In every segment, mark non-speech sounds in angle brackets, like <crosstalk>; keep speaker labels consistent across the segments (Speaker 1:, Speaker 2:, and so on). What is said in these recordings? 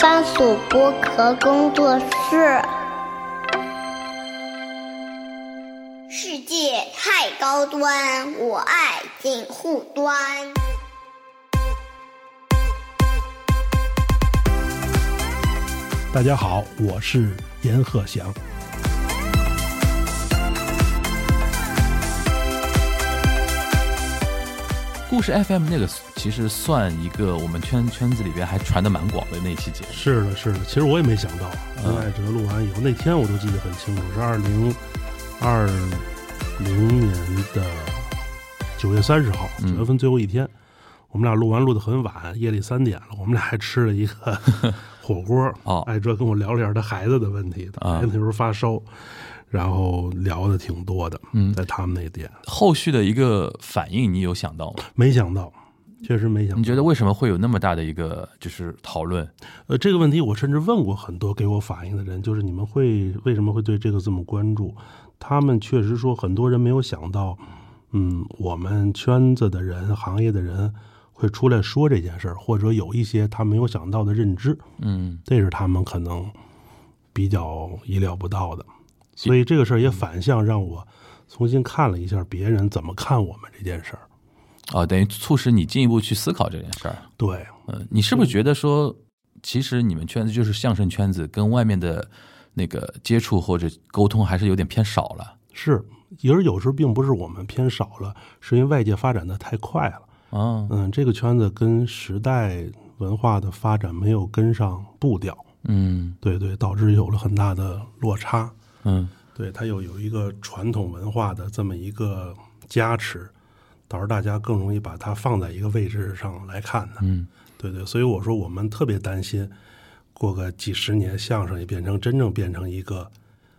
Speaker 1: 番薯剥壳工作室。世界太高端，我爱锦户端。
Speaker 2: 大家好，我是严鹤翔。
Speaker 3: 故事 FM 那个其实算一个我们圈圈子里边还传的蛮广的那期节目，
Speaker 2: 是的，是的，其实我也没想到，啊跟艾哲录完以后，那天我都记得很清楚，是二零二零年的九月三十号，九月份最后一天，我们俩录完录的很晚，夜里三点了，我们俩还吃了一 <laughs> 个火锅。
Speaker 3: 哦
Speaker 2: 艾哲跟我聊了一下他孩子的问题，他
Speaker 3: 啊
Speaker 2: 孩子那时候发烧，然后聊的挺多的，
Speaker 3: 嗯
Speaker 2: 在他们那店，
Speaker 3: 后续的一个反应你有想到吗？
Speaker 2: 没想到，确实没想到
Speaker 3: 你。觉得为什么会有那么大的一个就是讨论？
Speaker 2: 呃，这个问题我甚至问过很多给我反映的人，就是你们会为什么会对这个这么关注？他们确实说，很多人没有想到，嗯，我们圈子的人、行业的人会出来说这件事儿，或者有一些他没有想到的认知，
Speaker 3: 嗯，
Speaker 2: 这是他们可能比较意料不到的。所以这个事儿也反向让我重新看了一下别人怎么看我们这件事儿。
Speaker 3: 啊、等于促使你进一步去思考这件事儿。
Speaker 2: 对，
Speaker 3: 嗯、你是不是觉得说，其实你们圈子就是相声圈子，跟外面的那个接触或者沟通还是有点偏少了
Speaker 2: 是，而有时候并不是我们偏少了，是因为外界发展的太快了。
Speaker 3: 啊？
Speaker 2: 嗯，这个圈子跟时代文化的发展没有跟上步调，
Speaker 3: 嗯
Speaker 2: 对对，导致有了很大的落差。
Speaker 3: 嗯
Speaker 2: 对，它有有一个传统文化的这么一个加持，导致大家更容易把它放在一个位置上来看的。
Speaker 3: 嗯，
Speaker 2: 对对，所以我说我们特别担心，过个几十年，相声也变成真正变成一个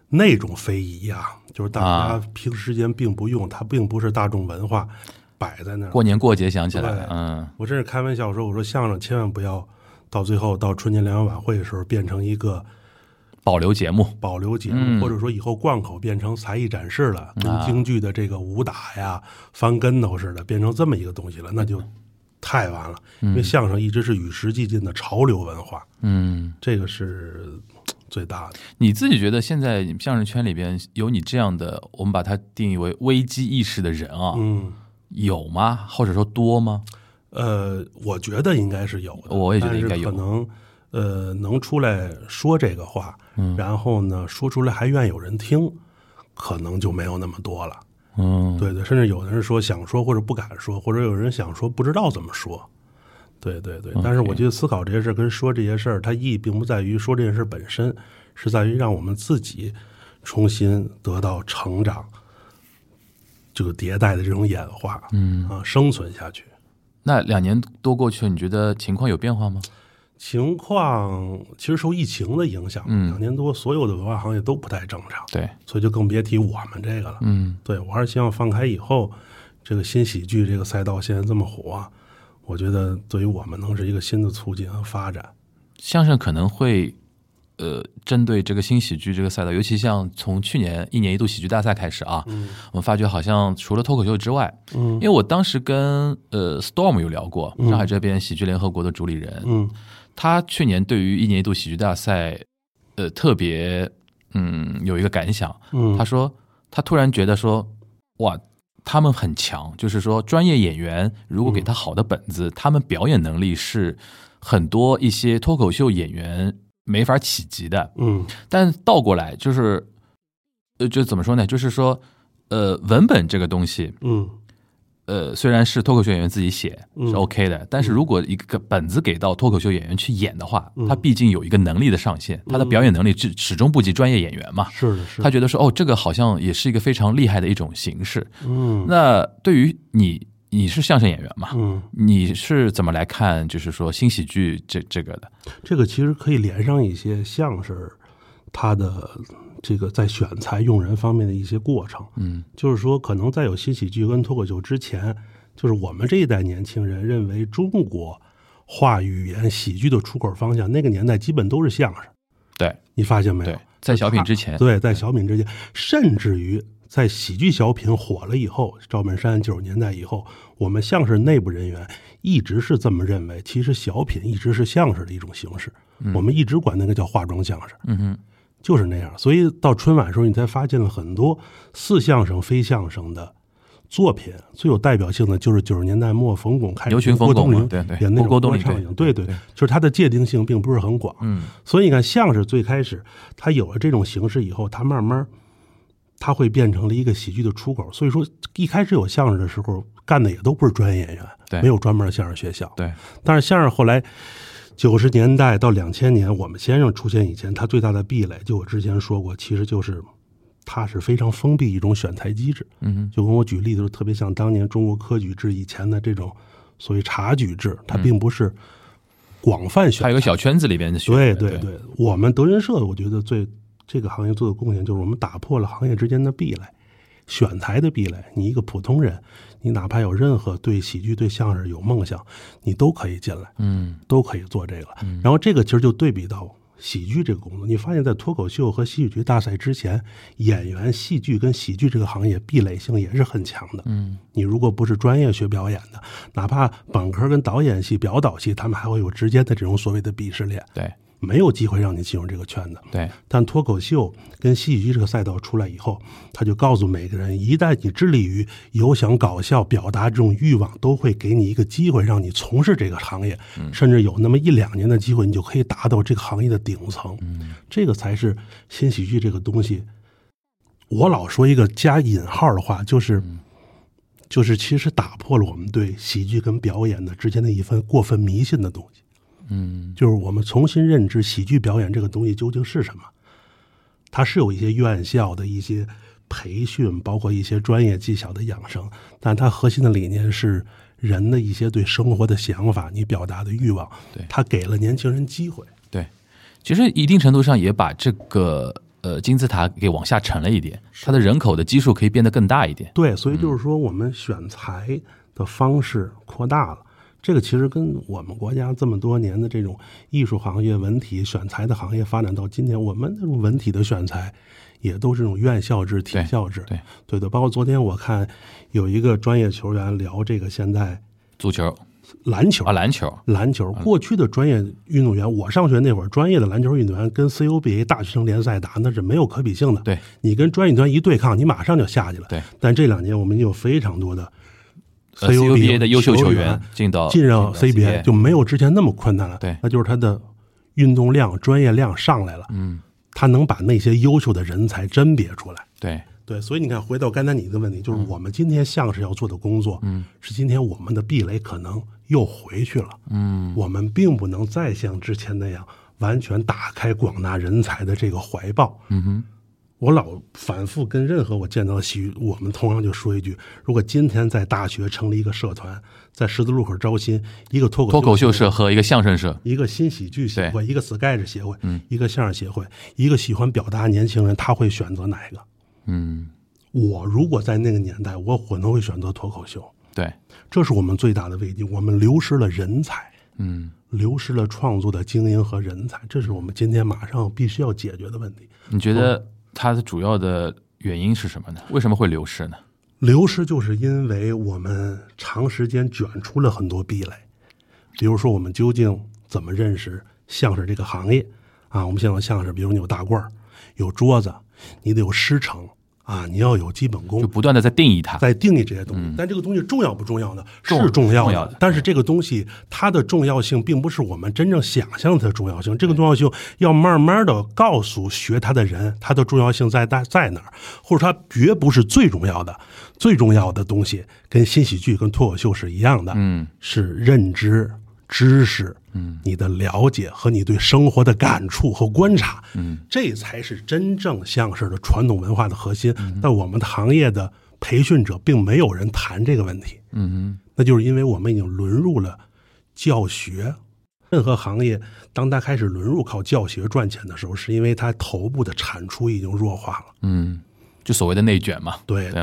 Speaker 2: 那种非遗啊，就是大家
Speaker 3: 啊
Speaker 2: 平时间并不用，它并不是大众文化摆在那儿。
Speaker 3: 过年过节想起来
Speaker 2: 对，
Speaker 3: 了嗯
Speaker 2: 我真是开玩笑说，我说相声千万不要到最后到春节联欢晚会的时候变成一个
Speaker 3: 保留节目，
Speaker 2: 保留节目，
Speaker 3: 嗯
Speaker 2: 或者说以后贯口变成才艺展示了，跟
Speaker 3: 啊
Speaker 2: 京剧的这个武打呀、翻跟头似的，变成这么一个东西了，那就太完了。因为相声一直是与时俱进的潮流文化，
Speaker 3: 嗯。
Speaker 2: 这个是嘖最大的。
Speaker 3: 你自己觉得现在相声圈里边有你这样的，我们把它定义为危机意识的人啊，
Speaker 2: 嗯，
Speaker 3: 有吗？或者说多吗？
Speaker 2: 呃，我觉得应该是有的，
Speaker 3: 我也觉得应该有
Speaker 2: 但是可能呃能出来说这个话，
Speaker 3: 嗯
Speaker 2: 然后呢说出来还愿有人听，可能就没有那么多了。
Speaker 3: 嗯，
Speaker 2: 对对，甚至有的人说想说或者不敢说，或者有人想说不知道怎么说。对对对，但是我觉得思考这些事儿跟说这些事儿，它意义并不在于说这件事本身，是在于让我们自己重新得到成长，这个迭代的这种演化，嗯啊，生存下去。
Speaker 3: 那两年多过去了，你觉得情况有变化吗？
Speaker 2: 情况其实受疫情的影响，
Speaker 3: 嗯
Speaker 2: 两年多所有的文化行业都不太正常，
Speaker 3: 对，
Speaker 2: 所以就更别提我们这个了。
Speaker 3: 嗯
Speaker 2: 对我还是希望放开以后，这个新喜剧这个赛道现在这么火，我觉得对于我们能是一个新的促进和发展。
Speaker 3: 相声可能会，呃，针对这个新喜剧这个赛道，尤其像从去年一年一度喜剧大赛开始啊，我们发觉好像除了脱口秀之外，
Speaker 2: 嗯
Speaker 3: 因为我当时跟呃 Storm 有聊过，上海这边喜剧联合国的主理人，
Speaker 2: 嗯
Speaker 3: 他去年对于一年一度喜剧大赛，呃，特别嗯有一个感想，
Speaker 2: 嗯，
Speaker 3: 他说他突然觉得说，哇，他们很强，就是说专业演员如果给他好的本子，他们表演能力是很多一些脱口秀演员没法企及的。
Speaker 2: 嗯
Speaker 3: 但倒过来就是，呃，就怎么说呢？就是说，呃，文本这个东西，
Speaker 2: 嗯
Speaker 3: 呃，虽然是脱口秀演员自己写
Speaker 2: 嗯
Speaker 3: 是 OK 的，但是如果一个本子给到脱口秀演员去演的话，
Speaker 2: 嗯
Speaker 3: 他毕竟有一个能力的上限，他的表演能力始始终不及专业演员嘛。
Speaker 2: 是的是的
Speaker 3: 他觉得说，哦，这个好像也是一个非常厉害的一种形式。
Speaker 2: 嗯
Speaker 3: 那对于你，你是相声演员嘛？
Speaker 2: 嗯，
Speaker 3: 你是怎么来看，就是说新喜剧这这个的？
Speaker 2: 这个其实可以连上一些像是他的这个在选材用人方面的一些过程。
Speaker 3: 嗯
Speaker 2: 就是说，可能在有新喜剧跟脱口秀之前，就是我们这一代年轻人认为中国话语言喜剧的出口方向，那个年代基本都是相声。
Speaker 3: 对
Speaker 2: 你发现没有
Speaker 3: 对？，在小品之前，
Speaker 2: 对，在小品之间，甚至于在喜剧小品火了以后，赵本山九十年代以后，我们相声内部人员一直是这么认为。其实小品一直是相声的一种形式，我们一直管那个叫化妆相声，
Speaker 3: 嗯哼，
Speaker 2: 就是那样。所以到春晚的时候，你才发现了很多似相声非相声的作品。最有代表性的就是九十年代末冯巩开始，
Speaker 3: 牛群
Speaker 2: 郭
Speaker 3: 冯
Speaker 2: 冬
Speaker 3: 巩嘛
Speaker 2: 临
Speaker 3: 对对
Speaker 2: 演那
Speaker 3: 郭
Speaker 2: 种
Speaker 3: 冬
Speaker 2: 歌
Speaker 3: 临
Speaker 2: 唱
Speaker 3: 对
Speaker 2: 影，对对，
Speaker 3: 对
Speaker 2: 就是它的界定性并不是很广。
Speaker 3: 嗯
Speaker 2: 所以你看，相声最开始它有了这种形式以后，它慢慢它会变成了一个喜剧的出口。所以说，一开始有相声的时候，干的也都不是专业演员，
Speaker 3: 对
Speaker 2: 没有专门的相声学校。
Speaker 3: 对，
Speaker 2: 但是相声后来九十年代到两千年，我们先生出现以前，他最大的壁垒，就我之前说过，其实就是它是非常封闭一种选材机制。
Speaker 3: 嗯哼，
Speaker 2: 就跟我举例子，特别像当年中国科举制以前的这种所谓察举制，它并不是广泛选
Speaker 3: 嗯他有个小圈子里边的学
Speaker 2: 对
Speaker 3: 员，
Speaker 2: 对
Speaker 3: 对，
Speaker 2: 对，我们德云社，我觉得最这个行业做的贡献就是我们打破了行业之间的壁垒，选材的壁垒。你一个普通人，你哪怕有任何对喜剧、对相声有梦想，你都可以进来，
Speaker 3: 嗯
Speaker 2: 都可以做这个。然后这个其实就对比到。喜剧这个工作，你发现，在脱口秀和戏剧大赛之前，演员、戏剧跟喜剧这个行业壁垒性也是很强的。
Speaker 3: 嗯，
Speaker 2: 你如果不是专业学表演的，哪怕本科跟导演系、表导系，他们还会有之间的这种所谓的鄙视链。
Speaker 3: 对
Speaker 2: 没有机会让你进入这个圈子。
Speaker 3: 对，
Speaker 2: 但脱口秀跟戏剧这个赛道出来以后，他就告诉每个人，一旦你致力于有想搞笑、表达这种欲望，都会给你一个机会，让你从事这个行业，甚至有那么一两年的机会，你就可以达到这个行业的顶层。这个才是新喜剧这个东西。我老说一个加引号的话，就是。就是其实打破了我们对喜剧跟表演的之间的一份过分迷信的东西。
Speaker 3: 嗯
Speaker 2: 就是我们重新认知喜剧表演这个东西究竟是什么。它是有一些院校的一些培训，包括一些专业技巧的养生，但它核心的理念是人的一些对生活的想法，你表达的欲望。
Speaker 3: 对
Speaker 2: 它给了年轻人机会。
Speaker 3: 对，其实一定程度上也把这个呃金字塔给往下沉了一点，它的人口的基数可以变得更大一点，
Speaker 2: 对，所以就是说，我们选材的方式扩大了。这个其实跟我们国家这么多年的这种艺术行业、文体选材的行业发展到今天，我们这种文体的选材也都是这种院校制、体
Speaker 3: 对
Speaker 2: 校制。
Speaker 3: 对
Speaker 2: 对的，包括昨天我看有一个专业球员聊这个现在
Speaker 3: 足球
Speaker 2: 篮球
Speaker 3: 啊，篮啊球，
Speaker 2: 篮球，过去的专业运动员，我上学那会儿，专业的篮球运动员跟 CUBA 大学生联赛打那是没有可比性的。
Speaker 3: 对，
Speaker 2: 你跟专业运动员一对抗，你马上就下去了。
Speaker 3: 对，
Speaker 2: 但这两年我们有非常多的
Speaker 3: 呃 CUBA 的优秀
Speaker 2: 球
Speaker 3: 球员进到
Speaker 2: 进
Speaker 3: 到
Speaker 2: 入 CBA 就没有之前那么困难了。
Speaker 3: 对
Speaker 2: 那就是他的运动量、专业量上来了，
Speaker 3: 嗯
Speaker 2: 他能把那些优秀的人才甄别出来。
Speaker 3: 对
Speaker 2: 对，所以你看，回到刚才你的问题，就是我们今天像是要做的工作，嗯，是今天我们的壁垒可能又回去了，嗯，我们并不能再像之前那样完全打开广纳人才的这个怀抱，嗯哼。我老反复跟任何我见到的喜剧，我们同样就说一句：如果今天在大学成立一个社团，在十字路口招新，一个脱口
Speaker 3: 脱口秀
Speaker 2: 社
Speaker 3: 社和一个相声社，
Speaker 2: 一个新喜剧协会，一个 sketch 协会，一个相声协会，一个喜欢表达的年轻人，他会选择哪一个？
Speaker 3: 嗯，
Speaker 2: 我如果在那个年代，我可能会选择脱口秀，
Speaker 3: 对，
Speaker 2: 这是我们最大的危机。我们流失了人才，
Speaker 3: 嗯，
Speaker 2: 流失了创作的精英和人才，这是我们今天马上必须要解决的问题。
Speaker 3: 你觉得它的主要的原因是什么呢？为什么会流失呢？
Speaker 2: 流失就是因为我们长时间卷出了很多壁垒，比如说我们究竟怎么认识相声这个行业啊？我们想到相声，比如你有大褂儿，有桌子，你得有师承啊，你要有基本功
Speaker 3: 就，不断的在定义它，
Speaker 2: 在定义这些东西。但这个东西重要不重要呢？
Speaker 3: 嗯重
Speaker 2: 是重要
Speaker 3: 重要的
Speaker 2: 但是这个东西它的重要性，并不是我们真正想象的重要性。这个重要性要慢慢的告诉学它的人，它的重要性在在在哪儿，或者它绝不是最重要的。最重要的东西跟新喜剧、跟脱口秀是一样的，
Speaker 3: 嗯，
Speaker 2: 是认知、知识，嗯，你的了解和你对生活的感触和观察，嗯，这才是真正相声的传统文化的核心。但我们的行业的培训者并没有人谈这个问题，
Speaker 3: 嗯哼，
Speaker 2: 那就是因为我们已经沦入了教学。任何行业，当它开始沦入靠教学赚钱的时候，是因为它头部的产出已经弱化了。
Speaker 3: 嗯，就所谓的内卷嘛，
Speaker 2: 对
Speaker 3: 对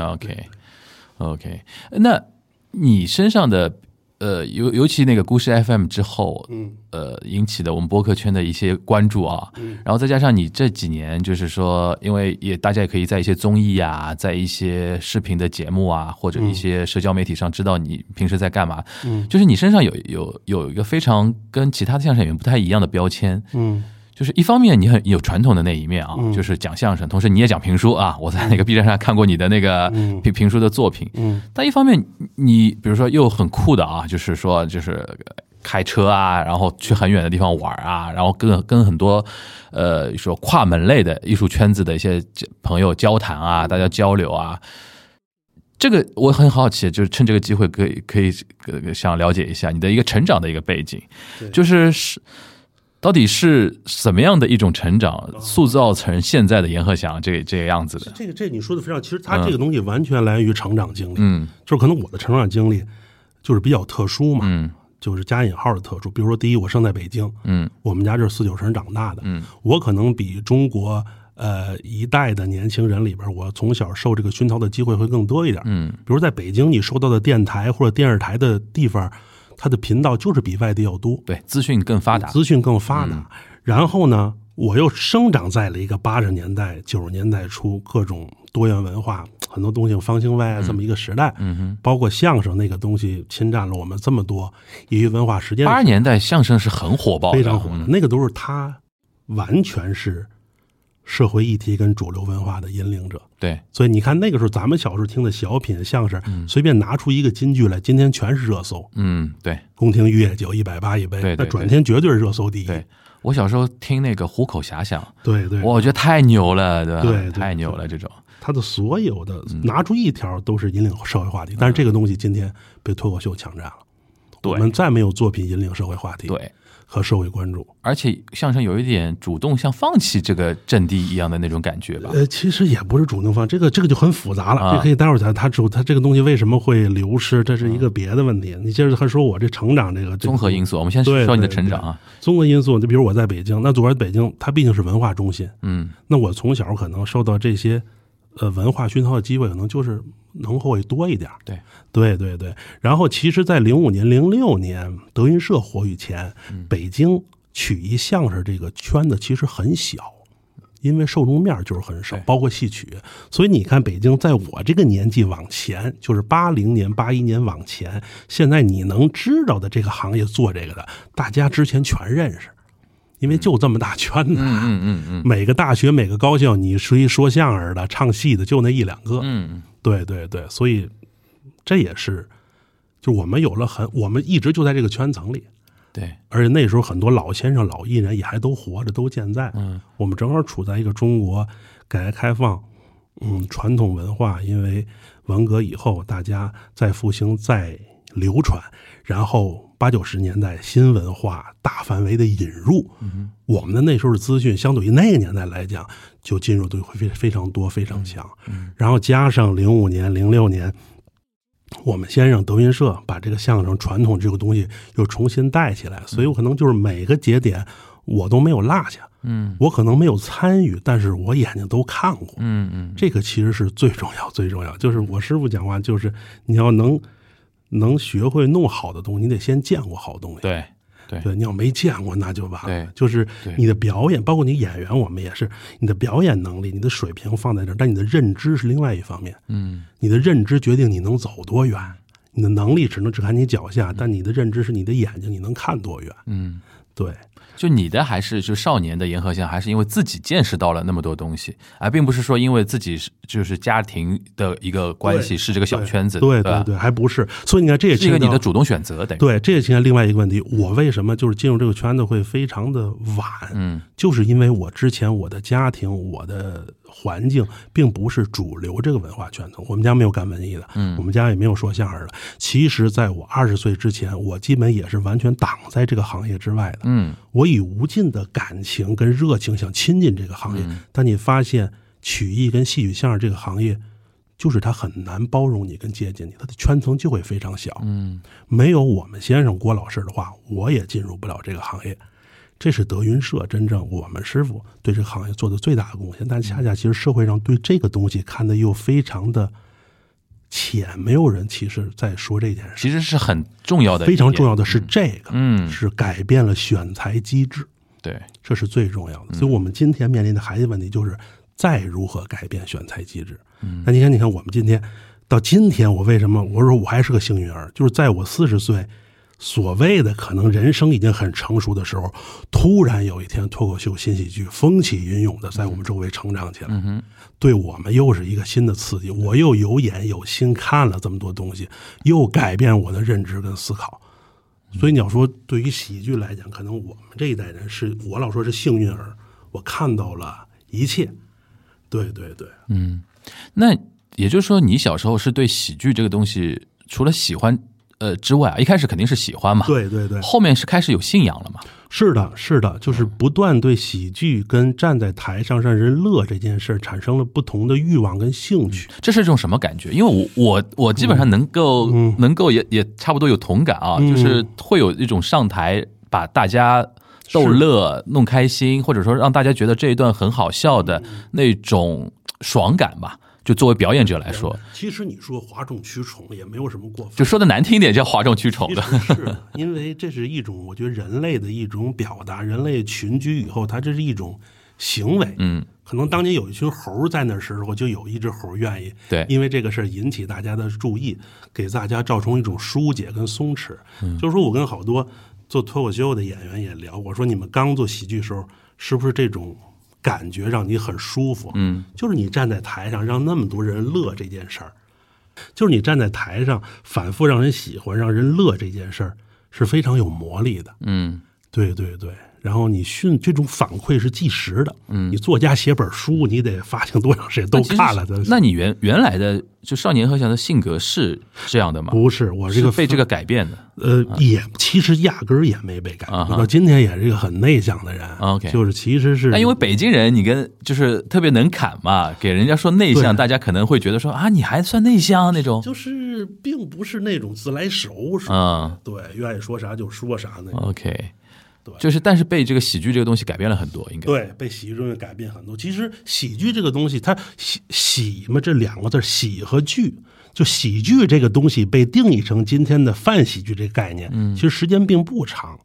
Speaker 3: ，OK，OK，、那你身上的呃，尤尤其那个故事 FM 之后，
Speaker 2: 嗯，
Speaker 3: 呃，引起的我们播客圈的一些关注啊，然后再加上你这几年，就是说，因为也大家也可以在一些综艺啊，在一些视频的节目啊，或者一些社交媒体上知道你平时在干嘛，
Speaker 2: 嗯
Speaker 3: 就是你身上有有有一个非常跟其他的相声演员不太一样的标签，
Speaker 2: 嗯
Speaker 3: 就是一方面你很有传统的那一面啊，
Speaker 2: 嗯
Speaker 3: 就是讲相声，同时你也讲评书啊，我在那个 B 站上看过你的那个
Speaker 2: 嗯
Speaker 3: 评评书的作品，
Speaker 2: 嗯
Speaker 3: 但一方面，你比如说又很酷的啊，就是说就是开车啊，然后去很远的地方玩啊，然后跟跟很多呃说跨门类的艺术圈子的一些朋友交谈啊，大家交流啊。这个我很好奇，就是趁这个机会可以可以呃想了解一下你的一个成长的一个背景，就是是到底是什么样的一种成长塑造成现在的阎鹤祥这这个样子的？
Speaker 2: 这个这个你说的非常，其实它这个东西完全来源于成长经历，
Speaker 3: 嗯
Speaker 2: 就是可能我的成长经历就是比较特殊嘛，
Speaker 3: 嗯
Speaker 2: 就是加引号的特殊。比如说，第一，我生在北京，
Speaker 3: 嗯
Speaker 2: 我们家就是四九城长大的，
Speaker 3: 嗯
Speaker 2: 我可能比中国呃一代的年轻人里边，我从小受这个熏陶的机会会更多一点。
Speaker 3: 嗯
Speaker 2: 比如在北京，你收到的电台或者电视台的地方，它的频道就是比外地要多，
Speaker 3: 对，资讯更发达，
Speaker 2: 嗯
Speaker 3: 嗯
Speaker 2: 资讯更发达。然后呢，我又生长在了一个八十年代、九十年代初各种多元文化、很多东西方兴未艾这么一个时代。
Speaker 3: 嗯哼。
Speaker 2: 包括相声那个东西侵占了我们这么多业余文化时间的时
Speaker 3: 八
Speaker 2: 间，
Speaker 3: 十年代相声是很火爆的，
Speaker 2: 非常火的，
Speaker 3: 嗯
Speaker 2: 那个都是他完全是社会议题跟主流文化的引领者。
Speaker 3: 对，
Speaker 2: 所以你看，那个时候咱们小时候听的小品、相声，随便拿出一个金句来，今天全是热搜。
Speaker 3: 嗯，对
Speaker 2: 宫廷玉液酒一百八一杯
Speaker 3: 对
Speaker 2: 那
Speaker 3: 对，
Speaker 2: 转天绝对是热搜第一。
Speaker 3: 对。我小时候听那个《虎口遐想》，
Speaker 2: 对对，
Speaker 3: 哇我觉得太牛了，对吧？
Speaker 2: 对对
Speaker 3: 太牛了，这种
Speaker 2: 他的所有的
Speaker 3: 嗯
Speaker 2: 拿出一条都是引领社会话题，但是这个东西今天被脱口秀抢占了，
Speaker 3: 对
Speaker 2: 我们再没有作品引领社会话题
Speaker 3: 对。
Speaker 2: 和社会关注。
Speaker 3: 而且相声有一点主动像放弃这个阵地一样的那种感觉吧？
Speaker 2: 呃，其实也不是主动方，这个这个就很复杂了，
Speaker 3: 啊
Speaker 2: 这可以待会儿咱他主他这个东西为什么会流失，这是一个别的问题。你接着还说我这成长这个
Speaker 3: 嗯综合因
Speaker 2: 素，
Speaker 3: 素，我们先
Speaker 2: 对
Speaker 3: 说你的
Speaker 2: 对
Speaker 3: 成长啊，
Speaker 2: 综合因素，就比如我在北京，那主要北京它毕竟是文化中心，
Speaker 3: 嗯
Speaker 2: 那我从小可能受到这些呃文化熏陶的机会，可能就是能会多一点儿。
Speaker 3: 对
Speaker 2: 对对对，然后其实，在零五年、零六年德云社火以前，
Speaker 3: 嗯
Speaker 2: 北京曲艺相声这个圈子其实很小，因为受众面儿就是很少
Speaker 3: 对，
Speaker 2: 包括戏曲。所以你看，北京在我这个年纪往前，就是八零年、八一年往前，现在你能知道的这个行业做这个的，大家之前全认识，因为就这么大圈子。
Speaker 3: 嗯嗯嗯
Speaker 2: 每个大学、每个高校，你谁说相声的、唱戏的，就那一两个。
Speaker 3: 嗯
Speaker 2: 对对对，所以这也是，就我们有了很，我们一直就在这个圈层里，
Speaker 3: 嗯，对，
Speaker 2: 而且那时候很多老先生、老艺人也还都活着，都健在。
Speaker 3: 嗯，
Speaker 2: 我们正好处在一个中国改革开放，嗯，传统文化因为文革以后大家再复兴、再流传，然后八九十年代新文化大范围的引入，嗯、我们的那时候的资讯相对于那个年代来讲，就进入的会非非常多、非常强。然后加上零五年、零六年。我们先让德云社把这个相声传统这个东西又重新带起来，所以我可能就是每个节点我都没有落下，
Speaker 3: 嗯
Speaker 2: 我可能没有参与，但是我眼睛都看过。
Speaker 3: 嗯嗯，
Speaker 2: 这个其实是最重要、最重要。就是我师傅讲话，就是你要能能学会弄好的东西，你得先见过好东西。
Speaker 3: 对对嗯
Speaker 2: 对，你要没见过，那就完了
Speaker 3: 对。
Speaker 2: 就是
Speaker 3: 对
Speaker 2: 你的表演，包括你演员，我们也是，你的表演能力、你的水平放在这儿，但你的认知是另外一方面。
Speaker 3: 嗯
Speaker 2: 你的认知决定你能走多远，你的能力只能只看你脚下，但你的认知是你的眼睛，你能看多远。
Speaker 3: 嗯，
Speaker 2: 对，
Speaker 3: 就你的还是就少年的迎合像，还是因为自己见识到了那么多东西，而并不是说因为自己是就是家庭的一个关系
Speaker 2: 对
Speaker 3: 是这个小圈子，
Speaker 2: 对
Speaker 3: 吧
Speaker 2: 对，还不是。所以你看，这也
Speaker 3: 是一个
Speaker 2: 牵
Speaker 3: 你
Speaker 2: 扯
Speaker 3: 的
Speaker 2: 到
Speaker 3: 主动选择，等于
Speaker 2: 对，这也牵扯另外一个问题。我为什么就是进入这个圈子会非常的晚？
Speaker 3: 嗯，
Speaker 2: 就是因为我之前我的家庭、我的环境并不是主流这个文化圈层，我们家没有干文艺的，嗯，我们家也没有说相声的。其实，在我二十岁之前，我基本也是完全挡在这个行业之外的。
Speaker 3: 嗯
Speaker 2: 我以无尽的感情跟热情想亲近这个行业，
Speaker 3: 嗯
Speaker 2: 但你发现曲艺跟戏曲相声这个行业，就是它很难包容你跟接近你，它的圈层就会非常小。
Speaker 3: 嗯
Speaker 2: 没有我们先生郭老师的话，我也进入不了这个行业。这是德云社真正我们师傅对这个行业做的最大的贡献，但恰恰其实社会上对这个东西看的又非常的且没有人其实在说这件事，
Speaker 3: 其实是很重要的，
Speaker 2: 非常重要。的是这个，
Speaker 3: 嗯
Speaker 2: 是改变了选材机制，
Speaker 3: 对，
Speaker 2: 这是最重要的。所以我们今天面临的还一个问题就是，再如何改变选材机制？那你看，你看我们今天到今天，我为什么我说我还是个幸运儿？就是在我四十岁，所谓的可能人生已经很成熟的时候，突然有一天脱口秀新喜剧风起云涌的在我们周围成长起来，对我们又是一个新的刺激。我又有眼有心看了这么多东西，又改变我的认知跟思考。所以你要说对于喜剧来讲，可能我们这一代人是我老说是幸运儿，我看到了一切。对对对，
Speaker 3: 那也就是说，你小时候是对喜剧这个东西，除了喜欢呃之外啊，一开始肯定是喜欢嘛，，
Speaker 2: 对对对，
Speaker 3: 后面是开始有信仰了嘛，
Speaker 2: 是的，是的，就是不断对喜剧跟站在台上让人乐这件事儿产生了不同的欲望跟兴趣。
Speaker 3: 这是一种什么感觉？因为我我我基本上能够、
Speaker 2: 嗯
Speaker 3: 能够也也差不多有同感啊，就是会有一种上台把大家逗乐、弄开心，或者说让大家觉得这一段很好笑的
Speaker 2: 嗯
Speaker 3: 那种爽感吧。就作为表演者来说，
Speaker 2: 其实你说哗众取宠也没有什么过分，
Speaker 3: 就说的难听一点叫哗众取宠
Speaker 2: 其
Speaker 3: 的，
Speaker 2: 实是的因为这是一种我觉得人类的一种表达，人类群居以后，它这是一种行为。
Speaker 3: 嗯，
Speaker 2: 可能当年有一群猴儿在那时候，就有一只猴儿愿意
Speaker 3: 对
Speaker 2: 因为这个事儿引起大家的注意，给大家造成一种疏解跟松弛。就是说我跟好多做脱口秀的演员也聊，我说你们刚做喜剧时候，是不是这种感觉让你很舒服？嗯，就是你站在台上让那么多人乐这件事儿，就是你站在台上反复让人喜欢、让人乐这件事儿是非常有魔力的。
Speaker 3: 嗯，
Speaker 2: 对对对，然后你训这种反馈是计时的。嗯，你作家写本书，你得发行多长时间都看了的。
Speaker 3: 那你原原来的就少年和祥的性格是这样的吗？
Speaker 2: 不是我这
Speaker 3: 是
Speaker 2: 个
Speaker 3: 被这个改变的。
Speaker 2: 呃，也其实压根儿也没被改。
Speaker 3: 啊哈啊
Speaker 2: 我到今天也是一个很内向的人。
Speaker 3: OK
Speaker 2: 就是其实是
Speaker 3: 那因为北京人，你跟就是特别能侃嘛，给人家说内向，
Speaker 2: 对
Speaker 3: 大家可能会觉得说啊，你还算内向那种。
Speaker 2: 就是并不是那种自来熟，是吧
Speaker 3: 嗯
Speaker 2: 对，愿意说啥就说啥
Speaker 3: 啊
Speaker 2: 那种。
Speaker 3: ，OK，
Speaker 2: 对
Speaker 3: 就是但是被这个喜剧这个东西改变了很多，应该。
Speaker 2: 对，被喜剧中改变很多。其实喜剧这个东西，它喜喜嘛，这两个字儿喜和剧，就喜剧这个东西被定义成今天的泛喜剧这个概念，
Speaker 3: 嗯
Speaker 2: 其实时间并不长，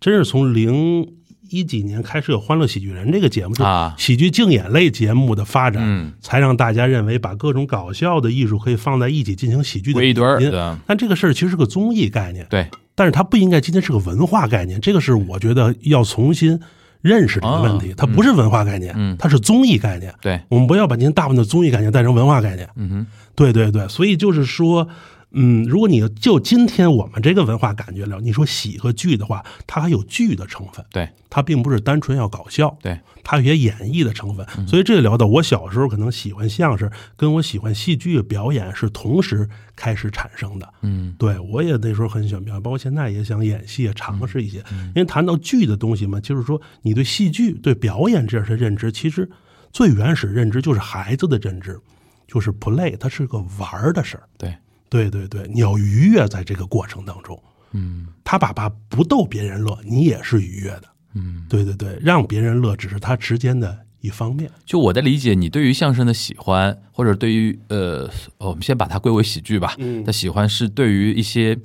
Speaker 2: 真是从零一几年开始有《欢乐喜剧人》这个节目，就
Speaker 3: 啊
Speaker 2: 喜剧竞演类节目的发展，
Speaker 3: 嗯
Speaker 2: 才让大家认为把各种搞笑的艺术可以放在一起进行喜剧的
Speaker 3: 归一堆儿
Speaker 2: 原因
Speaker 3: 对啊
Speaker 2: 但这个事儿其实是个综艺概念，
Speaker 3: 对，
Speaker 2: 但是它不应该今天是个文化概念，这个是我觉得要重新认识这个问题，它不是文化概念，它是综艺概念。
Speaker 3: 对
Speaker 2: 我们不要把今天大部分的综艺概念带成文化概念。嗯哼，对对对，所以就是说，嗯，如果你就今天我们这个文化感觉了，你说喜和剧的话，它还有剧的成分，
Speaker 3: 对
Speaker 2: 它并不是单纯要搞笑，
Speaker 3: 对，
Speaker 2: 它有些演绎的成分。所以这聊到我小时候可能喜欢相声，跟我喜欢戏剧表演是同时开始产生的。
Speaker 3: 嗯，
Speaker 2: 对我也那时候很喜欢表演，包括现在也想演戏，也尝试一些。
Speaker 3: 嗯
Speaker 2: 因为谈到剧的东西嘛，就是说你对戏剧、对表演这样的认知，其实最原始认知就是孩子的认知，就是 play，它是个玩儿的事儿。
Speaker 3: 对，
Speaker 2: 对对对，你要愉悦在这个过程当中。
Speaker 3: 嗯
Speaker 2: 他爸爸不逗别人乐，你也是愉悦的。
Speaker 3: 嗯。
Speaker 2: 对对对，让别人乐只是他之间的一方面。
Speaker 3: 就我的理解，你对于相声的喜欢，或者对于呃，哦我们先把它归为喜剧吧。
Speaker 2: 嗯
Speaker 3: 的喜欢是对于一些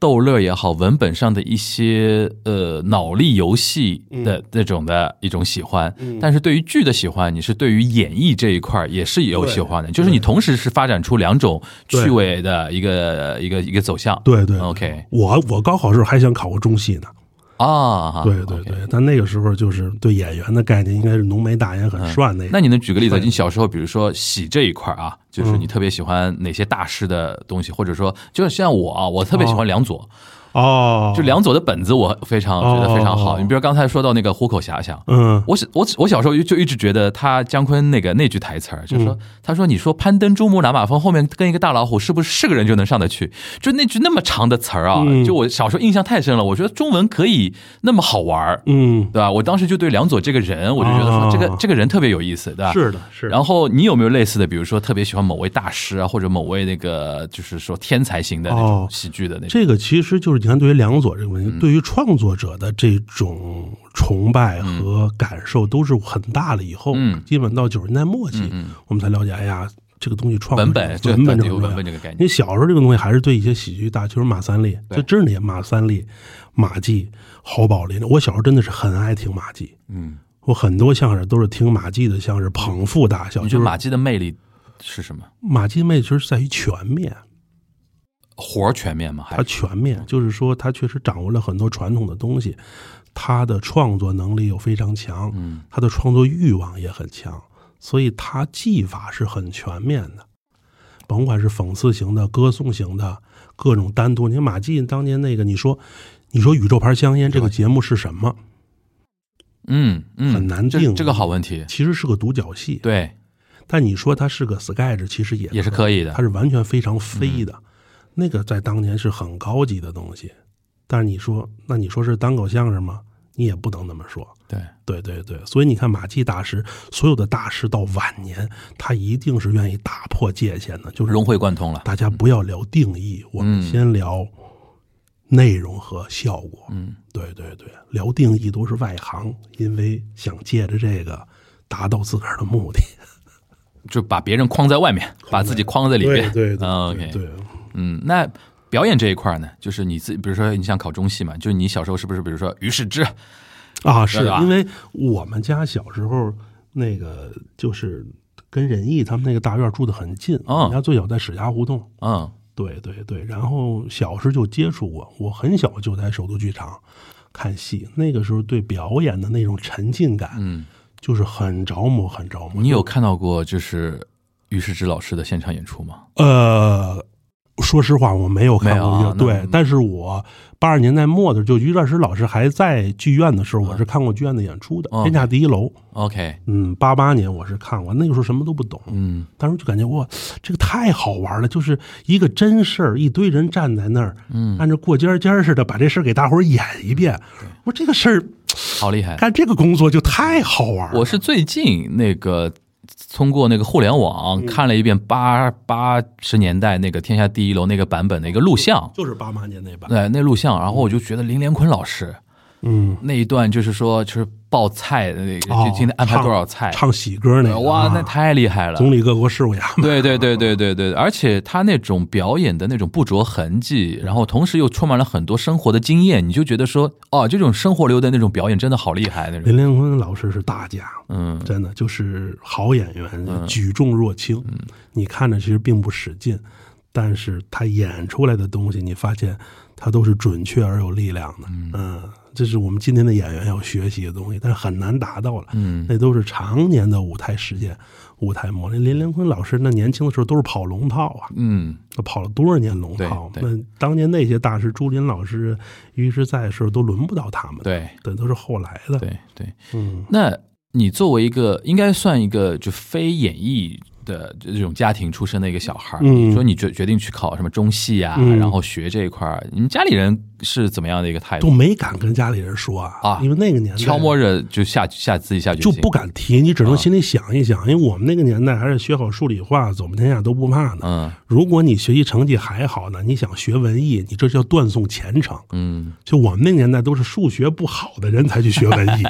Speaker 3: 逗乐也好，文本上的一些呃脑力游戏的
Speaker 2: 嗯
Speaker 3: 那种的一种喜欢。但是对于剧的喜欢，你是对于演绎这一块儿也是有喜欢的，就是你同时是发展出两种趣味的一个一个一个走向。
Speaker 2: 对对
Speaker 3: OK
Speaker 2: 我我高考时候还想考过中戏呢。
Speaker 3: 啊，
Speaker 2: 对对
Speaker 3: OK
Speaker 2: 对，但那个时候就是对演员的概念应该是浓眉大眼很帅那
Speaker 3: 嗯那
Speaker 2: 个。
Speaker 3: 你能举个例子？你小时候，比如说喜这一块儿啊，就是
Speaker 2: 嗯
Speaker 3: 你特别喜欢哪些大师的东西，或者说，就是像我啊，我特别喜欢梁左，
Speaker 2: 哦，
Speaker 3: 就梁左的本子，我非常
Speaker 2: 哦
Speaker 3: 觉得非常好。你比如刚才说到那个《虎口遐想》。
Speaker 2: 嗯
Speaker 3: 我小我我小时候就一直觉得他姜昆那个那句台
Speaker 2: 嗯
Speaker 3: 词儿，就是说，他说你说攀登珠穆朗玛峰后面跟一个大老虎，是不是是个人就能上得去？就那句那么长的词儿啊，
Speaker 2: 嗯
Speaker 3: 就我小时候印象太深了。我觉得中文可以那么好玩儿，
Speaker 2: 嗯，
Speaker 3: 对吧？我当时就对梁左这个人，我就觉得说
Speaker 2: 啊
Speaker 3: 这个、这个人特别有意思，对吧？
Speaker 2: 是的，是的。
Speaker 3: 然后你有没有类似的，比如说特别喜欢某位大师啊，或者某位那个就是说天才型的那种
Speaker 2: 哦
Speaker 3: 喜剧的那种？
Speaker 2: 这个其实就是你看，对于梁左这个问
Speaker 3: 嗯
Speaker 2: 题，对于创作者的这种崇拜和感受，都是很大了以后，
Speaker 3: 嗯
Speaker 2: 基本到九十年代末期，我们才了解，哎呀，这个东西创
Speaker 3: 文本，就
Speaker 2: 文本
Speaker 3: 对
Speaker 2: 这个
Speaker 3: 有文本
Speaker 2: 东西。
Speaker 3: 这个概
Speaker 2: 你
Speaker 3: 念，
Speaker 2: 小时候这个东西还是对一些喜剧大，就是马三立，
Speaker 3: 对
Speaker 2: 就真的也马三立、马季、侯宝林。我小时候真的是很爱听马季，
Speaker 3: 嗯，
Speaker 2: 我很多相声都是听马季的相声，捧腹大笑。
Speaker 3: 你觉
Speaker 2: 就是
Speaker 3: 得马季的魅力是什么？
Speaker 2: 马季妹其实在于全面，
Speaker 3: 活儿全面吗？还
Speaker 2: 他
Speaker 3: 是
Speaker 2: 全面，就是说他确实掌握了很多传统的东西，他的创作能力又非常强，
Speaker 3: 嗯，
Speaker 2: 他的创作欲望也很强，所以他技法是很全面的，甭管是讽刺型的、歌颂型的，各种单独。你看马季当年那个，你说，你说《宇宙牌香烟》这个节目是什么？
Speaker 3: 嗯嗯，
Speaker 2: 很难
Speaker 3: 这
Speaker 2: 定
Speaker 3: 这个好问题，
Speaker 2: 其实是个独角戏，
Speaker 3: 对，
Speaker 2: 但你说它是个 sketch，其实也
Speaker 3: 也是可以
Speaker 2: 它
Speaker 3: 的，嗯
Speaker 2: 是完全非常飞的，那个在当年是很高级的东西。但是你说，那你说是单口相声吗？你也不能那么说。
Speaker 3: 对，
Speaker 2: 对对对，所以你看马季大师，所有的大师到晚年，他一定是愿意打破界限的，就是
Speaker 3: 融会嗯贯通了，
Speaker 2: 大家不要聊定义，我们先聊内容和效果。
Speaker 3: 嗯，
Speaker 2: 对对对，聊定义都是外行，因为想借着这个达到自个儿的目的。
Speaker 3: 就把别人框在
Speaker 2: <laughs>
Speaker 3: 外面，把自己框在里边，
Speaker 2: 对对
Speaker 3: 啊
Speaker 2: 对
Speaker 3: ，OK，
Speaker 2: 对，
Speaker 3: 嗯，那表演这一块儿呢，就是你自己，比如说你想考中戏嘛，就是你小时候是不是，比如说于世之，
Speaker 2: 啊，是
Speaker 3: 对吧
Speaker 2: 因为我们家小时候那个就是跟仁义他们那个大院住的很近，
Speaker 3: 嗯
Speaker 2: 我们家最小在史家胡同。
Speaker 3: 嗯，
Speaker 2: 对对对，然后小时候就接触过，我很小就在首都剧场看戏，那个时候对表演的那种沉浸感，
Speaker 3: 嗯，
Speaker 2: 就是很着魔，很着魔。
Speaker 3: 你有看到过就是于世之老师的现场演出吗？
Speaker 2: 呃，说实话，我没有看过
Speaker 3: 没有啊
Speaker 2: 一个、
Speaker 3: 那
Speaker 2: 对，但是我八十年代末的时候，就于老师老师还在剧院的时候，我是看过剧院的演出的，
Speaker 3: 嗯哦
Speaker 2: 天价第一楼》。
Speaker 3: OK，
Speaker 2: 嗯，八八年我是看过，那个时候什么都不懂，
Speaker 3: 嗯
Speaker 2: 当时就感觉哇，这个太好玩了，就是一个真事儿，一堆人站在那儿，
Speaker 3: 嗯，
Speaker 2: 按照过尖儿尖儿似的把这事儿给大伙儿演一遍。我说这个事儿
Speaker 3: 好厉害！
Speaker 2: 干这个工作就太好玩了。
Speaker 3: 哎我是最近那个通过那个互联
Speaker 2: 嗯
Speaker 3: 网看了一遍八八十年代那个《天下第一楼》那个版本的一个录像，
Speaker 2: 就是八八年那版，
Speaker 3: 对，那录像，然后我就觉得林连坤老师
Speaker 2: 嗯，
Speaker 3: 那一段就是说，就是报菜的那个，
Speaker 2: 哦
Speaker 3: 就今天安排多少菜，
Speaker 2: 唱喜歌那个，
Speaker 3: 哇
Speaker 2: 啊，
Speaker 3: 那太厉害了。
Speaker 2: 总理各国事务衙
Speaker 3: <laughs>
Speaker 2: 门，
Speaker 3: 对对对对对对，而且他那种表演的那种不着痕迹，然后同时又充满了很多生活的经验，你就觉得说，哦，这种生活流的那种表演真的好厉害那种。
Speaker 2: 林连坤老师是大家，
Speaker 3: 嗯，
Speaker 2: 真的就是好演员，举重若轻。
Speaker 3: 嗯
Speaker 2: 你看着其实并不使劲，但是他演出来的东西，你发现他都是准确而有力量的。嗯，这是我们今天的演员要学习的东西，但是很难达到了。
Speaker 3: 嗯，
Speaker 2: 那都是常年的舞台实践、舞台磨练。林连坤老师那年轻的时候都是跑龙套啊，
Speaker 3: 嗯，
Speaker 2: 他跑了多少年龙套？
Speaker 3: 对
Speaker 2: 那
Speaker 3: 对
Speaker 2: 当年那些大师，朱琳老师、于是在的时候都轮不到他们的，
Speaker 3: 对
Speaker 2: 对，都是后来 <laughs> 的。
Speaker 3: 对对。
Speaker 2: 嗯，
Speaker 3: 那你作为一个应该算一个就非演艺的这种家庭出身的一个小孩儿，
Speaker 2: 嗯
Speaker 3: 你说你决决定去考什么中戏啊，
Speaker 2: 嗯
Speaker 3: 然后学这一块儿，你们家里人是怎么样的一个态
Speaker 2: 都
Speaker 3: 度？
Speaker 2: 没敢跟家里人说啊，
Speaker 3: 哎啊
Speaker 2: 因为那个年代
Speaker 3: 悄摸啊着就下下自己下决
Speaker 2: 就
Speaker 3: 心，
Speaker 2: 不敢提，你只能心里想一想。因为我们那个年代还是学好数理化，走遍天下都不怕呢。
Speaker 3: 嗯
Speaker 2: 如果你学习成绩还好呢，你想学文艺，你这叫断送前程。
Speaker 3: 嗯
Speaker 2: 就我们那个年代都是数学不好的人才去学文
Speaker 3: <laughs>
Speaker 2: 艺，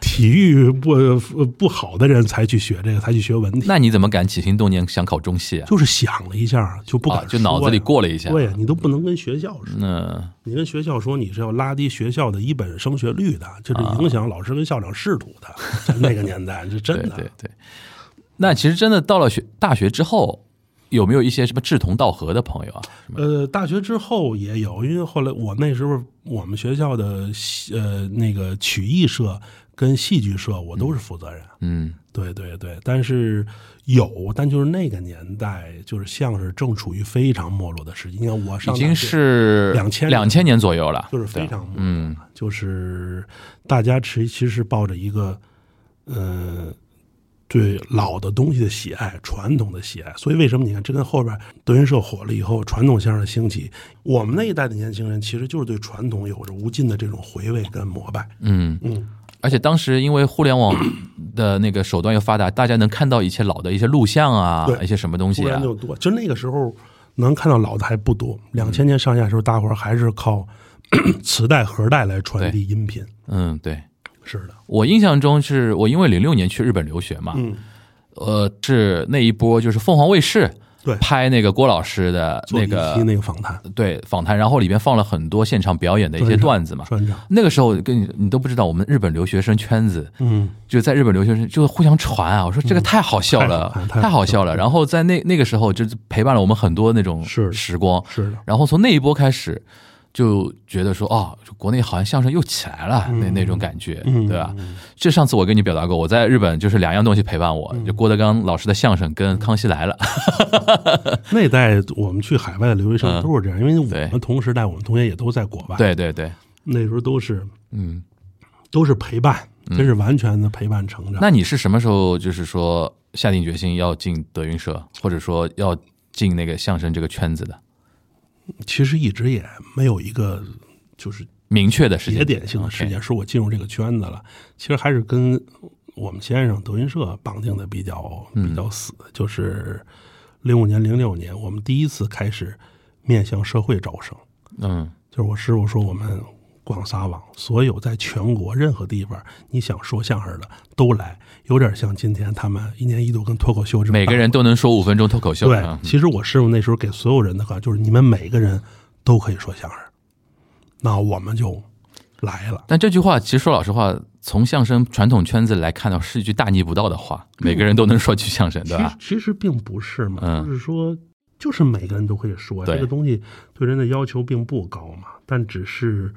Speaker 2: 体育不呃不好的人才去学这个，才去学文体。
Speaker 3: 那你怎么敢起心动念想考中戏啊？
Speaker 2: 就是想了一下，就不敢
Speaker 3: 啊，
Speaker 2: 说呀、
Speaker 3: 就脑子里过了一下。
Speaker 2: 对呀，你都不能跟学校说。
Speaker 3: 嗯，
Speaker 2: 你跟学校说你是要拉低学校的一本升学率的，这是
Speaker 3: 啊
Speaker 2: 影响老师跟校长仕途的。在那个年代 <laughs> 是真
Speaker 3: 对
Speaker 2: 的，
Speaker 3: 对对。那其实真的到了学大学之后，有没有一些什么志同道合的朋友啊？什么
Speaker 2: 呃，大学之后也有，因为后来我那时候我们学校的戏呃那个曲艺社跟戏剧社我都是负责人，
Speaker 3: 嗯
Speaker 2: 对对对，但是有，但就是那个年代就是像是正处于非常没落的时期。你看我
Speaker 3: 已
Speaker 2: 上大
Speaker 3: 经
Speaker 2: 学
Speaker 3: 是
Speaker 2: 2000
Speaker 3: 两千年左右了，
Speaker 2: 就是非
Speaker 3: 对啊
Speaker 2: 常没落，
Speaker 3: 嗯
Speaker 2: 就是大家其实其实抱着一个呃对老的东西的喜爱、传统的喜爱，所以为什么你看这跟后边德云社火了以后，传统相声的兴起，我们那一代的年轻人其实就是对传统有着无尽的这种回味跟膜拜。
Speaker 3: 嗯
Speaker 2: 嗯，
Speaker 3: 而且当时因为互联网的那个手段又发达，大家能看到一些老的一些录像啊，
Speaker 2: 对
Speaker 3: 一些什么东
Speaker 2: 突
Speaker 3: 西
Speaker 2: 然
Speaker 3: 啊，
Speaker 2: 就多，就那个时候能看到老的还不多，两千年上下的时候，大伙儿还是靠 <clears throat> 磁带、盒带来传递音频。
Speaker 3: 嗯，对。
Speaker 2: 是的，
Speaker 3: 我印象中是我因为零六年去日本留学嘛，
Speaker 2: 嗯
Speaker 3: 呃，是那一波就是凤凰卫视
Speaker 2: 对
Speaker 3: 拍那个郭老师的
Speaker 2: 做
Speaker 3: 那
Speaker 2: 一期
Speaker 3: 个
Speaker 2: 那个访谈
Speaker 3: 对访谈，然后里边放了很多现场表演的一些
Speaker 2: 专场
Speaker 3: 段子嘛。
Speaker 2: 专场，
Speaker 3: 那个时候跟你你都不知道，我们日本留学生圈子
Speaker 2: 嗯，
Speaker 3: 就在日本留学生就互相传啊，我说这个太好笑
Speaker 2: 太
Speaker 3: 了，
Speaker 2: 好看
Speaker 3: 太
Speaker 2: 太
Speaker 3: 好
Speaker 2: 好
Speaker 3: 笑
Speaker 2: 笑
Speaker 3: 了。然后在那那个时候就是陪伴了我们很多那种
Speaker 2: 是
Speaker 3: 时光，
Speaker 2: 是的，
Speaker 3: 然后从那一波开始，就觉得说，哦，国内好像相声又起来了，那那种感觉，
Speaker 2: 嗯
Speaker 3: 对吧？这上次我跟你表达过，我在日本就是两样东西陪伴我，
Speaker 2: 嗯
Speaker 3: 就郭德纲老师的相声跟《康熙来了》
Speaker 2: 那代我们去海外的留学
Speaker 3: 嗯
Speaker 2: 生都是这样，因为我
Speaker 3: 对
Speaker 2: 们同时代，我们同学也都在国外，
Speaker 3: 对对对，
Speaker 2: 那时候都是
Speaker 3: 嗯。
Speaker 2: 都是陪伴，真是完全的陪伴成长。
Speaker 3: 那你是什么时候就是说下定决心要进德云社，或者说要进那个相声这个圈子的？
Speaker 2: 其实一直也没有一个就是
Speaker 3: 明确的时间
Speaker 2: 节点性的事
Speaker 3: OK
Speaker 2: 件，是我进入这个圈子了。其实还是跟我们先生德云社绑定的比较
Speaker 3: 嗯
Speaker 2: 比较死，就是零五年、零六年，我们第一次开始面向社会招生。
Speaker 3: 嗯
Speaker 2: 就是我师傅说，我们广撒网，所有在全国任何地方你想说相声的都来，有点像今天他们一年一度跟脱口秀这种
Speaker 3: 每个人
Speaker 2: 大会
Speaker 3: 都能说五分钟脱口秀。
Speaker 2: 对
Speaker 3: 嗯。
Speaker 2: 其实我师傅那时候给所有人的话，就是你们每个人都可以说相声，那我们就来了。
Speaker 3: 但这句话其实说老实话，从相声传统圈子来看到是一句大逆不道的话，
Speaker 2: 嗯
Speaker 3: 每个人都能说句相声，对
Speaker 2: 其实
Speaker 3: 吧？
Speaker 2: 其实并不是嘛，
Speaker 3: 嗯
Speaker 2: 就是说，就是每个人都可以说
Speaker 3: 对
Speaker 2: 这个东西，对人的要求并不高嘛，但只是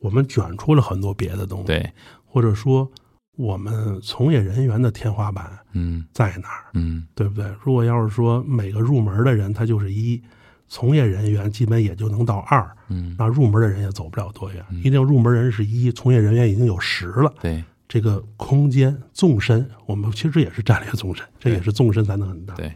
Speaker 2: 我们卷出了很多别的东西。
Speaker 3: 对，
Speaker 2: 或者说我们从业人员的天花板
Speaker 3: 嗯
Speaker 2: 在哪儿，
Speaker 3: 嗯
Speaker 2: 对不对？如果要是说每个入门的人他就是一，从业人员基本也就能到二，
Speaker 3: 嗯，
Speaker 2: 那入门的人也走不了多远，一定入门人是一，从业人员已经有十了。
Speaker 3: 对
Speaker 2: 这个空间纵深，我们其实也是战略纵深，这
Speaker 3: 对
Speaker 2: 也是纵深才能很大。
Speaker 3: 对。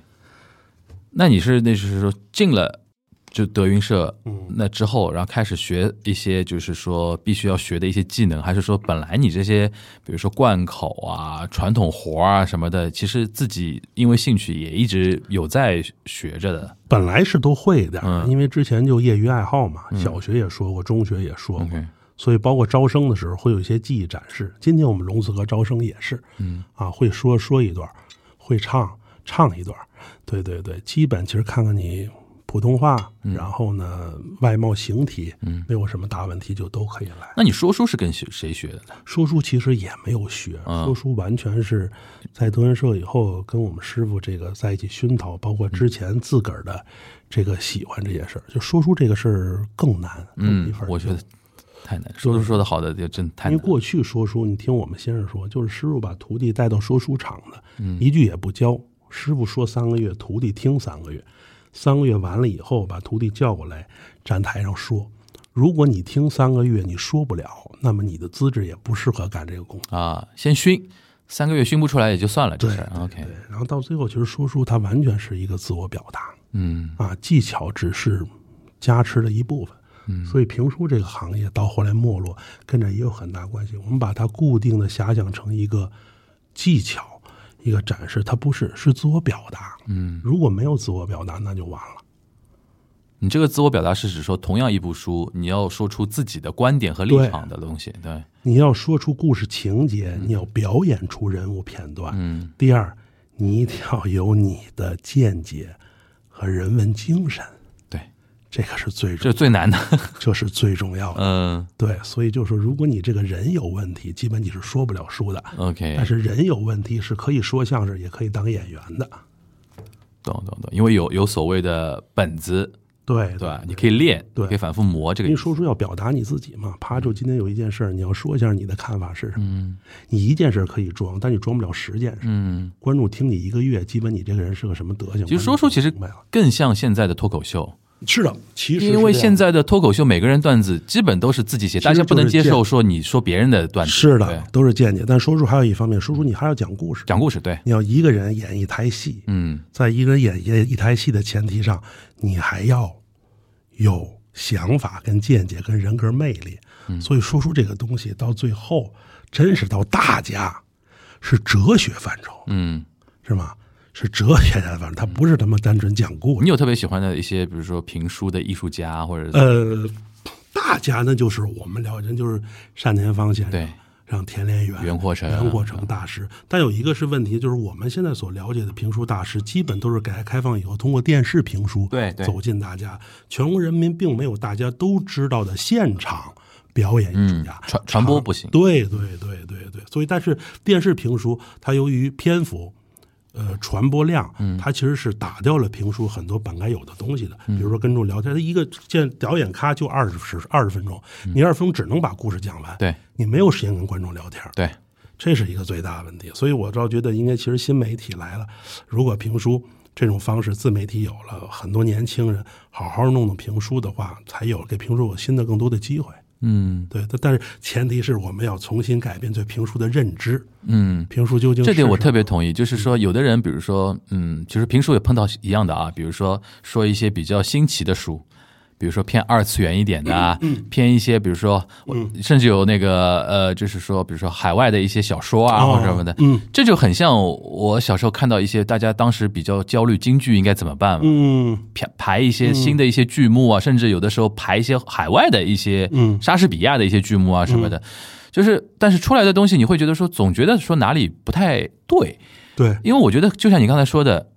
Speaker 3: 那你是那就是说进了就德云社
Speaker 2: 嗯
Speaker 3: 那之后，然后开始学一些就是说必须要学的一些技能，还是说本来你这些比如说贯口啊、传统活啊什么的，其实自己因为兴趣也一直有在学着的。
Speaker 2: 本来是都会一点儿，
Speaker 3: 嗯
Speaker 2: 因为之前就业余爱好嘛，小学也说过，中学也说过，
Speaker 3: OK，
Speaker 2: 所以包括招生的时候会有一些技艺展示。今天我们龙子阁招生也是，
Speaker 3: 嗯
Speaker 2: 啊，会说说一段儿，会唱唱一段儿，对对对，基本其实看看你普通话，然后呢外貌形体，
Speaker 3: 嗯
Speaker 2: 没有什么大问题就都可以来。
Speaker 3: 那你说书是跟谁谁学的呢？
Speaker 2: 说书其实也没有学，
Speaker 3: 嗯
Speaker 2: 说书完全是在德云社以后跟我们师傅这个在一起熏陶，包括
Speaker 3: 嗯
Speaker 2: 之前自个儿的这个喜欢这件事儿，就说书这个事儿更难，更没
Speaker 3: 嗯
Speaker 2: 法，儿
Speaker 3: 我觉
Speaker 2: 做
Speaker 3: 得太难，说都说的好的就真太
Speaker 2: 因为
Speaker 3: 难。
Speaker 2: 过去说书，你听我们先生说，就是师傅把徒弟带到说书场子，一句也不教，师傅说三个月，徒弟听三个月，三个月完了以后，把徒弟叫过来，站台上说。如果你听三个月你说不了，那么你的资质也不适合干这个工作。
Speaker 3: 啊，先熏三个月熏不出来也就算了，这
Speaker 2: 对
Speaker 3: 事儿。OK，
Speaker 2: 对，然后到最后，其实说书它完全是一个自我表达
Speaker 3: 嗯
Speaker 2: 啊，技巧只是加持的一部分。
Speaker 3: 嗯
Speaker 2: 所以评书这个行业到后来没落，跟这也有很大关系。我们把它固定的遐想成一个技巧，一个展示，它不是，是自我表达。
Speaker 3: 嗯，
Speaker 2: 如果没有自我表达，那就完了。
Speaker 3: 你这个自我表达是指说，同样一部书，你要说出自己的观点和立
Speaker 2: 对
Speaker 3: 场的东西，对，
Speaker 2: 你要说出故事情节，你要表演出人物片段。
Speaker 3: 嗯
Speaker 2: 第二，你一定要有你的见解和人文精神，
Speaker 3: 对，
Speaker 2: 这个是最
Speaker 3: 这
Speaker 2: 重
Speaker 3: 是，最难的。 <laughs>
Speaker 2: 这是最重要的。
Speaker 3: 嗯
Speaker 2: 对，所以就是说，如果你这个人有问题，基本你是说不了书的。
Speaker 3: ，OK，
Speaker 2: 但是人有问题是可以说相声，也可以当演员的。
Speaker 3: 懂懂懂，因为有有所谓的本子，
Speaker 2: 对
Speaker 3: 对吧？你可以练，
Speaker 2: 对
Speaker 3: 可以反复磨这
Speaker 2: 因为
Speaker 3: 个。嗯
Speaker 2: 说书要表达你自己嘛。啪，就今天有一件事儿，你要说一下你的看法是什么。你一件事儿可以装，但你装不了十件事。
Speaker 3: 嗯，
Speaker 2: 观众听你一个月，基本你这个人是个什么德行？
Speaker 3: 其实说书其
Speaker 2: 观众
Speaker 3: 实
Speaker 2: 就明白了
Speaker 3: 更像现在的脱口秀，
Speaker 2: 是的，其实
Speaker 3: 因为现
Speaker 2: 在
Speaker 3: 在的脱口秀每个人段子基本都是自己写，
Speaker 2: 其
Speaker 3: 大
Speaker 2: 实
Speaker 3: 家不
Speaker 2: 就
Speaker 3: 能
Speaker 2: 是
Speaker 3: 接
Speaker 2: 见
Speaker 3: 受说你说别人的段子，
Speaker 2: 是
Speaker 3: 对
Speaker 2: 的，都是见解。但说书还有一方面，说书你还要讲故事，
Speaker 3: 讲故事，对，
Speaker 2: 你要一个人演一台戏。
Speaker 3: 嗯
Speaker 2: 在一个人演一一台戏的前提上，你还要有想法、跟见解、跟人格魅力。所以说出这个东西到最后，真是到大家是哲学范畴，
Speaker 3: 嗯。
Speaker 2: 是吗？是哲学的范畴，它不是他妈单纯讲故
Speaker 3: 你
Speaker 2: 事。
Speaker 3: 有特别喜欢的一些，比如说评书的艺术家，或者
Speaker 2: 呃呃，大家呢就是我们了解，就是单田芳先生，
Speaker 3: 对，
Speaker 2: 让田连元、
Speaker 3: 袁阔啊成
Speaker 2: 袁阔成大师。但有一个是问题，就是我们现在所了解的评书大师，基本都是改革开放以后通过电视评书
Speaker 3: 对对
Speaker 2: 走进大家。全国人民并没有大家都知道的现场表演艺术家，
Speaker 3: 嗯传传播不行，
Speaker 2: 对对对对对，所以但是电视评书它由于篇幅。呃，传播量，
Speaker 3: 嗯
Speaker 2: 它其实是打掉了评书很多本该有的东西的。比如说跟众聊天，他一个见表演咖就二十二十分钟，你二十分钟只能把故事讲完，
Speaker 3: 嗯对
Speaker 2: 你没有时间跟观众聊天，
Speaker 3: 对，
Speaker 2: 这是一个最大的问题。所以我倒觉得，应该其实新媒体来了，如果评书这种方式自媒体有了，很多年轻人好好弄弄评书的话，才有给评书有新的更多的机会。
Speaker 3: 嗯
Speaker 2: 对，但但是前提是我们要重新改变对评书的认知，
Speaker 3: 嗯。
Speaker 2: 评书究竟
Speaker 3: 这点
Speaker 2: 是
Speaker 3: 我
Speaker 2: 什
Speaker 3: 特
Speaker 2: 么
Speaker 3: 别同意，就是说，有的人，比如说，嗯，其实评书也碰到一样的啊，比如说说一些比较新奇的书，比如说偏二次元一点的啊，
Speaker 2: 嗯
Speaker 3: 偏一些，比如说，我甚至有那个呃，就是说，比如说海外的一些小说啊
Speaker 2: 哦
Speaker 3: 或者什么的，
Speaker 2: 嗯，
Speaker 3: 这就很像我小时候看到一些大家当时比较焦虑京剧应该怎么办嘛，
Speaker 2: 嗯。
Speaker 3: 排排一些新的一些剧目啊，甚至有的时候排一些海外的一些
Speaker 2: 嗯
Speaker 3: 莎士比亚的一些剧目啊什么的，就是但是出来的东西你会觉得说总觉得说哪里不太对，
Speaker 2: 对，
Speaker 3: 因为我觉得就像你刚才说的，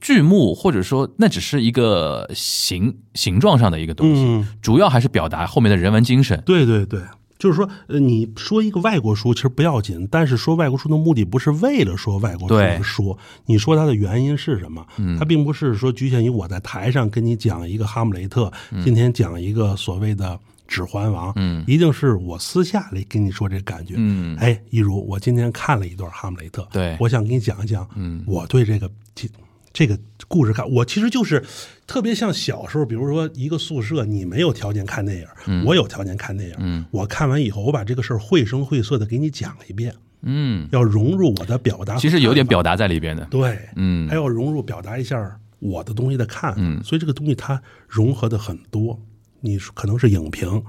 Speaker 3: 剧目或者说那只是一个形形状上的一个东西，
Speaker 2: 嗯，
Speaker 3: 主要还是表达后面的人文精神。
Speaker 2: 对对对，就是说，呃，你说一个外国书其实不要紧，但是说外国书的目的不是为了说外国书
Speaker 3: 对嗯
Speaker 2: 而说，你说它的原因是什么？它并不是说局限于我在台上跟你讲一个哈姆雷特，
Speaker 3: 嗯
Speaker 2: 今天讲一个所谓的。指环王，嗯，一定是我私下里跟你说这感觉，
Speaker 3: 嗯
Speaker 2: 哎，一如我今天看了一段《哈姆雷特》，
Speaker 3: 对
Speaker 2: 我想跟你讲一讲，嗯，我对这个这这个故事看，我其实就是特别像小时候，比如说一个宿舍，你没有条件看电影，
Speaker 3: 嗯
Speaker 2: 我有条件看电影，我看完以后，我把这个事儿绘声绘色的给你讲一遍，
Speaker 3: 嗯，
Speaker 2: 要融入啊我的表达，
Speaker 3: 其实有点表达在里边的。
Speaker 2: 对，
Speaker 3: 嗯
Speaker 2: 还要融入表达一下我的东西的看法，所以这个东西它融合的很多，你说可能是影评，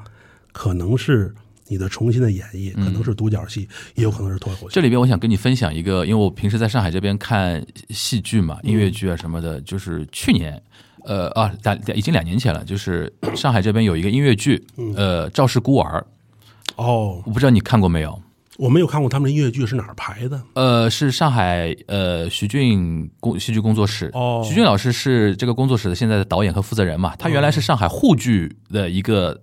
Speaker 2: 可能是你的重新的演绎，可
Speaker 3: 嗯
Speaker 2: 能是独角戏，也有可能是脱口秀
Speaker 3: 这，里边我想跟你分享一个，因为我平时在上海这边看戏剧嘛、音乐剧啊什么的，就是去年，呃啊，两已经两年前了，就是上海这边有一个音乐剧，
Speaker 2: 嗯
Speaker 3: 呃，《赵氏孤儿》，
Speaker 2: 哦，
Speaker 3: 我不知道你看过没有？
Speaker 2: 我没有看过他们的音乐剧是哪儿排的，
Speaker 3: 呃，是上海呃徐俊工戏剧工作室。
Speaker 2: 哦
Speaker 3: 徐俊老师是这个工作室的现在的导演和负责人嘛，他原
Speaker 2: 哦
Speaker 3: 来是上海沪剧的一个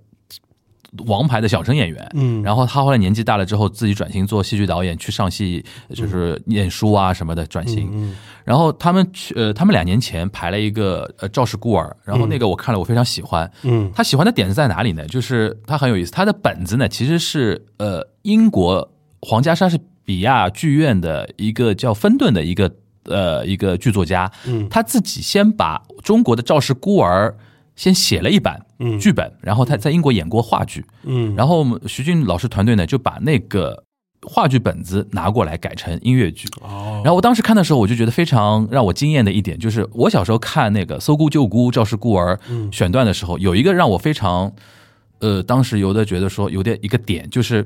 Speaker 3: 王牌的小生演员。
Speaker 2: 嗯
Speaker 3: 然后他后来年纪大了之后，自己转型做戏剧导演，去上戏就是念书啊什么的转型。
Speaker 2: 嗯
Speaker 3: 然后他们去呃，他们两年前排了一个呃《赵氏孤儿》，然后那个我看了，我非常喜欢。
Speaker 2: 嗯
Speaker 3: 他喜欢的点是在哪里呢？就是他很有意思，他的本子呢其实是呃英国皇家莎士比亚剧院的一个叫芬顿的一个呃一个剧作家，
Speaker 2: 嗯
Speaker 3: 他自己先把中国的《赵氏孤儿》先写了一版
Speaker 2: 嗯
Speaker 3: 剧本，然后他在英国演过话剧，
Speaker 2: 嗯，
Speaker 3: 然后我们徐俊老师团队呢就把那个话剧本子拿过来改成音乐剧。
Speaker 2: 哦，
Speaker 3: 然后我当时看的时候，我就觉得非常让我惊艳的一点，就是我小时候看那个《搜孤救孤》《赵氏孤儿》选段的时候，有一个让我非常，呃，当时有的觉得说有点一个点，就是，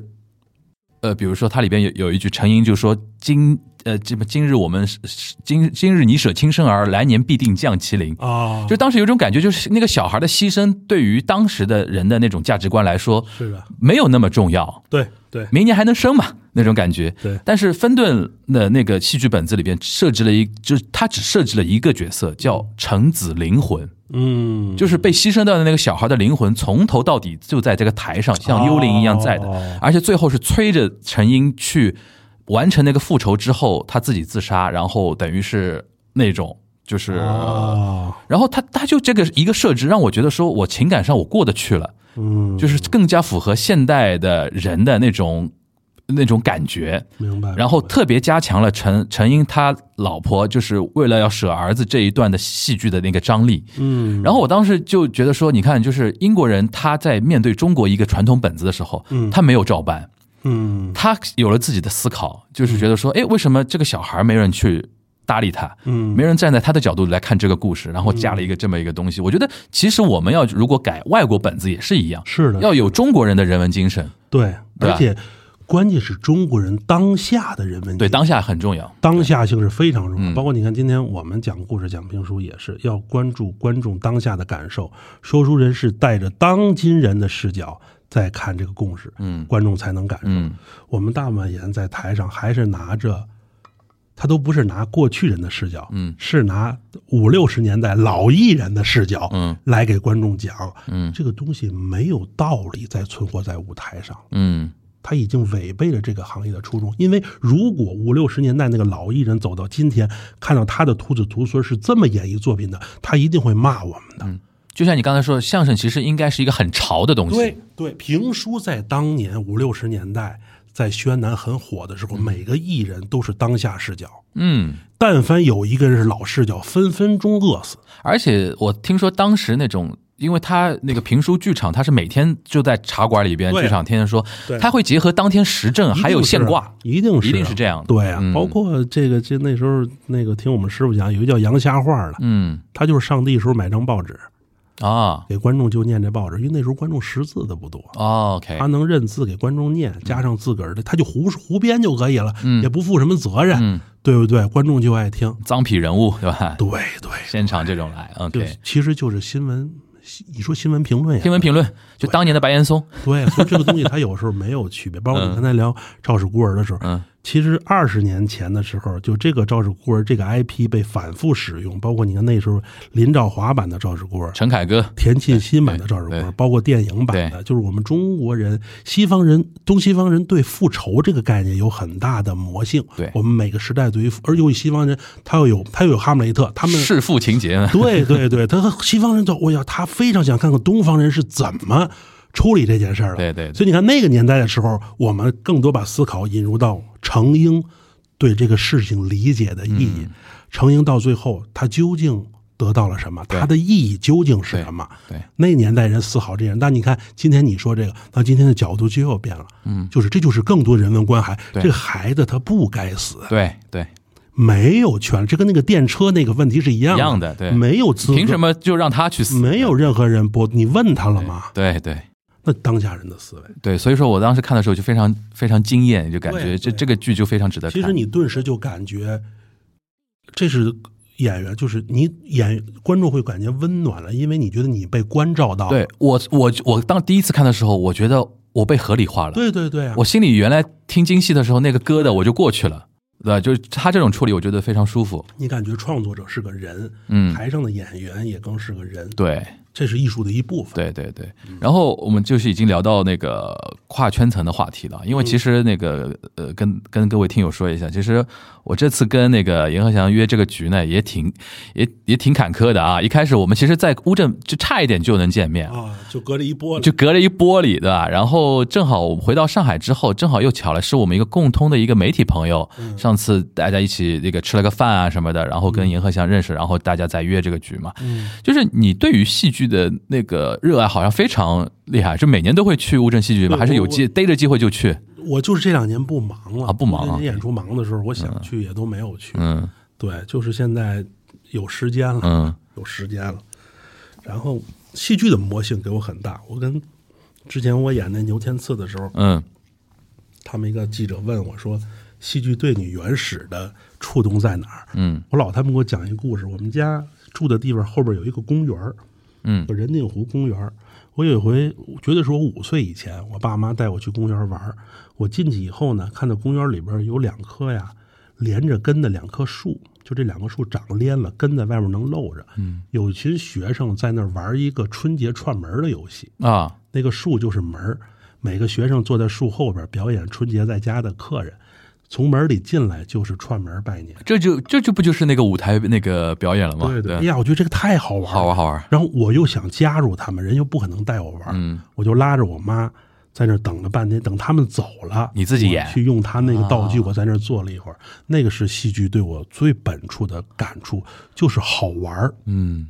Speaker 3: 呃，比如说它里边有有一句成因，就说今呃今今日我们是是今今日你舍亲生儿，来年必定降麒麟。
Speaker 2: 啊，
Speaker 3: 就当时有一种感觉，就是那个小孩的牺牲对于当时的人的那种价值观来说，
Speaker 2: 是的，
Speaker 3: 没有那么重要。
Speaker 2: 对对，
Speaker 3: 明年还能生嘛那种感觉。
Speaker 2: 对
Speaker 3: 但是芬顿的那个戏剧本子里边设置了一，就是他只设置了一个角色，叫橙子灵魂，
Speaker 2: 嗯，
Speaker 3: 就是被牺牲掉的那个小孩的灵魂，从头到底就在这个台上，像幽灵一样在的，
Speaker 2: 哦
Speaker 3: 而且最后是催着陈英去完成那个复仇之后，他自己自杀，然后等于是那种就是。
Speaker 2: 哦，
Speaker 3: 然后他他就这个一个设置，让我觉得说我情感上我过得去了，
Speaker 2: 嗯，
Speaker 3: 就是更加符合现代的人的那种那种感觉。
Speaker 2: 明白。
Speaker 3: 然后特别加强了陈陈英他老婆就是为了要舍儿子这一段的戏剧的那个张力。
Speaker 2: 嗯，
Speaker 3: 然后我当时就觉得说，你看，就是英国人他在面对中国一个传统本子的时候，他没有照搬，
Speaker 2: 嗯
Speaker 3: 他有了自己的思考，就是觉得说，哎，为什么这个小孩没人去搭理他？
Speaker 2: 嗯
Speaker 3: 没人站在他的角度来看这个故事，然后加了一个这么一个东西。我觉得其实我们要如果改外国本子也是一样，
Speaker 2: 是的，
Speaker 3: 要有中国人的人文精神，
Speaker 2: 对，
Speaker 3: 对吧
Speaker 2: 而且关键是中国人当下的人文
Speaker 3: 对
Speaker 2: 精
Speaker 3: 当下很重要。
Speaker 2: 当下性是非常重
Speaker 3: 嗯
Speaker 2: 要。包括你看，今天我们讲故事、讲评书，也是要关注观众当下的感受。说书人是带着当今人的视角，再看这个共识，
Speaker 3: 嗯
Speaker 2: 观众才能感受。
Speaker 3: 嗯
Speaker 2: 我们大满岩在台上还是拿着，他都不是拿过去人的视角，
Speaker 3: 嗯
Speaker 2: 是拿五六十年代老艺人的视角，
Speaker 3: 嗯，
Speaker 2: 来给观众讲，
Speaker 3: 嗯
Speaker 2: 这个东西没有道理再存活在舞台上，
Speaker 3: 嗯
Speaker 2: 它已经违背了这个行业的初衷。因为如果五六十年代那个老艺人走到今天，看到他的徒子徒孙是这么演绎作品的，他一定会骂我们的。
Speaker 3: 就像你刚才说，相声其实应该是一个很潮的东西，
Speaker 2: 对对，评书在当年五六十年代在宣南很火的时候，每个艺人都是当下视角。
Speaker 3: 嗯，
Speaker 2: 但凡有一个人是老视角，分分钟饿死。
Speaker 3: 而且我听说当时那种。因为他那个评书剧场，他是每天就在茶馆里边，
Speaker 2: 对啊
Speaker 3: 剧场天天说
Speaker 2: 对，
Speaker 3: 他会结合当天时政，啊还有现挂，
Speaker 2: 一定是啊
Speaker 3: 一定是这样的
Speaker 2: 对啊，
Speaker 3: 嗯
Speaker 2: 包括这个，这那时候那个听我们师傅讲，有一个叫杨瞎话的，
Speaker 3: 嗯
Speaker 2: 他就是上帝时候买张报纸
Speaker 3: 啊
Speaker 2: 给观众就念这报纸，因为那时候观众识字的不多，
Speaker 3: 哦，OK，
Speaker 2: 他能认字给观众念，加上自个儿的，他就胡胡编就可以了，也不负什么责任，
Speaker 3: 嗯
Speaker 2: 对不对？观众就爱听，
Speaker 3: 脏痞人物对吧？
Speaker 2: 对对，
Speaker 3: 现场这种来
Speaker 2: 就
Speaker 3: ，OK，
Speaker 2: 其实就是新闻，你说新闻评论呀
Speaker 3: 天，文评论就当年的白岩松，
Speaker 2: 对，所以这个东西它有时候没有区别。包括你刚才聊赵氏孤儿的时候，
Speaker 3: 嗯
Speaker 2: 其实二十年前的时候，就这个赵氏孤儿这个 IP 被反复使用，包括你看那时候林兆华版的赵氏孤儿。
Speaker 3: 陈凯歌，
Speaker 2: 田沁鑫版的赵氏孤
Speaker 3: 对
Speaker 2: 儿，包括电影版的，就是我们中国人、西方人、东西方人对复仇这个概念有很大的魔性。
Speaker 3: 对
Speaker 2: 我们每个时代对于，而尤其西方人，他又有他又有哈姆雷特，他们
Speaker 3: 弑父情节，
Speaker 2: <laughs> 对对对，他和西方人走，我要他非常想看看东方人是怎么处理这件事儿的。
Speaker 3: 对对对
Speaker 2: 所以你看那个年代的时候，我们更多把思考引入到程英对这个事情理解的意
Speaker 3: 嗯
Speaker 2: 义。程英到最后，他究竟得到了什么？他的意义究竟是什么？
Speaker 3: 对对
Speaker 2: 那年代人思考这样，但你看今天你说这个，那今天的角度就又变了。嗯，就是这就是更多人文关怀。
Speaker 3: 对
Speaker 2: 这个孩子他不该死，
Speaker 3: 对对，
Speaker 2: 没有权，这跟那个电车那个问题是一样
Speaker 3: 一
Speaker 2: 的，
Speaker 3: 样的对
Speaker 2: 没有资格，
Speaker 3: 凭什么就让他去死？
Speaker 2: 没有任何人播，你问他了吗？
Speaker 3: 对对
Speaker 2: 那当下人的思维，
Speaker 3: 对，所以说我当时看的时候就非常非常惊艳，就感觉
Speaker 2: 对
Speaker 3: 这
Speaker 2: 对
Speaker 3: 这个剧就非常值得看。
Speaker 2: 其实你顿时就感觉，这是演员，就是你演观众会感觉温暖了，因为你觉得你被关照到。
Speaker 3: 对我我我当第一次看的时候，我觉得我被合理化了。
Speaker 2: 对对对啊！
Speaker 3: 我心里原来听京戏的时候那个疙瘩我就过去了，对吧，就是他这种处理，我觉得非常舒服。
Speaker 2: 你感觉创作者是个人，
Speaker 3: 嗯
Speaker 2: 台上的演员也更是个人，
Speaker 3: 对，
Speaker 2: 这是艺术的一部分。
Speaker 3: 对对对，然后我们就是已经聊到那个跨圈层的话题了，因为其实那个呃，跟跟各位听友说一下，其实我这次跟那个严鹤翔约这个局呢，也挺也也挺坎坷的啊。一开始我们其实，在乌镇就差一点就能见面，
Speaker 2: 啊，就隔着一 <laughs> 波，
Speaker 3: 就隔了一玻璃，对吧？然后正好我回到上海之后，正好又巧了，是我们一个共通的一个媒体朋友，
Speaker 2: 嗯
Speaker 3: 上次大家一起那个吃了个饭啊什么的，然后跟银河祥认识，然后大家再约这个局嘛。
Speaker 2: 嗯
Speaker 3: 就是你对于戏剧的那个热爱好像非常厉害，就每年都会去乌镇戏剧吗？
Speaker 2: 对
Speaker 3: 还是有
Speaker 2: 我
Speaker 3: 机逮着机会就去？
Speaker 2: 我就是这两年不忙了
Speaker 3: 啊不忙
Speaker 2: 这两年演出忙的时候，我想去也都没有去。
Speaker 3: 嗯
Speaker 2: 对，就是现在有时间了，
Speaker 3: 嗯
Speaker 2: 有时间了。然后戏剧的魔性给我很大。我跟之前我演那牛天赐的时候，
Speaker 3: 嗯
Speaker 2: 他们一个记者问我说：“戏剧对你原始的触动在哪儿？”
Speaker 3: 嗯
Speaker 2: 我老他们给我讲一个故事。我们家住的地方后边有一个公园儿，
Speaker 3: 嗯
Speaker 2: 叫人定湖公园儿。我有一回，绝对是我五岁以前，我爸妈带我去公园玩儿。我进去以后呢，看到公园里边有两棵呀连着根的两棵树，就这两棵树长连了，根在外面能露着。嗯，有一群学生在那儿玩一个春节串门儿的游戏，
Speaker 3: 啊
Speaker 2: 那个树就是门儿，每个学生坐在树后边表演春节在家的客人，从门里进来就是串门拜年。
Speaker 3: 这就这就不就是那个舞台那个表演了吗？
Speaker 2: 对，哎呀，我觉得这个太好玩了，
Speaker 3: 好玩啊好玩，
Speaker 2: 然后我又想加入他们，人又不可能带我玩，
Speaker 3: 嗯
Speaker 2: 我就拉着我妈在那儿等了半天，等他们走了，
Speaker 3: 你自己演啊
Speaker 2: 我去用他那个道具，我在那儿坐了一会儿。那个是戏剧对我最本处的感触，就是好玩儿。
Speaker 3: 嗯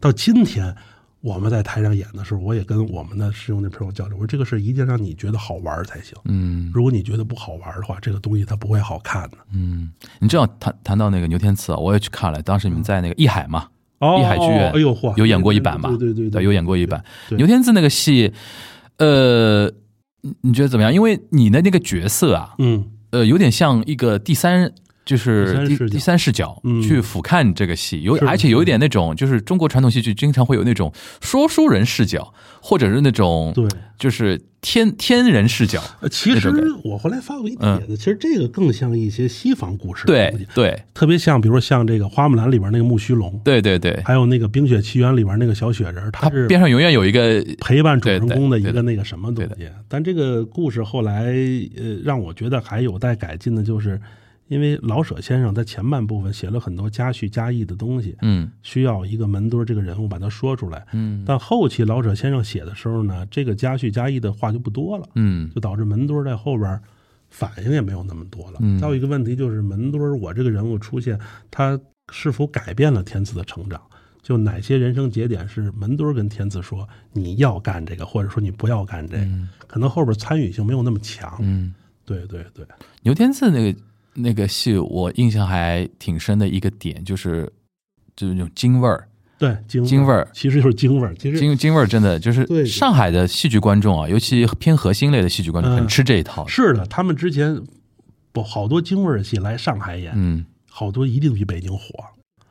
Speaker 2: 到今天。我们在台上演的时候，我也跟我们的师兄弟朋友交流，我说这个事儿一定让你觉得好玩儿才行。
Speaker 3: 嗯。
Speaker 2: 如果你觉得不好玩儿的话，这个东西它不会好看的。
Speaker 3: 嗯，你知道谈谈到那个牛天赐啊，我也去看了，当时你们在那个艺海嘛，
Speaker 2: 哦
Speaker 3: 艺海剧院，
Speaker 2: 哎呦嚯，
Speaker 3: 有演过一版吧？
Speaker 2: 对对对
Speaker 3: 有演过一版。
Speaker 2: 嗯对
Speaker 3: 牛天赐那个戏，呃，你你觉得怎么样？因为你的那个角色啊，
Speaker 2: 嗯，
Speaker 3: 呃，有点像一个第三就
Speaker 2: 第三
Speaker 3: 是
Speaker 2: 视
Speaker 3: 第
Speaker 2: 角
Speaker 3: 第三视角
Speaker 2: 嗯
Speaker 3: 去俯瞰这个戏，有
Speaker 2: 是
Speaker 3: 而且有一点那种，就是中国传统戏剧经常会有那种说书人视角，或者是那种
Speaker 2: 对，
Speaker 3: 就是天天人视角，
Speaker 2: 呃其
Speaker 3: 那
Speaker 2: 实
Speaker 3: 种感嗯
Speaker 2: 我后来发过一帖子，其实这个更像一些西方故事的
Speaker 3: 对
Speaker 2: 东西，
Speaker 3: 对
Speaker 2: 特别像比如说像这个《花木兰》里边那个木须龙，
Speaker 3: 对对对，
Speaker 2: 还有那个《冰雪奇缘》里边那个小雪人儿，
Speaker 3: 他
Speaker 2: 他是
Speaker 3: 边上永远有一个
Speaker 2: 陪伴主人公的一
Speaker 3: 对对对的
Speaker 2: 个那个什么东西。但这个故事后来呃，让我觉得还有待改进的，就是因为老舍先生在前半部分写了很多加叙加意的东西，
Speaker 3: 嗯
Speaker 2: 需要一个门墩儿这个人物把它说出来。
Speaker 3: 嗯
Speaker 2: 但后期老舍先生写的时候呢，这个加叙加意的话就不多了，
Speaker 3: 嗯
Speaker 2: 就导致门墩儿在后边儿反应也没有那么多了。
Speaker 3: 嗯
Speaker 2: 还有一个问题就是门墩儿，我这个人物出现，他是否改变了天赐的成长？就哪些人生节点是门墩儿跟天赐说你要干这个，或者说你不要干这个？可能后边参与性没有那么强。
Speaker 3: 嗯，
Speaker 2: 对对对，
Speaker 3: 牛天赐那个那个戏，我印象还挺深的一个点就是就是那种京味儿，
Speaker 2: 对京
Speaker 3: 京味儿
Speaker 2: 其实就是京味儿，其实
Speaker 3: 京京味儿真的
Speaker 2: 对
Speaker 3: 就是
Speaker 2: 对
Speaker 3: 上海的戏剧观众啊，尤其偏核心类的戏剧观众
Speaker 2: 嗯
Speaker 3: 很吃这一套，
Speaker 2: 是的。他们之前不好多京味儿的戏来上海演，
Speaker 3: 嗯，
Speaker 2: 好多一定比北京火。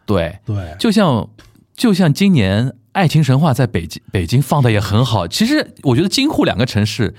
Speaker 3: 对，
Speaker 2: 对，
Speaker 3: 就像就像今年《爱情神话》在北京北京放的也很好。其实我觉得京沪两个城市，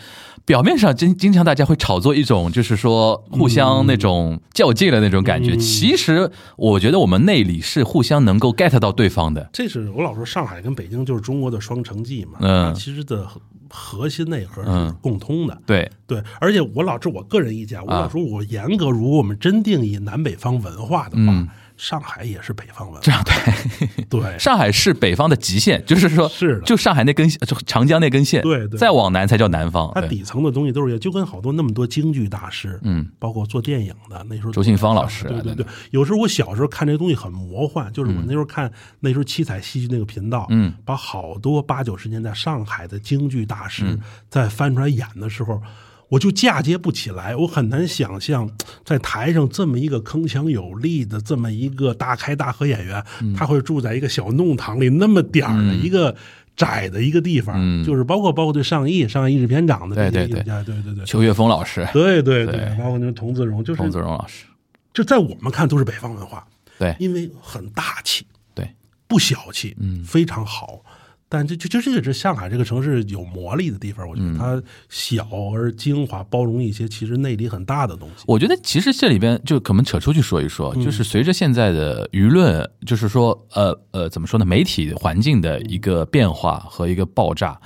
Speaker 3: 表面上经经常大家会炒作一种就是说互相那种较劲的那种感觉，
Speaker 2: 嗯
Speaker 3: 其实我觉得我们内里是互相能够 get 到对方的。
Speaker 2: 这是我老说上海跟北京就是中国的双城记嘛，
Speaker 3: 嗯
Speaker 2: 它其实的核核心内核是
Speaker 3: 嗯
Speaker 2: 共通的，
Speaker 3: 对，
Speaker 2: 对。而且我老这我个人意见，我
Speaker 3: 啊
Speaker 2: 老说我严格，如果我们真定义南北方文化的话，
Speaker 3: 嗯
Speaker 2: 上海也是北方文
Speaker 3: 这
Speaker 2: 化，
Speaker 3: 样
Speaker 2: <laughs>
Speaker 3: 对。
Speaker 2: 对，
Speaker 3: 上海是北方的极限，就是说，
Speaker 2: 是的
Speaker 3: 就上海那根就长江那根线，
Speaker 2: 对对
Speaker 3: 再往南才叫南方。
Speaker 2: 它
Speaker 3: 对
Speaker 2: 底层的东西都是一样，就跟好多那么多京剧大师，
Speaker 3: 嗯，
Speaker 2: 包括做电影的那时候，
Speaker 3: 周信芳老师啊
Speaker 2: 对对
Speaker 3: 等等
Speaker 2: 对。有时候我小时候看这东西很魔幻，就是我那时候看那时候七彩戏剧那个频道，
Speaker 3: 嗯，
Speaker 2: 把好多八九十年代上海的京剧大师在翻出来演的时候。我就嫁接不起来，我很难想象在台上这么一个铿锵有力的这么一个大开大合演员，
Speaker 3: 嗯
Speaker 2: 他会住在一个小弄堂里那么点儿的一个窄的一个地方，
Speaker 3: 嗯
Speaker 2: 就是包括包括对上艺、上海艺制片长的这
Speaker 3: 对
Speaker 2: 些
Speaker 3: 对
Speaker 2: 艺
Speaker 3: 对
Speaker 2: 术家，对对对，
Speaker 3: 邱岳峰老师、
Speaker 2: 对对
Speaker 3: 对
Speaker 2: 对，包括那个童自荣，就是
Speaker 3: 童子荣老师，
Speaker 2: 就在我们看都是北方文化，
Speaker 3: 对
Speaker 2: 因为很大气，
Speaker 3: 对，
Speaker 2: 不小气，嗯，非常好。但这就就这个是上海这个城市有魔力的地方，我觉得
Speaker 3: 嗯
Speaker 2: 它小而精华，包容一些其实内里很大的东西。
Speaker 3: 我觉得其实这里边就可能扯出去说一说，
Speaker 2: 嗯
Speaker 3: 就是随着现在的舆论，就是说呃呃怎么说呢，媒体环境的一个变化和一个爆炸，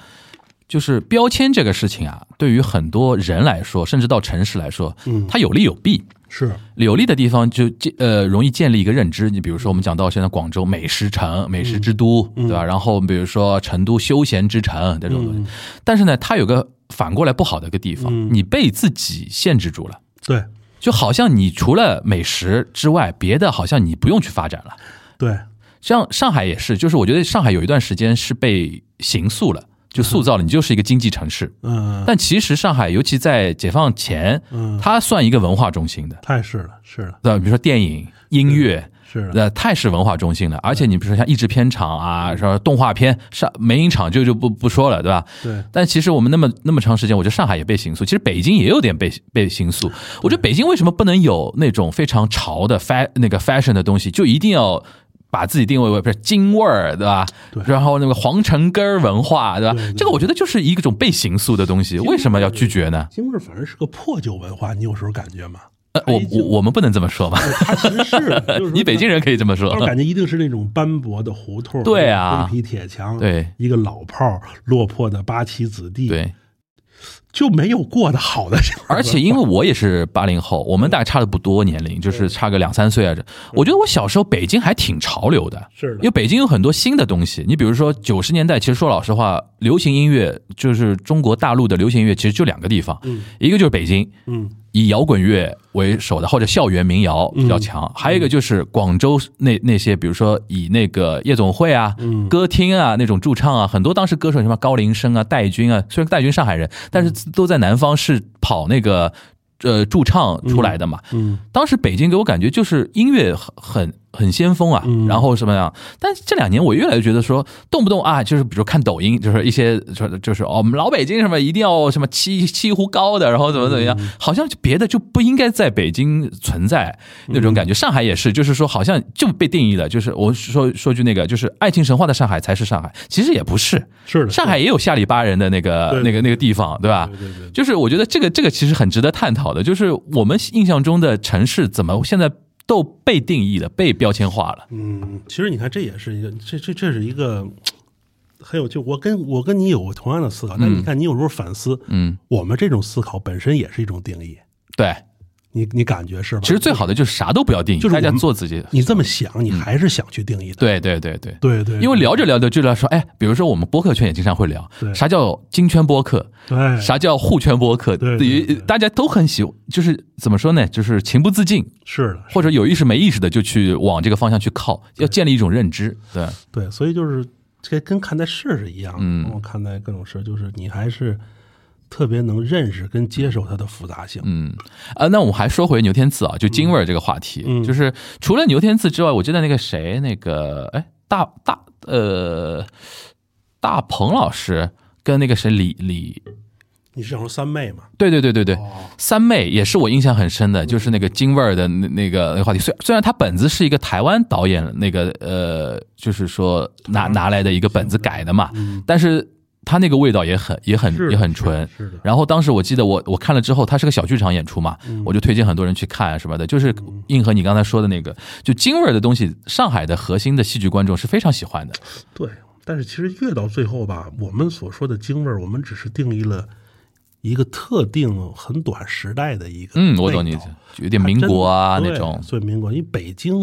Speaker 3: 就是标签这个事情啊，对于很多人来说，甚至到城市来说，
Speaker 2: 嗯
Speaker 3: 它有利有弊。
Speaker 2: 是，
Speaker 3: 有利的地方就建呃容易建立一个认知，你比如说我们讲到现在广州美食城、美食之都，对吧？然后比如说成都休闲之城这种东
Speaker 2: 嗯
Speaker 3: 西，但是呢，它有个反过来不好的一个地方，你被自己限制住了。
Speaker 2: 对
Speaker 3: 就好像你除了美食之外，别的好像你不用去发展了。
Speaker 2: 对，
Speaker 3: 像上海也是，就是我觉得上海有一段时间是被形塑了，就塑造了，你就是一个经济城市。
Speaker 2: 嗯，
Speaker 3: 但其实上海，尤其在解放前，
Speaker 2: 嗯
Speaker 3: 它算一个文化中心的，
Speaker 2: 太是了，是了，
Speaker 3: 对吧，比如说电影、音乐。
Speaker 2: 是了，
Speaker 3: 呃，太是文化中心了，而且你比如说像译制片厂啊，什么动画片、上美影厂就就不不说了，对吧？ <laughs>
Speaker 2: 对，
Speaker 3: 但其实我们那么那么长时间，我觉得上海也被刑诉，其实北京也有点被被刑诉。我觉得北京为什么不能有那种非常潮的 fa 那个 fashion 的东西，就一定要把自己定位为不是京味儿，对吧？
Speaker 2: 对
Speaker 3: 然后那个皇城根儿文化，对吧？
Speaker 2: 对对
Speaker 3: 这个我觉得就是一种被刑诉的东西，为什么要拒绝呢？
Speaker 2: 京味儿反而是个破旧文化，你有时候感觉吗？呃
Speaker 3: 呃，我我我们不能这么说吧？
Speaker 2: 它其实是的，就是说
Speaker 3: <laughs> 你北京人可以这么说 <laughs>
Speaker 2: 当，时感觉一定是那种斑驳的胡同，
Speaker 3: 对啊
Speaker 2: 红皮铁墙，
Speaker 3: 对
Speaker 2: 一个老炮儿落魄的八旗子弟，，
Speaker 3: 对。
Speaker 2: 就没有过得好的日子，
Speaker 3: <laughs> 而且因为我也是八零后，我们大概差的不多年龄，就是差个两三岁啊。这我觉得我小时候北京还挺潮流的，
Speaker 2: 是
Speaker 3: 因为
Speaker 2: 的，
Speaker 3: 北京有很多新的东西。你比如说九十年代，其实说老实话，流行音乐就是中国大陆的流行音乐，其实就两个地方，
Speaker 2: 嗯
Speaker 3: 一个就是北京。
Speaker 2: 嗯，
Speaker 3: 以摇滚乐为首的，或者校园民谣比较强，还有一个就是广州那那些，比如说以那个夜总会啊、
Speaker 2: 嗯
Speaker 3: 歌厅啊那种驻唱啊，很多当时歌手什么高林生啊、戴军啊，虽然戴军上海人，但是都在南方是跑那个呃驻唱出来的嘛。
Speaker 2: 嗯
Speaker 3: 当时北京给我感觉就是音乐很很很先锋啊，
Speaker 2: 嗯
Speaker 3: 然后什么样？但是这两年我越来越觉得说，动不动啊，就是比如看抖音，就是一些就是就是哦，我们老北京什么一定要什么七七壶高的，然后怎么怎么样，
Speaker 2: 嗯
Speaker 3: 好像就别的就不应该在北京存在那种感觉。上海也是，就是说好像就被定义了，就是我说说句那个，就是爱情神话的上海才是上海，其实也不是，
Speaker 2: 是的，
Speaker 3: 上海也有下里巴人的那个
Speaker 2: 对
Speaker 3: 那个那个地方，对吧？
Speaker 2: 对对对
Speaker 3: 啊就是我觉得这个这个其实很值得探讨的，就是我们印象中的城市怎么现在都被定义了、被标签化了。
Speaker 2: 嗯，其实你看，这也是一个，这这这是一个很有就我跟我跟你有同样的思考，但你看，你有时候反思，
Speaker 3: 嗯，
Speaker 2: 我们这种思考本身也是一种定义，
Speaker 3: 对，
Speaker 2: 你你感觉是吧？
Speaker 3: 其实最好的就是啥都不要定义，
Speaker 2: 就是
Speaker 3: 大家
Speaker 2: 我们
Speaker 3: 做自己。
Speaker 2: 你这么想，你还是想去定义的，
Speaker 3: 对对对对。
Speaker 2: 对对对，
Speaker 3: 因为聊着聊着就聊说，哎，比如说我们播客圈也经常会聊，
Speaker 2: 对
Speaker 3: 啥叫金圈播客，
Speaker 2: 对
Speaker 3: 啥叫互圈播客，
Speaker 2: 对对对
Speaker 3: 大家都很喜，就是怎么说呢，就是情不自禁，
Speaker 2: 是的，
Speaker 3: 或者有意识没意识的就去往这个方向去靠，要建立一种认知，对，
Speaker 2: 对，所以就是这跟看待事是一样的，
Speaker 3: 嗯
Speaker 2: 跟我看待各种事，就是你还是特别能认识跟接受它的复杂性，
Speaker 3: 嗯，啊，那我们还说回牛天赐啊，就京味儿这个话题，
Speaker 2: 嗯
Speaker 3: 就是除了牛天赐之外，我记得那个谁，那个哎，大大呃，大鹏老师跟那个谁李李，
Speaker 2: 你是想说三妹嘛？
Speaker 3: 对对对对对，
Speaker 2: 哦，
Speaker 3: 三妹也是我印象很深的，就是那个京味儿的那那个那个话题。虽虽然它本子是一个台湾导演那个呃，就是说拿拿来的一个本子改的嘛，
Speaker 2: 嗯，
Speaker 3: 但是它那个味道也很也
Speaker 2: 是
Speaker 3: 很
Speaker 2: 的
Speaker 3: 也很
Speaker 2: 是的
Speaker 3: 纯。
Speaker 2: 是的，
Speaker 3: 然后当时我记得我我看了之后，它是个小剧场演出嘛，
Speaker 2: 嗯
Speaker 3: 我就推荐很多人去看啊什么的，就是应和你刚才说的那个，就京味儿的东西，上海的核心的戏剧观众是非常喜欢的。
Speaker 2: 对，但是其实越到最后吧，我们所说的京味儿，我们只是定义了一个特定很短时代的一个
Speaker 3: 嗯，我懂你
Speaker 2: 味
Speaker 3: 意
Speaker 2: 道
Speaker 3: 思，有点民国啊
Speaker 2: 还真
Speaker 3: 那种
Speaker 2: 对。所以民国，因为北京，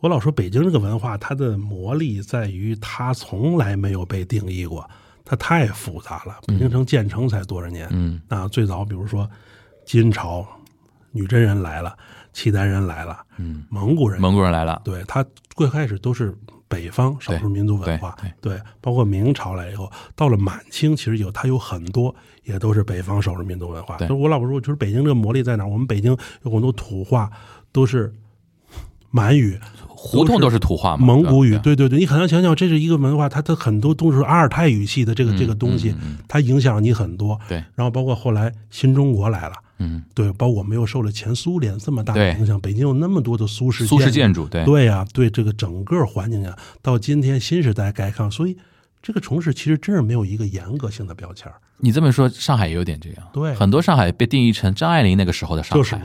Speaker 2: 我老说北京这个文化，它的魔力在于它从来没有被定义过，它太复杂了。北京城建成才多少年？
Speaker 3: 嗯，
Speaker 2: 啊，最早比如说金朝，女真人来了，契丹人来了，嗯，蒙古人
Speaker 3: 蒙古人来了，
Speaker 2: 对，它最开始都是北方少数民族文化，
Speaker 3: 对
Speaker 2: 对包括明朝来以后，到了满清，其实有它有很多也都是北方少数民族文化。
Speaker 3: 对
Speaker 2: 就是我老婆说，就是北京这个魔力在哪儿？我们北京有很多土话都是满语、
Speaker 3: 胡同都是土话嘛，
Speaker 2: 蒙古语，
Speaker 3: 对吧
Speaker 2: 对对对，你很难想象这是一个文化，它它很多都是阿尔泰语系的这个、
Speaker 3: 嗯
Speaker 2: 这个东西，它影响了你很多。
Speaker 3: 对
Speaker 2: 然后包括后来新中国来了。
Speaker 3: 嗯，
Speaker 2: 对，包括我们又受了前苏联这么大的
Speaker 3: 对
Speaker 2: 影响，北京有那么多的苏式
Speaker 3: 苏式
Speaker 2: 建筑
Speaker 3: 建筑，对
Speaker 2: 对呀、对这个整个环境呀，到今天新时代改抗，所以这个城市其实真是没有一个严格性的标签儿，
Speaker 3: 你这么说，上海也有点这样。
Speaker 2: 对
Speaker 3: 很多上海被定义成张爱玲那个时候的上海，啊嗯
Speaker 2: 就是嘛。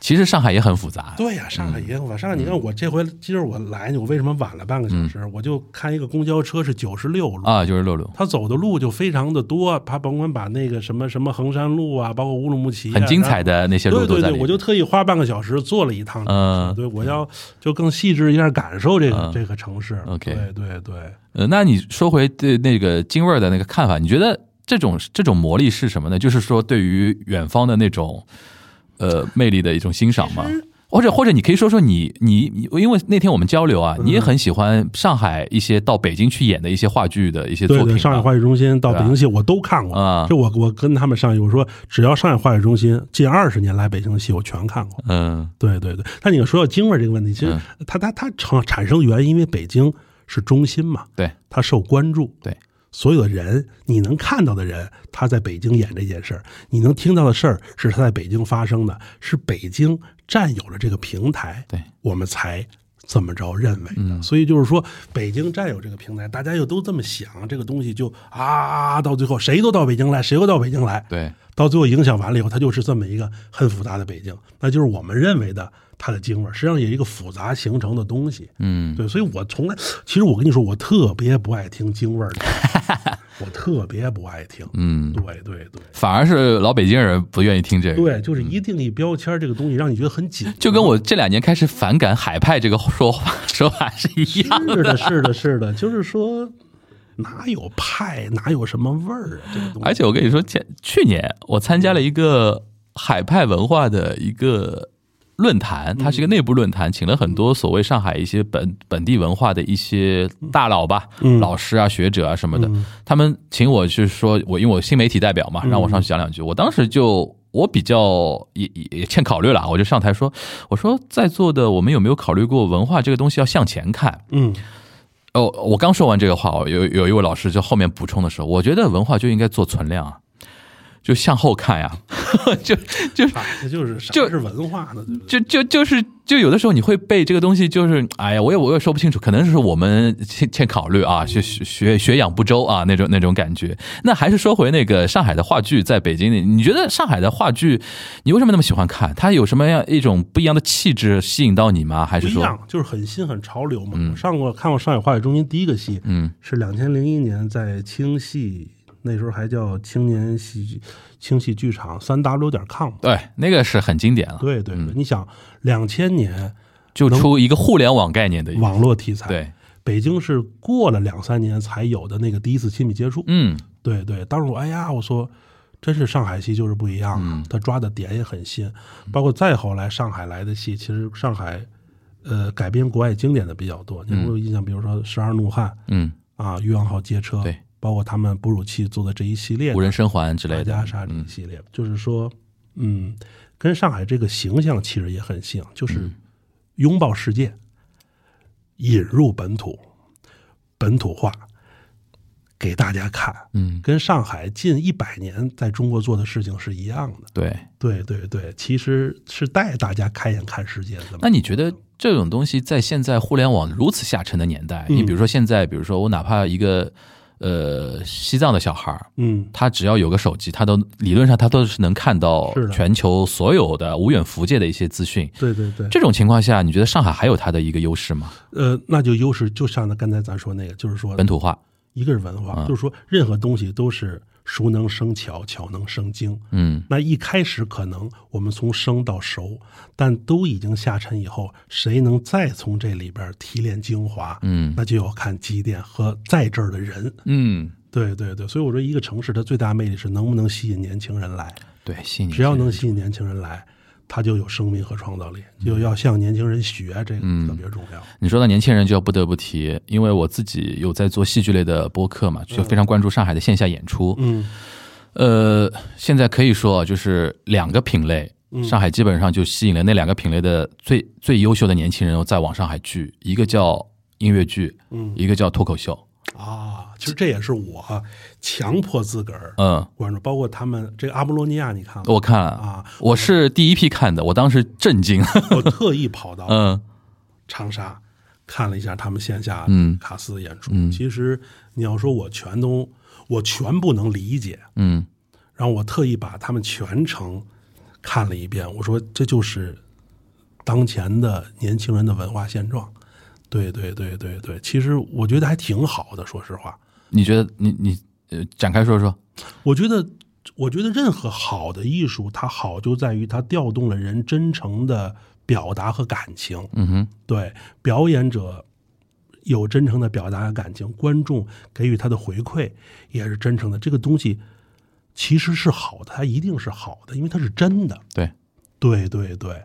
Speaker 3: 其实上海也很复杂。
Speaker 2: 对呀、上海也有吧。上海，你看我这回今儿我来，我为什么晚了半个小时？我就看一个公交车是九十六路，
Speaker 3: 嗯啊，就是六六，
Speaker 2: 他走的路就非常的多，他甭管把那个什么什么衡山路啊，包括乌鲁木齐、啊，
Speaker 3: 很精
Speaker 2: 然后
Speaker 3: 彩的那些路
Speaker 2: 对
Speaker 3: 都
Speaker 2: 对
Speaker 3: 在里
Speaker 2: 对，
Speaker 3: 面。
Speaker 2: 我就特意花半个小时坐了一趟。
Speaker 3: 嗯
Speaker 2: 对，我要就更细致一下感受这个、
Speaker 3: 嗯
Speaker 2: 这个城市。
Speaker 3: OK
Speaker 2: 对对对，
Speaker 3: 呃，那你说回对那个京味儿的那个看法，你觉得这种这种魔力是什么呢？就是说对于远方的那种呃魅力的一种欣赏吗？或者或者你可以说说你你你，因为那天我们交流啊，
Speaker 2: 嗯
Speaker 3: 你也很喜欢上海一些到北京去演的一些话剧的一些作
Speaker 2: 对
Speaker 3: 品啊吧，
Speaker 2: 对，上海话剧中心到北京戏我都看过
Speaker 3: 啊
Speaker 2: 就我我跟他们上戏，我说只要上海话剧中心近二十年来北京的戏，我全看过。
Speaker 3: 嗯
Speaker 2: 对对对，但你说到京味儿这个问题，其实
Speaker 3: 嗯
Speaker 2: 它它它成产生原因，因为北京是中心嘛，
Speaker 3: 对
Speaker 2: 它受关注，
Speaker 3: 对，
Speaker 2: 所有的人你能看到的人，他在北京演这件事儿，你能听到的事儿是他在北京发生的，是北京占有了这个平台，
Speaker 3: 对，嗯
Speaker 2: 我们才这么着认为的。所以就是说，北京占有这个平台，大家又都这么想，这个东西就啊，到最后谁都到北京来，谁都到北京来，
Speaker 3: 对
Speaker 2: 到最后影响完了以后，它就是这么一个很复杂的北京，那就是我们认为的它的京味儿，实际上也是一个复杂形成的东西。
Speaker 3: 嗯
Speaker 2: 对，所以我从来，其实我跟你说，我特别不爱听京
Speaker 3: <laughs>
Speaker 2: 味儿的，我特别不爱听。
Speaker 3: 嗯，
Speaker 2: 对对对
Speaker 3: 反而是老北京人不愿意听这个。
Speaker 2: 对，就是一定义标签儿这个东西，让你觉得很紧张。
Speaker 3: 嗯就跟我这两年开始反感海派这个说法说法是一样的。
Speaker 2: 是的，是的，是的，就是说，哪有派，哪有什么味儿啊？这个东西，
Speaker 3: 而且我跟你说，前去年我参加了一个海派文化的一个论
Speaker 2: 嗯
Speaker 3: 坛，它是一个内部论坛，请了很多所谓上海一些本本地文化的一些大佬吧、
Speaker 2: 嗯
Speaker 3: 老师啊、学者啊
Speaker 2: 嗯
Speaker 3: 什么的，他们请我去说，我因为我新媒体代表嘛，让我上去讲两句。我当时就我比较也也也欠考虑了，我就上台说，我说在座的我们有没有考虑过文化这个东西要向前看？
Speaker 2: 嗯
Speaker 3: 哦，我刚说完这个话，我有有一位老师就后面补充的时候，我觉得文化就应该做存量啊，就向后看呀、就就
Speaker 2: 啊，这就是啥
Speaker 3: 就是
Speaker 2: 文化呢？对不对？
Speaker 3: 就就就是就有的时候你会被这个东西，就是哎呀，我也我也说不清楚，可能是我们欠欠考虑啊，学学学学养不周啊那种那种感觉。那还是说回那个上海的话剧在北京，你你觉得上海的话剧，你为什么那么喜欢看？它有什么样一种不一样的气质吸引到你吗？还
Speaker 2: 不
Speaker 3: 是
Speaker 2: 一
Speaker 3: 说
Speaker 2: 样，就是很新很潮流嘛。我上过看过上海话剧中心第一个戏，
Speaker 3: 嗯，
Speaker 2: 是两千零一年在青戏，那时候还叫青年戏剧青戏剧场三 w 点 com。
Speaker 3: 对那个是很经典了，
Speaker 2: 对对对，你想两千年
Speaker 3: 就出一个互联网概念的一个
Speaker 2: 网络题材，，
Speaker 3: 对，
Speaker 2: 北京是过了两三年才有的那个第一次亲密接触。
Speaker 3: 嗯
Speaker 2: 对对，当时我哎呀，我说真是上海戏就是不一样啊，
Speaker 3: 嗯
Speaker 2: 他抓的点也很新。包括再后来上海来的戏，其实上海呃改编国外经典的比较多。你有没有印象？比如说《十二怒汉》
Speaker 3: 嗯，
Speaker 2: 啊，《越王号街车》，
Speaker 3: 对，
Speaker 2: 包括他们哺乳器做的这一系列
Speaker 3: 无
Speaker 2: 的
Speaker 3: 人生还之类
Speaker 2: 百
Speaker 3: 的，
Speaker 2: <laughs> 家杀这一系列，就是说，嗯，跟上海这个形象其实也很像，就是
Speaker 3: 嗯
Speaker 2: 拥抱世界，引入本土，本土化。给大家看，
Speaker 3: 嗯，
Speaker 2: 跟上海近一百年在中国做的事情是一样的。
Speaker 3: 对。
Speaker 2: 对对对，其实是带大家开眼看世界的
Speaker 3: 那
Speaker 2: 嘛。
Speaker 3: 你觉得这种东西在现在互联网如此下沉的年代，你比如说现在，比如说我哪怕一个呃西藏的小孩儿，
Speaker 2: 嗯，
Speaker 3: 他只要有个手机，他都理论上他都是能看到
Speaker 2: 是的
Speaker 3: 全球所有的无远弗届的一些资讯。
Speaker 2: 对对对，
Speaker 3: 这种情况下，你觉得上海还有它的一个优势吗？
Speaker 2: 呃，那就优势就像刚才咱说那个，就是说
Speaker 3: 本土啊化，
Speaker 2: 一个是文化，就是说任何东西都是熟能生巧，巧能生精。
Speaker 3: 嗯，
Speaker 2: 那一开始可能我们从生到熟，但都已经下沉以后，谁能再从这里边提炼精华？
Speaker 3: 嗯
Speaker 2: <laughs> 那就要看积淀和在这儿的人。
Speaker 3: 嗯，
Speaker 2: 对对对，所以我说一个城市它最大魅力是能不能吸引年轻人来，
Speaker 3: 对，吸引
Speaker 2: 只要
Speaker 3: 人
Speaker 2: 能吸引年轻人来，它就有生命和创造力，
Speaker 3: 嗯
Speaker 2: 就要向年轻人学，这个特别重要。
Speaker 3: 你说到年轻人，就要不得不提，因为我自己有在做戏剧类的播客嘛，就非常关注上海的线下演出。
Speaker 2: 嗯，
Speaker 3: 呃，现在可以说啊，就是两个品类，
Speaker 2: 嗯
Speaker 3: 上海基本上就吸引了那两个品类的最最优秀的年轻人在往上海聚，一个叫音乐剧，
Speaker 2: 嗯
Speaker 3: 一个叫脱口秀，
Speaker 2: 啊，其实这也是我强迫自个儿
Speaker 3: 嗯。哦
Speaker 2: 关注，包括他们这个阿波罗尼亚，你看吗？
Speaker 3: 我看了，
Speaker 2: 啊，
Speaker 3: 我是第一批看的，我当时震惊。
Speaker 2: 我特意跑到
Speaker 3: <laughs> 嗯
Speaker 2: 长沙看了一下他们线下
Speaker 3: 嗯
Speaker 2: 卡斯的演出。其实你要说我全都我全不能理解，
Speaker 3: 嗯，
Speaker 2: 然后我特意把他们全程看了一遍。我说这就是当前的年轻人的文化现状。对对对对对，其实我觉得还挺好的。说实话，
Speaker 3: 你觉得你你呃展开说说？
Speaker 2: 我觉得，我觉得任何好的艺术，它好就在于它调动了人真诚的表达和感情。
Speaker 3: 嗯哼，
Speaker 2: 对，表演者有真诚的表达感情，观众给予他的回馈也是真诚的。这个东西其实是好的，它一定是好的，因为它是真的。
Speaker 3: 对，
Speaker 2: 对对对，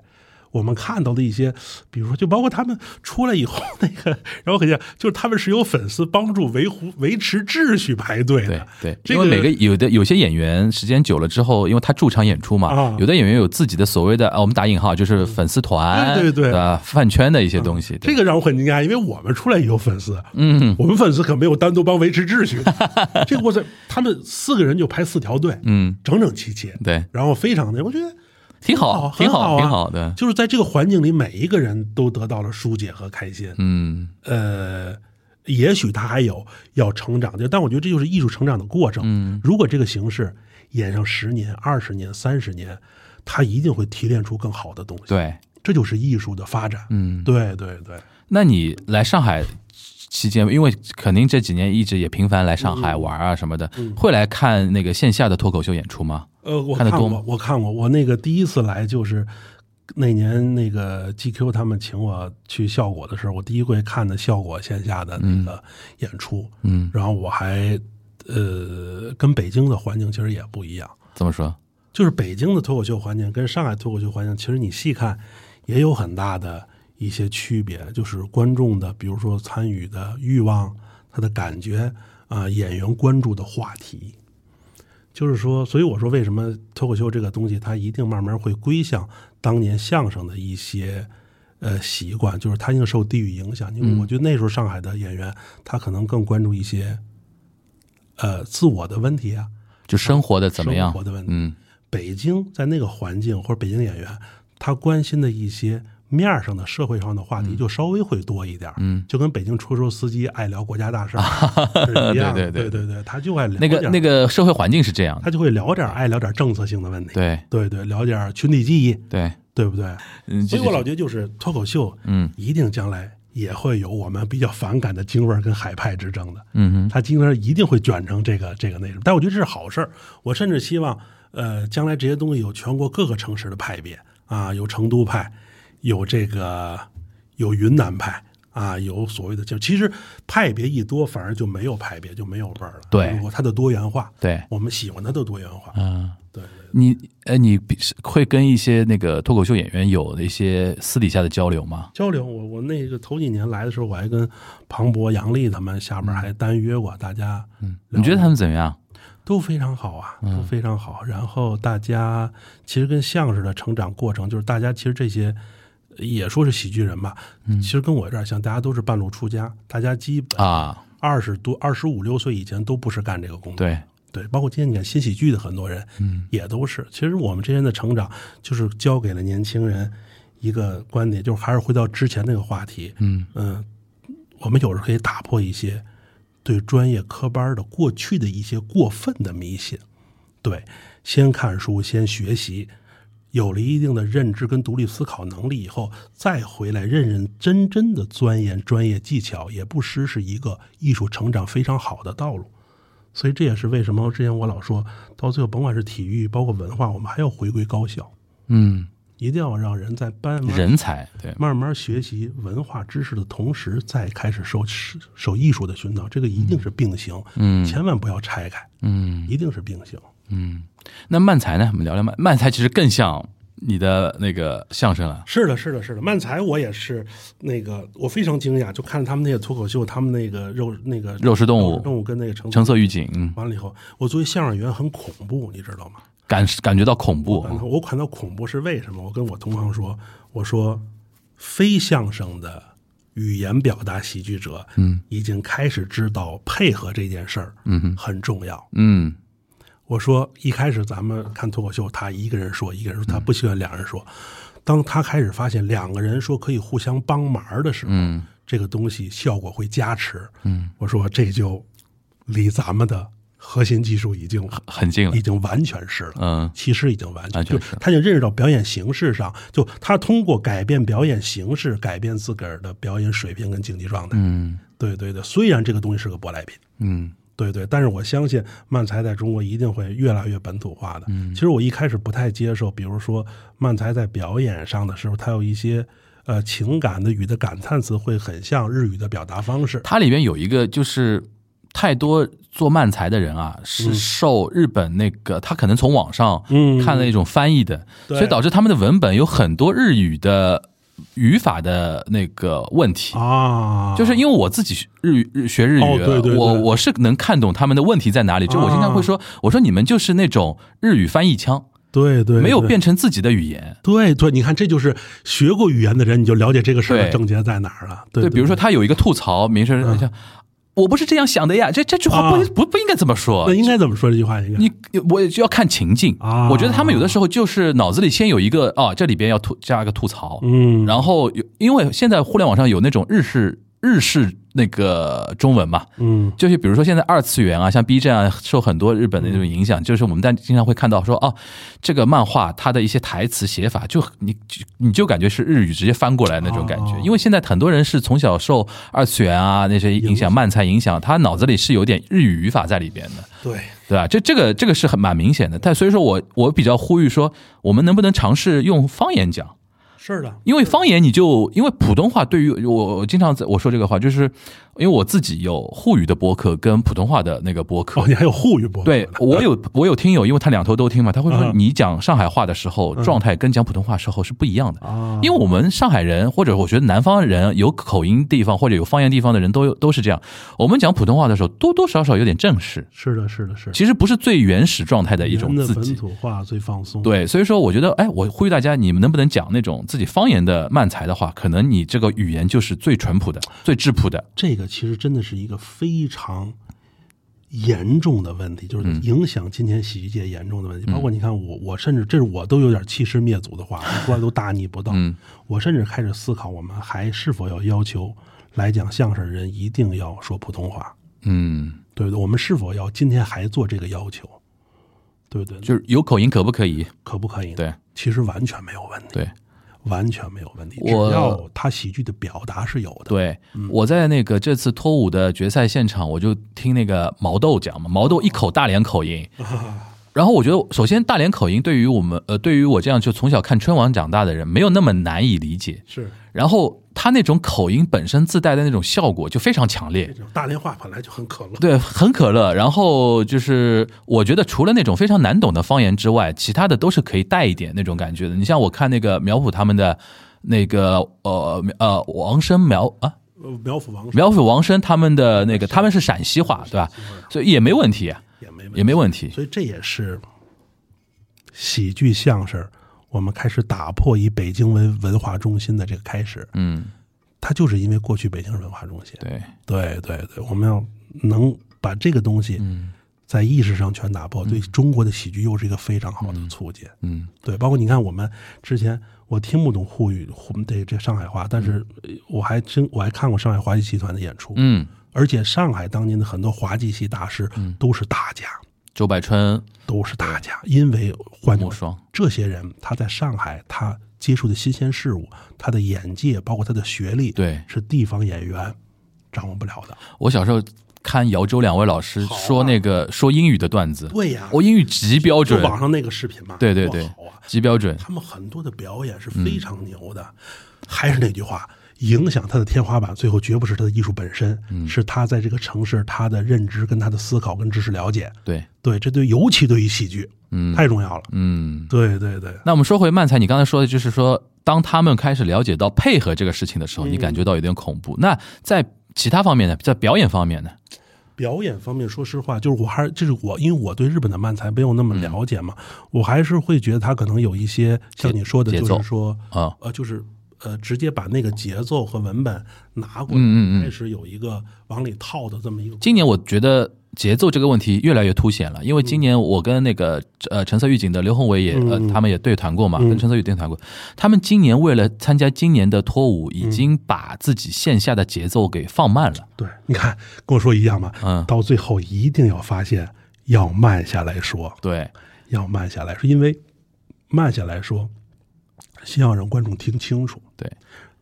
Speaker 2: 我们看到的一些，比如说，就包括他们出来以后那个，然后很像，就是他们是有粉丝帮助维护维持秩序排队
Speaker 3: 对
Speaker 2: 的。
Speaker 3: 对，
Speaker 2: 这
Speaker 3: 因
Speaker 2: 个
Speaker 3: 为每个有的有些演员时间久了之后，因为他驻场演出嘛，
Speaker 2: 啊嗯
Speaker 3: 有的演员有自己的所谓的啊，我们打引号就是粉丝团，
Speaker 2: 对啊对对
Speaker 3: 呃，饭圈的一些东西。
Speaker 2: 这
Speaker 3: 个
Speaker 2: 个让我很惊讶，因为我们出来也有粉丝，
Speaker 3: 嗯，
Speaker 2: 我们粉丝可没有单独帮维持秩序的。这个我操，他们四个人就排四条队，
Speaker 3: 嗯，
Speaker 2: 整整齐齐，
Speaker 3: 对，
Speaker 2: 然后非常的，我觉得
Speaker 3: 挺好，挺
Speaker 2: 哦很好，啊
Speaker 3: 挺好的，
Speaker 2: 就是在这个环境里，每一个人都得到了疏解和开心。
Speaker 3: 嗯
Speaker 2: 呃，也许他还有要成长的，但我觉得这就是艺术成长的过程。嗯，如果这个形式演上十年、二十年、三十年，它一定会提炼出更好的东西。，
Speaker 3: 对，
Speaker 2: 这就是艺术的发展。
Speaker 3: 嗯。
Speaker 2: 对对对，
Speaker 3: 那你来上海期间，因为肯定这几年一直也频繁来上海玩啊什么的，
Speaker 2: 嗯
Speaker 3: 会来看那个线下的脱口秀演出吗？
Speaker 2: 呃，我
Speaker 3: 看得
Speaker 2: 看
Speaker 3: 多
Speaker 2: 过
Speaker 3: 吗，
Speaker 2: 我看过，我那个第一次来就是那年那个 GQ 他们请我去效果的时候，我第一回看的效果线下的那个演出，
Speaker 3: 嗯，
Speaker 2: 然后我还呃跟北京的环境其实也不一样，
Speaker 3: 怎么说？
Speaker 2: 就是北京的脱口秀环境跟上海脱口秀环境，其实你细看也有很大的一些区别，就是观众的比如说参与的欲望、他的感觉啊、演员关注的话题。就是说，所以我说为什么脱口秀这个东西，它一定慢慢会归向当年相声的一些呃习惯，就是它一定受地域影响。因为我觉得那时候上海的演员，他可能更关注一些呃自我的问题啊，
Speaker 3: 就生活的怎么样
Speaker 2: 生活？的问题。
Speaker 3: 嗯
Speaker 2: 北京在那个环境或者北京演员，他关心的一些面儿上的社会上的话题，就稍微会多一点。
Speaker 3: 嗯，
Speaker 2: 就跟北京出租司机爱聊国家大事
Speaker 3: <laughs>
Speaker 2: 儿是一样的。
Speaker 3: 对对对
Speaker 2: 对对对，他就爱聊
Speaker 3: 那个
Speaker 2: 点儿
Speaker 3: 那个社会环境是这样的
Speaker 2: 他，就会聊点儿爱聊点儿政策性的问题。
Speaker 3: 对
Speaker 2: 对对，聊点儿群体记忆，
Speaker 3: 对，
Speaker 2: 对不对？
Speaker 3: 嗯，
Speaker 2: 所
Speaker 3: 这
Speaker 2: 以我老觉得就是脱口秀，
Speaker 3: 嗯
Speaker 2: 一定将来也会有我们比较反感的京味儿跟海派之争的。
Speaker 3: 嗯哼，
Speaker 2: 他经常一定会卷成这个这个内容。但我觉得这是好事儿，我甚至希望，呃，将来这些东西有全国各个城市的派别啊，有成都派，有这个有云南派。啊，有所谓的就其实派别一多，反而就没有派别，就没有味儿了。
Speaker 3: 对
Speaker 2: 如果它的多元化，
Speaker 3: 对，
Speaker 2: 我们喜欢它的多元化。
Speaker 3: 嗯。
Speaker 2: 对对
Speaker 3: 你呃，你比会跟一些那个脱口秀演员有的一些私底下的交流吗？
Speaker 2: 交流。我我那个头几年来的时候，我还跟庞博、杨丽他们下边
Speaker 3: 嗯
Speaker 2: 还单约过，大家
Speaker 3: 你觉得他们怎么样？
Speaker 2: 都非常好啊，都非常好。然后大家其实跟相声的成长过程，就是大家其实这些也说是喜剧人吧，其实跟我有点像，大家都是半路出家，大家基本
Speaker 3: 啊，
Speaker 2: 二十多、二十五六岁以前都不是干这个工作。
Speaker 3: 对，
Speaker 2: 对，包括今天你看新喜剧的很多人，嗯，也都是。其实我们这些人的成长，就是教给了年轻人一个观点，就是还是回到之前那个话题，
Speaker 3: 嗯
Speaker 2: 嗯，我们有时候可以打破一些对专业科班的过去的一些过分的迷信。对，先看书，先学习，有了一定的认知跟独立思考能力以后，再回来认认真真的钻研专业技巧，也不失是一个艺术成长非常好的道路。所以这也是为什么之前我老说到最后，甭管是体育，包括文化，我们还要回归高校，
Speaker 3: 嗯，
Speaker 2: 一定要让人在班
Speaker 3: 人才，对，
Speaker 2: 慢慢学习文化知识的同时，再开始受受艺术的熏陶，这个一定是并行，
Speaker 3: 嗯
Speaker 2: 千万不要拆开，
Speaker 3: 嗯
Speaker 2: 一定是并行。
Speaker 3: 嗯。那漫才呢？我们聊聊漫漫才，其实更像你的那个相声了。
Speaker 2: 是的，是的，是的。漫才我也是那个，我非常惊讶，就看他们那个脱口秀，他们那个肉那个
Speaker 3: 肉食动物
Speaker 2: 肉食动物跟那个橙
Speaker 3: 橙色预警，嗯，
Speaker 2: 完了以后，我作为相声演员很恐怖，你知道吗？
Speaker 3: 感感觉到恐怖
Speaker 2: 然后我感到恐怖是为什么？我跟我同行说，我说非相声的语言表达喜剧者，
Speaker 3: 嗯，
Speaker 2: 已经开始知道配合这件事儿，
Speaker 3: 嗯哼，
Speaker 2: 很重要。
Speaker 3: 嗯
Speaker 2: 我说一开始咱们看脱口秀，他一个人说，一个人说，他不喜欢两人说。当他开始发现两个人说可以互相帮忙的时候，
Speaker 3: 嗯
Speaker 2: 这个东西效果会加持。
Speaker 3: 嗯，
Speaker 2: 我说这就离咱们的核心技术已经
Speaker 3: 很近了
Speaker 2: 已，经完全是了。
Speaker 3: 嗯
Speaker 2: 其实已经完全，
Speaker 3: 完全
Speaker 2: 就是他已经认识到表演形式上，就他通过改变表演形式，改变自个儿的表演水平跟竞技状态。
Speaker 3: 嗯
Speaker 2: 对对对，虽然这个东西是个舶来品，
Speaker 3: 嗯
Speaker 2: 对对，但是我相信漫才在中国一定会越来越本土化的。
Speaker 3: 嗯
Speaker 2: 其实我一开始不太接受，比如说漫才在表演上的时候，它有一些呃情感的语的感叹词，会很像日语的表达方式。
Speaker 3: 它里面有一个就是太多做漫才的人啊，是受日本那个他可能从网上
Speaker 2: 嗯
Speaker 3: 看了一种翻译的，
Speaker 2: 对
Speaker 3: 所以导致他们的文本有很多日语的语法的那个问题。
Speaker 2: 啊，
Speaker 3: 就是因为我自己学日语日学日语，
Speaker 2: 哦对对对哦
Speaker 3: 我我是能看懂他们的问题在哪里。就我经常会说，我说你们就是那种日语翻译腔，
Speaker 2: 对对，
Speaker 3: 没有
Speaker 2: 对
Speaker 3: 变成自己的语言。
Speaker 2: 对对，你看，这就是学过语言的人，你就了解这个事儿的
Speaker 3: 对
Speaker 2: 症结在哪儿了。对，嗯
Speaker 3: 对，比如说他有一个吐槽，名声像、我不是这样想的呀，这这句话不、
Speaker 2: 啊
Speaker 3: 不不应该这么说
Speaker 2: 那。应该怎么说这句话？应该
Speaker 3: 哦你我也就要看情境
Speaker 2: 啊
Speaker 3: 我觉得他们有的时候就是脑子里先有一个啊，这里边要吐加一个吐槽，
Speaker 2: 嗯，
Speaker 3: 然后有因为现在互联网上有那种日式日式那个中文嘛，
Speaker 2: 嗯
Speaker 3: 就是比如说现在二次元啊，像 B 站啊，受很多日本的这种影响，就是我们在经常会看到说哦，这个漫画它的一些台词写法，就你就你就感觉是日语直接翻过来那种感觉，
Speaker 2: 哦
Speaker 3: 因为现在很多人是从小受二次元啊那些影响、漫才影响，他脑子里是有点日语语法在里边的。
Speaker 2: 对，
Speaker 3: 对吧？这这个这个是很蛮明显的，但所以说我我比较呼吁说，我们能不能尝试用方言讲？
Speaker 2: 是的，
Speaker 3: 因为方言你就因为普通话对于我我经常在我说这个话，就是因为我自己有沪语的播客跟普通话的那个播客
Speaker 2: 哦，，你还有沪语播客
Speaker 3: 对
Speaker 2: 呢
Speaker 3: 我有我有听友，因为他两头都听嘛，他会说
Speaker 2: 嗯
Speaker 3: 你讲上海话的时候状态跟讲普通话时候是不一样的，
Speaker 2: 啊，
Speaker 3: 因为我们上海人或者我觉得南方人有口音地方或者有方言地方的人都有都是这样，我们讲普通话的时候多多少少有点正式，
Speaker 2: 是的，是的，是的
Speaker 3: 其实不是最原始状态的一种
Speaker 2: 人的
Speaker 3: 自
Speaker 2: 本
Speaker 3: 己。
Speaker 2: 土化最放松。，
Speaker 3: 对，所以说我觉得，哎，我呼吁大家，你们能不能讲那种自己方言的慢才的话，可能你这个语言就是最淳朴的、最质朴的。
Speaker 2: 这个其实真的是一个非常严重的问题，就是
Speaker 3: 嗯
Speaker 2: 影响今天喜剧界严重的问题。包括你看我，我甚至这是我都有点欺师灭祖的
Speaker 3: <laughs>
Speaker 2: 话，我说来都大逆不道。
Speaker 3: 嗯
Speaker 2: 我甚至开始思考，我们还是否要要求来讲相声的人一定要说普通话，
Speaker 3: 嗯，
Speaker 2: 对不对？我们是否要今天还做这个要求？对不对？
Speaker 3: 就是有口音可不可以？
Speaker 2: 可不可以呢？
Speaker 3: 对，
Speaker 2: 其实完全没有问题，
Speaker 3: 对。
Speaker 2: 完全没有问题。只
Speaker 3: 我
Speaker 2: 要他喜剧的表达是有的，
Speaker 3: 对，我在那个这次脱舞的决赛现场，我就听那个毛豆讲嘛，毛豆一口大连口音，然后我觉得，首先大连口音对于我们，呃，对于我这样就从小看春晚长大的人，没有那么难以理解。
Speaker 2: 是
Speaker 3: 然后他那种口音本身自带的那种效果就非常强烈
Speaker 2: 这，种大连话本来就很可乐。
Speaker 3: 对，很可乐。然后就是，我觉得除了那种非常难懂的方言之外，其他的都是可以带一点那种感觉的。你像我看那个苗圃他们的那个呃呃王声苗啊，
Speaker 2: 呃苗阜王
Speaker 3: 苗阜王声他们的那个他们是陕西话对吧？所以也没问题啊，
Speaker 2: 也没问题
Speaker 3: 也没问题。
Speaker 2: 所以这也是喜剧相声，我们开始打破以北京为文化中心的这个开始。
Speaker 3: 嗯，
Speaker 2: 它就是因为过去北京是文化中心。
Speaker 3: 对，嗯
Speaker 2: 对对对，我们要能把这个东西在意识上全打破，对中国的喜剧又是一个非常好的促进。
Speaker 3: 嗯
Speaker 2: 对，包括你看我们之前我听不懂沪语、沪这这上海话，但是呃我还真我还看过上海滑稽戏团的演出，
Speaker 3: 嗯，
Speaker 2: 而且上海当年的很多滑稽戏大师都是大家，
Speaker 3: 周柏春、
Speaker 2: 都是大家，因为换
Speaker 3: 莫双，
Speaker 2: 这些人他在上海他接触的新鲜事物，他的眼界包括他的学历，
Speaker 3: 对
Speaker 2: 是地方演员掌握不了的。
Speaker 3: 我小时候看姚州两位老师说那个说英语的段子，
Speaker 2: 啊对呀、
Speaker 3: 我英语极标
Speaker 2: 就
Speaker 3: 准，
Speaker 2: 网上那个视频嘛，
Speaker 3: 对对对
Speaker 2: 多好啊！，
Speaker 3: 极标准。
Speaker 2: 他们很多的表演
Speaker 3: 嗯
Speaker 2: 是非常牛的。还是那句话，影响他的天花板，最后绝不是他的艺术本身，
Speaker 3: 嗯
Speaker 2: 是他在这个城市他的认知、跟他的思考、跟知识了解。
Speaker 3: 对，
Speaker 2: 对，这对尤其对于喜剧，嗯，太重要了。
Speaker 3: 嗯。
Speaker 2: 对对对，
Speaker 3: 那我们说回漫才，你刚才说的就是说，当他们开始了解到配合这个事情的时候，你感觉到有点恐怖。那在其他方面呢？在表演方面呢？
Speaker 2: 表演方面，说实话，就是我还是这是我，因为我对日本的漫才没有那
Speaker 3: 嗯
Speaker 2: 么了解嘛，我还是会觉得他可能有一些像你说的，
Speaker 3: 节
Speaker 2: 就
Speaker 3: 奏
Speaker 2: 是说
Speaker 3: 啊，
Speaker 2: 呃，就是呃，直接把那个节奏和文本拿过来，
Speaker 3: 嗯嗯嗯
Speaker 2: 开始有一个往里套的这么一个。
Speaker 3: 今年我觉得节奏这个问题越来越凸显了，因为今年我跟那个呃橙色预警的刘宏伟也呃他们也对谈过嘛，跟橙色预警对谈过，他们今年为了参加今年的脱舞，已经把自己线下的节奏给放慢了。
Speaker 2: 对，你看跟我说一样嘛，
Speaker 3: 嗯
Speaker 2: 到最后一定要发现要慢下来说，
Speaker 3: 对，
Speaker 2: 要慢下来说，因为慢下来说，先要让观众听清楚。
Speaker 3: 对，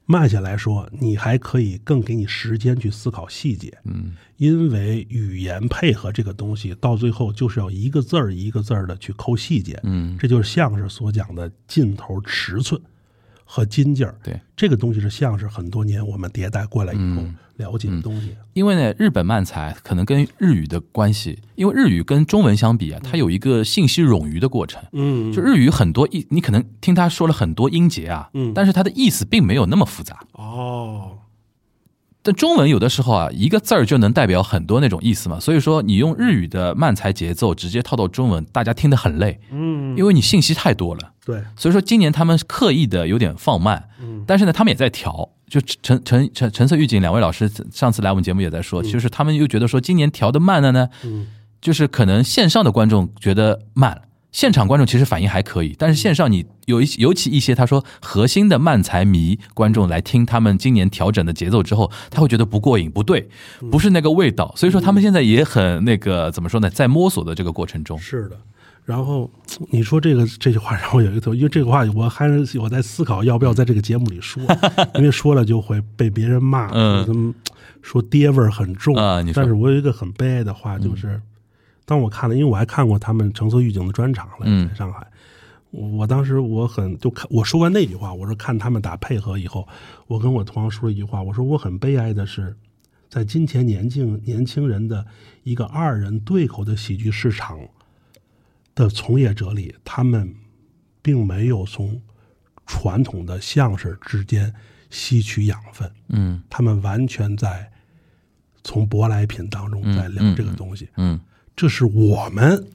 Speaker 2: 慢下来说，你还可以更给你时间去思考细节，嗯，因为语言配合这个东西，到最后就是要一个字儿一个字儿的去抠细节，嗯，这就是相声所讲的劲头、尺寸和筋劲儿，
Speaker 3: 对，嗯
Speaker 2: 这个东西是相声很多年我们迭代过来以后了解的东西，
Speaker 3: 因为呢，日本漫才可能跟日语的关系，因为日语跟中文相比啊，它有一个信息冗余的过程。
Speaker 2: 嗯
Speaker 3: 就日语很多意，你可能听他说了很多音节啊，
Speaker 2: 嗯
Speaker 3: 但是它的意思并没有那么复杂。
Speaker 2: 哦，
Speaker 3: 但中文有的时候啊，一个字儿就能代表很多那种意思嘛，所以说你用日语的慢才节奏直接套到中文，大家听得很累，
Speaker 2: 嗯，
Speaker 3: 因为你信息太多了。
Speaker 2: 对，
Speaker 3: 所以说今年他们刻意的有点放慢，
Speaker 2: 嗯
Speaker 3: 但是呢，他们也在调。就陈陈陈陈色预警两位老师上次来我们节目也在说，就是他们又觉得说今年调的慢了呢，
Speaker 2: 嗯
Speaker 3: 就是可能线上的观众觉得慢了，现场观众其实反应还可以，但是线上你有一些尤其一些他说核心的慢才迷观众来听他们今年调整的节奏之后，他会觉得不过瘾，不对，
Speaker 2: 嗯
Speaker 3: 不是那个味道，所以说他们现在也很那个怎么说呢，在摸索的这个过程中，
Speaker 2: 是的。然后你说这个这句话让我有一头，因为这个话我还是我在思考要不要在这个节目里说，因为说了就会被别人骂，
Speaker 3: 嗯
Speaker 2: 说他们说爹味儿很重
Speaker 3: 啊你说嗯
Speaker 2: 但是我有一个很悲哀的话，就是、当我看了，因为我还看过他们橙色预警的专场了，
Speaker 3: 嗯
Speaker 2: 在上海。我我当时我很就看我说完那句话，我说看他们打配合以后，我跟我同行说了一句话，我说我很悲哀的是，在今天年轻年轻人的一个二人对口的喜剧市场的从业者里，他们并没有从传统的相声之间吸取养分，
Speaker 3: 嗯
Speaker 2: 他们完全在从舶来品当中在聊这个东西。
Speaker 3: 嗯
Speaker 2: 这是我们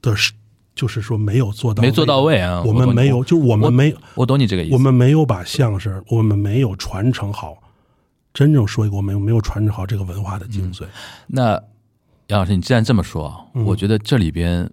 Speaker 2: 的是，就是说没有做到，
Speaker 3: 没做到位啊
Speaker 2: 我
Speaker 3: 我懂
Speaker 2: 们没有，就是我们没，
Speaker 3: 我懂你这个意
Speaker 2: 我
Speaker 3: 思。
Speaker 2: 们没有把相声，我们没有传承好，真正说一个，我们没有传承好这个文化的精髓。
Speaker 3: 嗯那杨老师，你既然这么说啊，
Speaker 2: 嗯
Speaker 3: 我觉得这里边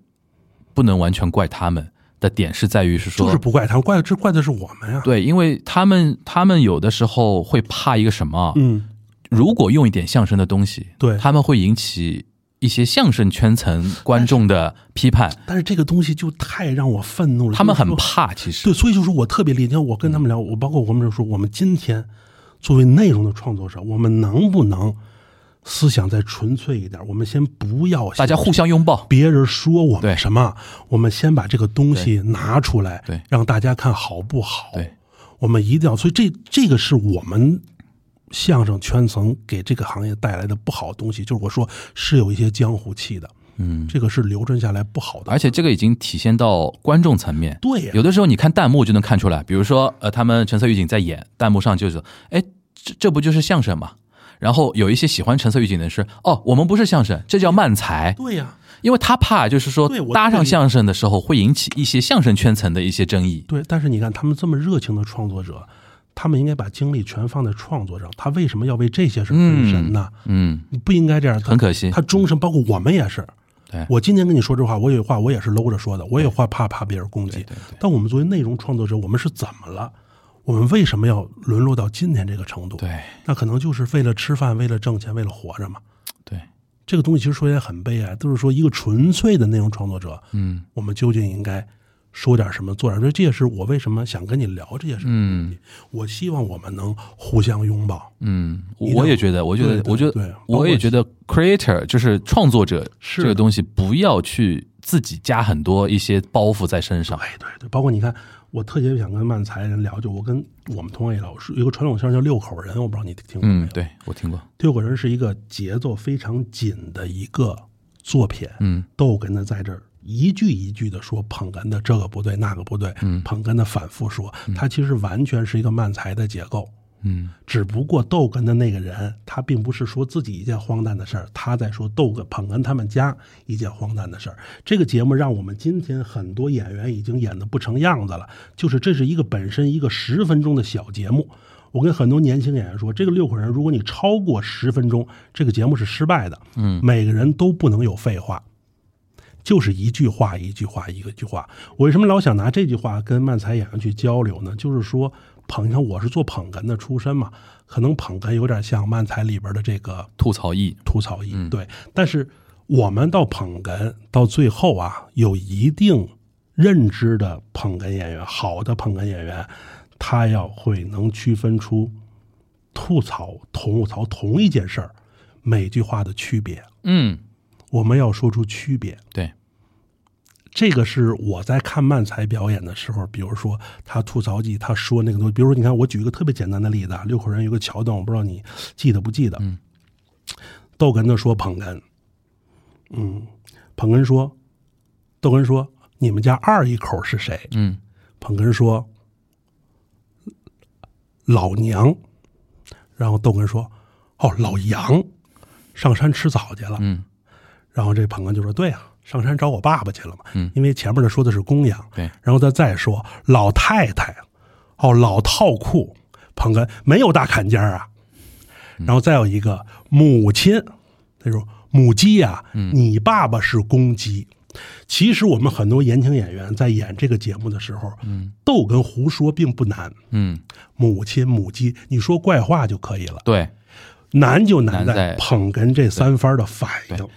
Speaker 3: 不能完全怪他们的点是在于是说，
Speaker 2: 就是不怪他们，怪这怪的是我们呀、
Speaker 3: 对，因为他们他们有的时候会怕一个什么啊，
Speaker 2: 嗯，
Speaker 3: 如果用一点相声的东西，
Speaker 2: 对
Speaker 3: 他们会引起一些相声圈层观众的批判，
Speaker 2: 但是这个东西就太让我愤怒了。
Speaker 3: 他们很
Speaker 2: 哎就是说
Speaker 3: 怕，其实
Speaker 2: 对，所以就是我特别理解，我跟他们聊，我包括我们就说，我们今天作为内容的创作者，我们能不能思想再纯粹一点？我们先不要
Speaker 3: 大家
Speaker 2: 想
Speaker 3: 互相拥抱。
Speaker 2: 别人说我
Speaker 3: 对
Speaker 2: 们什么，我们先把这个东西拿出来，
Speaker 3: 对
Speaker 2: 让大家看好不好？
Speaker 3: 对，
Speaker 2: 我们一定要，所以这这个是我们相声圈层给这个行业带来的不好东西，就是我说是有一些江湖气的，
Speaker 3: 嗯，
Speaker 2: 这个是流传下来不好的，
Speaker 3: 而且这个已经体现到观众层面。
Speaker 2: 对呀
Speaker 3: 有的时候你看弹幕就能看出来，比如说呃，他们橙色预警在演，弹幕上就是，哎，这这不就是相声吗？然后有一些喜欢橙色预警的人是，哦，我们不是相声，这叫慢才，
Speaker 2: 对呀、
Speaker 3: 因为他怕就是说
Speaker 2: 对我
Speaker 3: 搭上
Speaker 2: 对
Speaker 3: 相声的时候会引起一些相声圈层的一些争议。
Speaker 2: 对，但是你看他们这么热情的创作者，他们应该把精力全放在创作上。他为什么要为这些事分神呢？
Speaker 3: 嗯，
Speaker 2: 你不应该这样。他
Speaker 3: 很可惜
Speaker 2: 他终身，包括我们也是。
Speaker 3: 对
Speaker 2: 我今天跟你说这话，我有话我也是搂着说的，我有话怕怕别人攻击。但我们作为内容创作者，我们是怎么了？我们为什么要沦落到今天这个程度？
Speaker 3: 对
Speaker 2: 那可能就是为了吃饭，为了挣钱，为了活着嘛。
Speaker 3: 对，
Speaker 2: 这个东西其实说起来很悲哀，都是说一个纯粹的内容创作者，
Speaker 3: 嗯
Speaker 2: 我们究竟应该说点什么，做点什么？这也是我为什么想跟你聊这些事情。
Speaker 3: 嗯
Speaker 2: 我希望我们能互相拥抱。
Speaker 3: 嗯，
Speaker 2: 一定
Speaker 3: 我也觉得，我觉
Speaker 2: 对，
Speaker 3: 得
Speaker 2: 对
Speaker 3: 我觉
Speaker 2: 对
Speaker 3: 得，我也觉得，creator 就是创作者
Speaker 2: 是
Speaker 3: 这个东西，不要去自己加很多一些包袱在身上。
Speaker 2: 哎，对对，包括你看，我特别想跟漫才人聊，就我跟我们同行也聊，是有个传统相声叫六口人，我不知道你听过没有？
Speaker 3: 嗯，，对我听过。
Speaker 2: 六口人是一个节奏非常紧的一个作品，
Speaker 3: 嗯
Speaker 2: 逗哏的在这儿一句一句的说捧哏的这个不对那个不对，
Speaker 3: 嗯
Speaker 2: 捧哏的反复说，它其实完全是一个漫才的结构。
Speaker 3: 嗯
Speaker 2: 只不过逗哏的那个人，他并不是说自己一件荒诞的事儿，他在说逗哏捧哏他们家一件荒诞的事儿。这个节目让我们今天很多演员已经演得不成样子了，就是这是一个本身一个十分钟的小节目。我跟很多年轻演员说，这个六口人，如果你超过十分钟，这个节目是失败的。嗯，每个人都不能有废话，就是一句话一句话一个句话。我为什么老想拿这句话跟漫才演员去交流呢？就是说，捧，你看我是做捧哏的出身嘛，可能捧哏有点像漫才里边的这个
Speaker 3: 吐槽艺，
Speaker 2: 吐槽艺，对。但是我们到捧哏到最后啊，有一定认知的捧哏演员，好的捧哏演员，他要会能区分出吐槽、吐槽同一件事儿每句话的区别。
Speaker 3: 嗯，
Speaker 2: 我们要说出区别，
Speaker 3: 对，
Speaker 2: 这个是我在看漫才表演的时候，比如说他吐槽记，他说那个东西，比如说你看，我举一个特别简单的例子啊，六口人有个桥段，我不知道你记得不记得。嗯，逗哏的说捧哏，嗯，捧哏说，逗哏说，你们家二一口是谁？
Speaker 3: 嗯
Speaker 2: 捧哏说老娘，然后逗哏说哦老杨上山吃枣去了，
Speaker 3: 嗯，
Speaker 2: 然后这捧哏就说对啊，上山找我爸爸去了嘛，
Speaker 3: 嗯，
Speaker 2: 因为前面的说的是公羊，
Speaker 3: 对，
Speaker 2: 然后他再说老太太，哦老套裤，捧哏没有大坎肩儿啊，然后再有一个母亲，他说母鸡呀、你爸爸是公鸡。其实我们很多言情演员在演这个节目的时候，逗跟胡说并不难。
Speaker 3: 嗯，
Speaker 2: 母亲、母鸡，你说怪话就可以了。
Speaker 3: 对，
Speaker 2: 难就难
Speaker 3: 难在
Speaker 2: 在捧哏这三番的反应，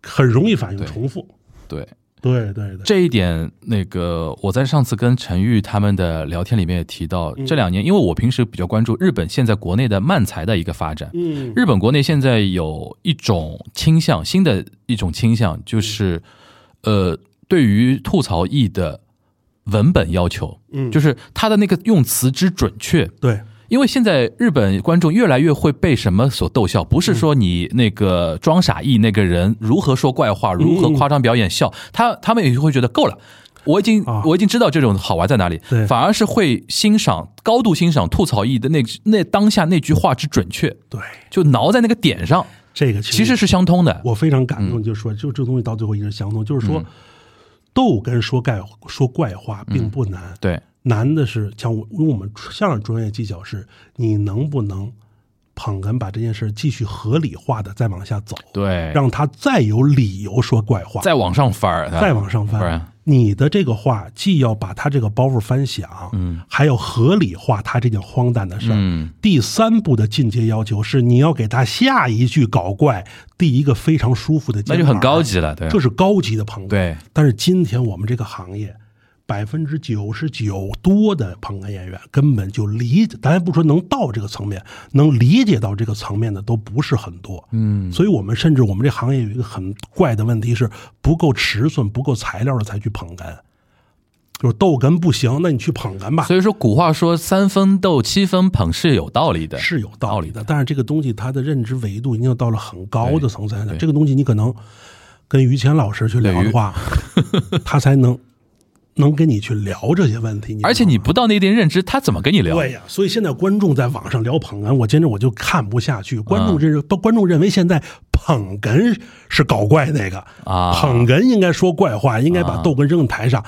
Speaker 2: 很容易反应重复。
Speaker 3: 对，
Speaker 2: 对对对，
Speaker 3: 这一点，那个我在上次跟陈玉他们的聊天里面也提到，这两年因为我平时比较关注日本现在国内的漫才的一个发展，
Speaker 2: 嗯，
Speaker 3: 日本国内现在有一种倾向，新的一种倾向就是，呃，对于吐槽艺的文本要求，
Speaker 2: 嗯
Speaker 3: 就是它的那个用词之准确，
Speaker 2: 对
Speaker 3: 因为现在日本观众越来越会被什么所逗笑，不是说你那个装傻艺那个人如何说怪话，
Speaker 2: 嗯
Speaker 3: 如何夸张表演笑，他他们也会觉得够了。我已经
Speaker 2: 啊
Speaker 3: 我已经知道这种好玩在哪里
Speaker 2: 对，
Speaker 3: 反而是会欣赏高度欣赏吐槽艺的那那当下那句话之准确，
Speaker 2: 对，
Speaker 3: 就挠在那个点上，
Speaker 2: 这个
Speaker 3: 其实是嗯相通的。
Speaker 2: 我非常感动，就说就这东西到最后一直相通，就是
Speaker 3: 嗯
Speaker 2: 说逗跟说怪说怪话并不难，
Speaker 3: 对，
Speaker 2: 难的是像我用我们相声专业技巧是，你能不能捧哏把这件事继续合理化的再往下走，
Speaker 3: 对，
Speaker 2: 让他再有理由说怪话，
Speaker 3: 再往上翻儿，啊
Speaker 2: 再往上
Speaker 3: 不
Speaker 2: 翻
Speaker 3: 然。
Speaker 2: 你的这个话既要把他这个包袱翻响，嗯，还要合理化他这件荒诞的事儿。
Speaker 3: 嗯，
Speaker 2: 第三步的进阶要求是，你要给他下一句搞怪第一个非常舒服的肩
Speaker 3: 那
Speaker 2: 膀，啊
Speaker 3: 就很高级了，对，啊
Speaker 2: 这是高级的捧哏。
Speaker 3: 对，
Speaker 2: 但是今天我们这个行业，百分之九十九多的捧哏演员根本就理解，咱也不说能到这个层面，能理解到这个层面的都不是很多。嗯，所以我们甚至我们这行业有一个很怪的问题是，不够尺寸、不够材料的才去捧哏，就是逗哏不行，那你去捧哏吧。
Speaker 3: 所以说古话说三分逗七分捧是有道理的，
Speaker 2: 是有道理的，但是这个东西它的认知维度一定要到了很高的层次才能。
Speaker 3: 对
Speaker 2: 这个东西你可能跟于谦老师去聊
Speaker 3: 对于
Speaker 2: 的话，他才能能跟你去聊这些问题。知道吗
Speaker 3: 而且你不到那点认知，他怎么跟你聊？
Speaker 2: 对呀，所以现在观众在网上聊捧哏，我真是我就看不下去。观众认
Speaker 3: 嗯
Speaker 2: 识，观众认为现在捧哏是搞怪那个
Speaker 3: 啊
Speaker 2: 捧哏应该说怪话，应该把逗哏扔台上。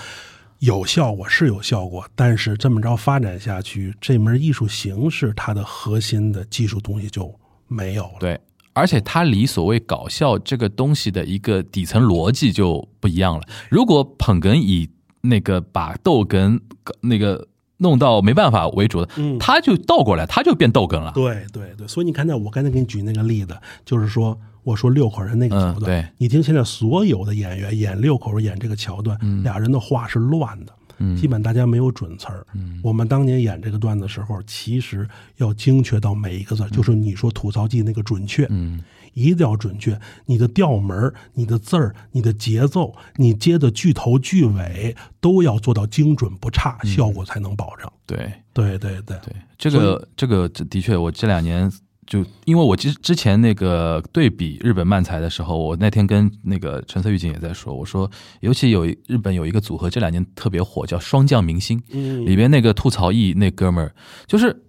Speaker 2: 有效果是有效果，但是这么着发展下去，这门艺术形式它的核心的技术东西就没有了。
Speaker 3: 对，而且它离所谓搞笑这个东西的一个底层逻辑就不一样了。如果捧哏以那个把逗哏那个弄到没办法为主的，他就倒过来，他就变逗哏了。
Speaker 2: 对对对，所以你看，在我刚才给你举那个例子，就是说，我说六口人那个
Speaker 3: 嗯
Speaker 2: 桥段，
Speaker 3: 对
Speaker 2: 你听现在所有的演员演六口人演这个桥段，
Speaker 3: 嗯
Speaker 2: 俩人的话是乱的，基本大家没有准词儿。
Speaker 3: 嗯
Speaker 2: 我们当年演这个段子的时候，其实要精确到每一个字儿，就是
Speaker 3: 嗯
Speaker 2: 你说吐槽记那个准确，一定要准确。你的调门儿、你的字儿、你的节奏、你接的句头句尾都要做到精准不差，效果才能保证。
Speaker 3: 对，
Speaker 2: 对对对，
Speaker 3: 嗯对，这个这个这的确，我这两年就因为我之之前那个对比日本漫才的时候，我那天跟那个陈思玉景也在说，我说尤其有一日本有一个组合，这两年特别火，叫霜降明星，
Speaker 2: 嗯
Speaker 3: 里边那个吐槽艺那哥们儿，就是